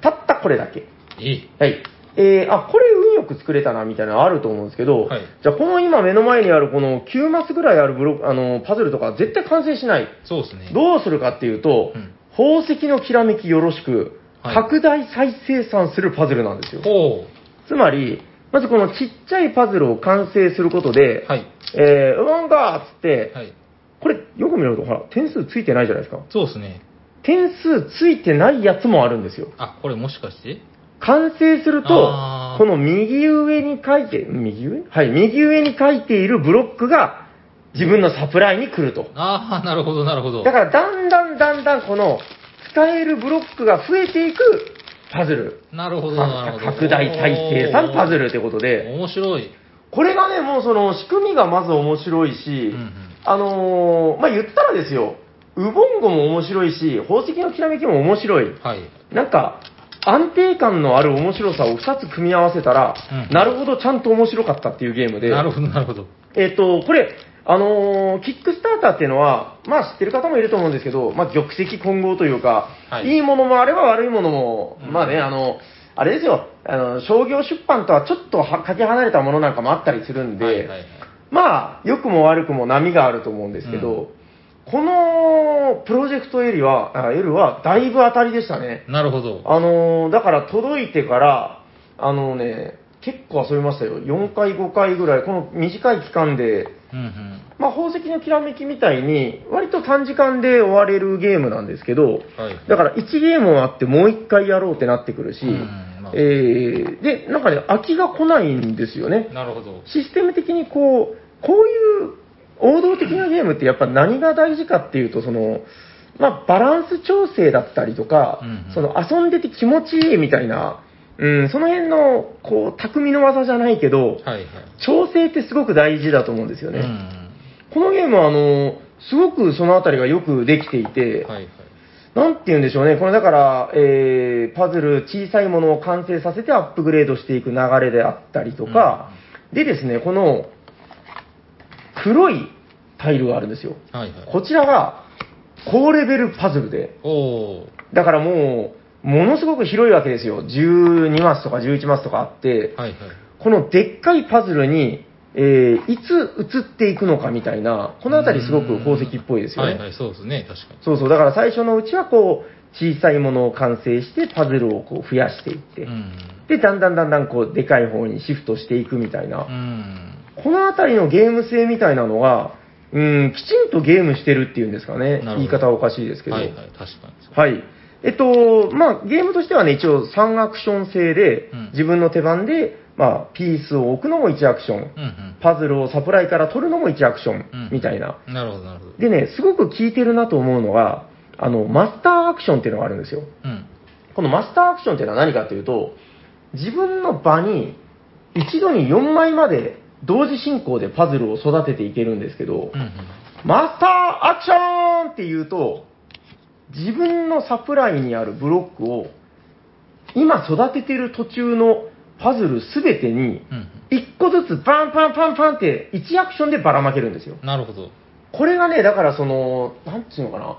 Speaker 2: たったこれだけ。
Speaker 1: う。いい。
Speaker 2: はい。えー、あ、これ運よく作れたな、みたいなのあると思うんですけど、
Speaker 1: はい
Speaker 2: じゃあこの今目の前にあるこの9マスぐらいあるブロあの、パズルとか絶対完成しない。
Speaker 1: そうですね。
Speaker 2: どうするかっていうと、
Speaker 1: うん
Speaker 2: 宝石のきらめきよろしく、
Speaker 1: はい
Speaker 2: 拡大再生産するパズルなんですよ。
Speaker 1: ほ
Speaker 2: つまり、まずこのちっちゃいパズルを完成することで
Speaker 1: う。、はい。
Speaker 2: えー、うまんかーっつって、
Speaker 1: はい。
Speaker 2: これよく見ると、ほら、点数ついてないじゃないですか。
Speaker 1: そうですね。
Speaker 2: 点数ついてないやつもあるんですよ。
Speaker 1: あ、これもしかして
Speaker 2: 完成する
Speaker 1: あ
Speaker 2: と
Speaker 1: ー、
Speaker 2: この右上に書いて、右上はい、右上に書いているブロックが自分のサプライに来ると。
Speaker 1: ああ、なるほど、なるほど。
Speaker 2: だからだんだんだんだんこの使えるブロックが増えていくパズル。
Speaker 1: なるほど、なるほど。
Speaker 2: 拡大再生産パズルということで、
Speaker 1: 面白い。
Speaker 2: これがね、もうその仕組みがまず面白いし、
Speaker 1: うんうん。
Speaker 2: あのーまあ、言ったらですよ、ウボンゴも面白いし、宝石のきらめきも面白い。
Speaker 1: はい。
Speaker 2: なんか、安定感のある面白さを2つ組み合わせたら、
Speaker 1: うん
Speaker 2: なるほど、ちゃんと面白かったっていうゲームで、
Speaker 1: なるほど、なるほど。
Speaker 2: えっ、と、これ、あのーキックスターターっていうのは、まあ知ってる方もいると思うんですけど、まあ玉石混合というか、、
Speaker 1: はいい
Speaker 2: いものもあれば悪いものも、
Speaker 1: うん
Speaker 2: まあね、あの、あれですよ、あの商業出版とはちょっとはかけ離れたものなんかもあったりするんで、
Speaker 1: はい、はい、はい。
Speaker 2: まあ、良くも悪くも波があると思うんですけど、このプロジェクト L は、あ L はだいぶ当たりでしたね。
Speaker 1: なるほど。
Speaker 2: あのーだから届いてから、あのね、結構遊びましたよ。4回、5回ぐらい、この短い期間で、
Speaker 1: うんうん。
Speaker 2: まあ、宝石のきらめきみたいに、割と短時間で終われるゲームなんですけど、
Speaker 1: はい。
Speaker 2: だから1ゲーム終わってもう1回やろうってなってくるし、
Speaker 1: うんまあ
Speaker 2: えーで、なんかね、飽きが来ないんですよね。
Speaker 1: なるほど。
Speaker 2: システム的にこう、こういう王道的なゲームってやっぱ何が大事かっていうと、その、まあ、バランス調整だったりとか、
Speaker 1: うんうん
Speaker 2: その遊んでて気持ちいいみたいな、うん、その辺の、こう、匠の技じゃないけ
Speaker 1: はい、
Speaker 2: ど、
Speaker 1: はい。
Speaker 2: 調整ってすごく大事だと思うんですよ
Speaker 1: うん
Speaker 2: ね。
Speaker 1: うん。
Speaker 2: このゲームは、あの、すごくそのあたりがよくできていて、
Speaker 1: はい、はい。
Speaker 2: なんて言うんでしょうね、これだから、えーパズル、小さいものを完成させてアップグレードしていく流れであったりとか、でですね、この、黒いタイルがあるんですよ。
Speaker 1: はいはい。
Speaker 2: こちらが高レベルパズルで、
Speaker 1: おお
Speaker 2: だからもう、ものすごく広いわけですよ。12マスとか11マスとかあって
Speaker 1: ー。、はいはい。
Speaker 2: このでっかいパズルに、えーいつ移っていくのかみたいな、このあたりすごく宝石っぽいですよね。
Speaker 1: はいはい、そうですね、確かに。
Speaker 2: そうそう、だから最初のうちはこう、小さいものを完成して、パズルをこう増やしていって、
Speaker 1: うん。
Speaker 2: で、だんだんだんだんこう、でかい方にシフトしていくみたいな、
Speaker 1: うん。
Speaker 2: このあたりのゲーム性みたいなのが、うん、きちんとゲームしてるっていうんですかね。
Speaker 1: なるほど
Speaker 2: 言い方はおかしいですけど。
Speaker 1: はいはい、確かにそう。
Speaker 2: はい。えっと、まあ、ゲームとしてはね、一応3アクション制で、
Speaker 1: うん
Speaker 2: 自分の手番で、まあ、ピースを置くのも1アクション、
Speaker 1: うんうん。
Speaker 2: パズルをサプライから取るのも1アクショ
Speaker 1: うん
Speaker 2: ン、みたいな。
Speaker 1: なるほど、なるほど。
Speaker 2: でね、すごく効いてるなと思うのが、あの、マスターアクションっていうのがあるんですよ。
Speaker 1: うん。
Speaker 2: このマスターアクションっていうのは何かというと、自分の場に一度に4枚まで同時進行でパズルを育てていけるんですけど、
Speaker 1: うんうん。
Speaker 2: マスターアクションって言うと、自分のサプライにあるブロックを、今育ててる途中のパズルすべてに、
Speaker 1: うん
Speaker 2: 1個ずつパンパンパンパンって1アクションでばらまけるんですよ。
Speaker 1: うん。なるほど。
Speaker 2: これがね、だからその、なんていうのかな、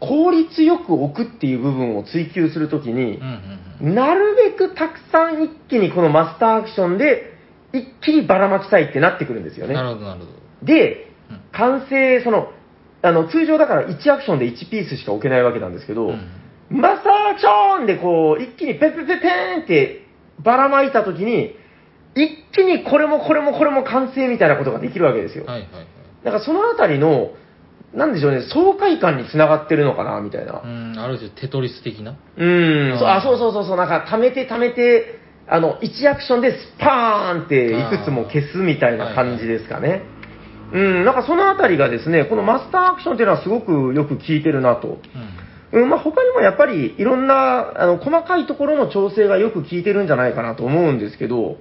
Speaker 2: 効率よく置くっていう部分を追求するとき
Speaker 1: う
Speaker 2: に
Speaker 1: んう、ん
Speaker 2: なるべくたくさん一気にこのマスターアクションで、一気にばらまきたいってなってくるんです
Speaker 1: う
Speaker 2: よ
Speaker 1: ん。
Speaker 2: ね
Speaker 1: な。るほど、なるほど。
Speaker 2: で
Speaker 1: うん、
Speaker 2: 完成、その、あの、通常だから1アクションで1ピースしか置けないわけなんですけど、
Speaker 1: うん
Speaker 2: マスターアクションでこう、一気にペペペペーンってばらまいたときに、一気にこれもこれもこれも完成みたいなことができるわけですよ。
Speaker 1: はいはいはい。
Speaker 2: なんかそのあたりの、なんでしょうね、爽快感につながってるのかな、みたいな
Speaker 1: う。ん、ある種テトリス的な。
Speaker 2: うん、そうあ、
Speaker 1: あー
Speaker 2: そうそうそうそう、なんか、貯めて貯めて、あの、1アクションでスパーンっていくつも消すみたいな感じですかね。うん、なんかそのあたりがですね、このマスターアクションっていうのはすごくよく効いてるなと。
Speaker 1: うん。
Speaker 2: うん、まあ他にもやっぱりいろんな、あの、細かいところの調整がよく効いてるんじゃないかなと思うんですけど、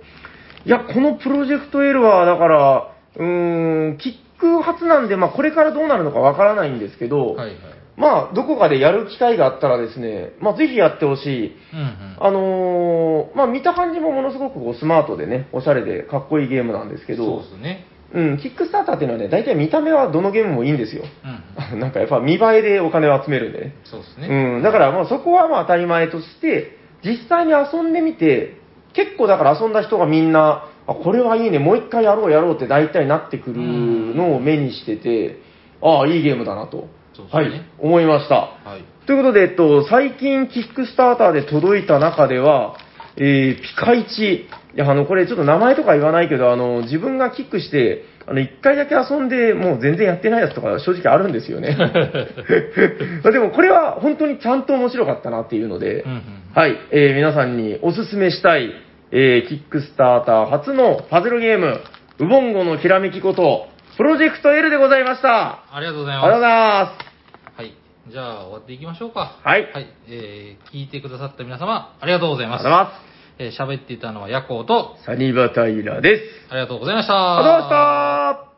Speaker 2: いや、このプロジェクト L は、だから、うーん、キック発なんで、まあこれからどうなるのかわからないんですけど、
Speaker 1: はいはい。
Speaker 2: まあ、どこかでやる機会があったらですね、まあ、ぜひやってほしい。
Speaker 1: うんうん。
Speaker 2: あのーまあ、見た感じもものすごくこうスマートでね、おしゃれでかっこいいゲームなんですけ
Speaker 1: そう
Speaker 2: ど
Speaker 1: で、すね。
Speaker 2: うん、キックスターターっていうのはね、大体見た目はどのゲームもいいんですよ。
Speaker 1: うんうん。
Speaker 2: なんかやっぱ見栄えでお金を集めるんでね。
Speaker 1: そうですね。
Speaker 2: うん、だからまあそこはまあ当たり前として、実際に遊んでみて、結構だから遊んだ人がみんな、あ、これはいいね、もう一回やろうやろうって大体なってくるのを目にしてて、ああ、いいゲームだなと、
Speaker 1: そうですね
Speaker 2: はい、思いました。
Speaker 1: はい。
Speaker 2: ということで、えっと、最近、キックスターターで届いた中では、えー、ピカイチ。いや、あの、これちょっと名前とか言わないけど、あの、自分がキックして、あの、一回だけ遊んで、もう全然やってないやつとか正直あるんで すよね。 まあでも、これは本当にちゃんと面白かったなっていうので、
Speaker 1: うんうん。
Speaker 2: はい、えー、皆さんにおすすめしたい、えー、キックスターター初のパズルゲーム、ウボンゴのひらめきこと、プロジェクト L でございました。
Speaker 1: ありがとうござ
Speaker 2: あ
Speaker 1: い
Speaker 2: り
Speaker 1: ます
Speaker 2: がとう。ございます。
Speaker 1: はい。じゃあ、終わっていきましょうか。
Speaker 2: はい
Speaker 1: はい。えー、聞いてくださった皆様、ありがとうござい
Speaker 2: ありが
Speaker 1: ます
Speaker 2: とうござい。ます。
Speaker 1: えー、喋っていたのはヤコウと、
Speaker 2: サニバタイラです。
Speaker 1: ありがとうございました。
Speaker 2: ありがとうございました。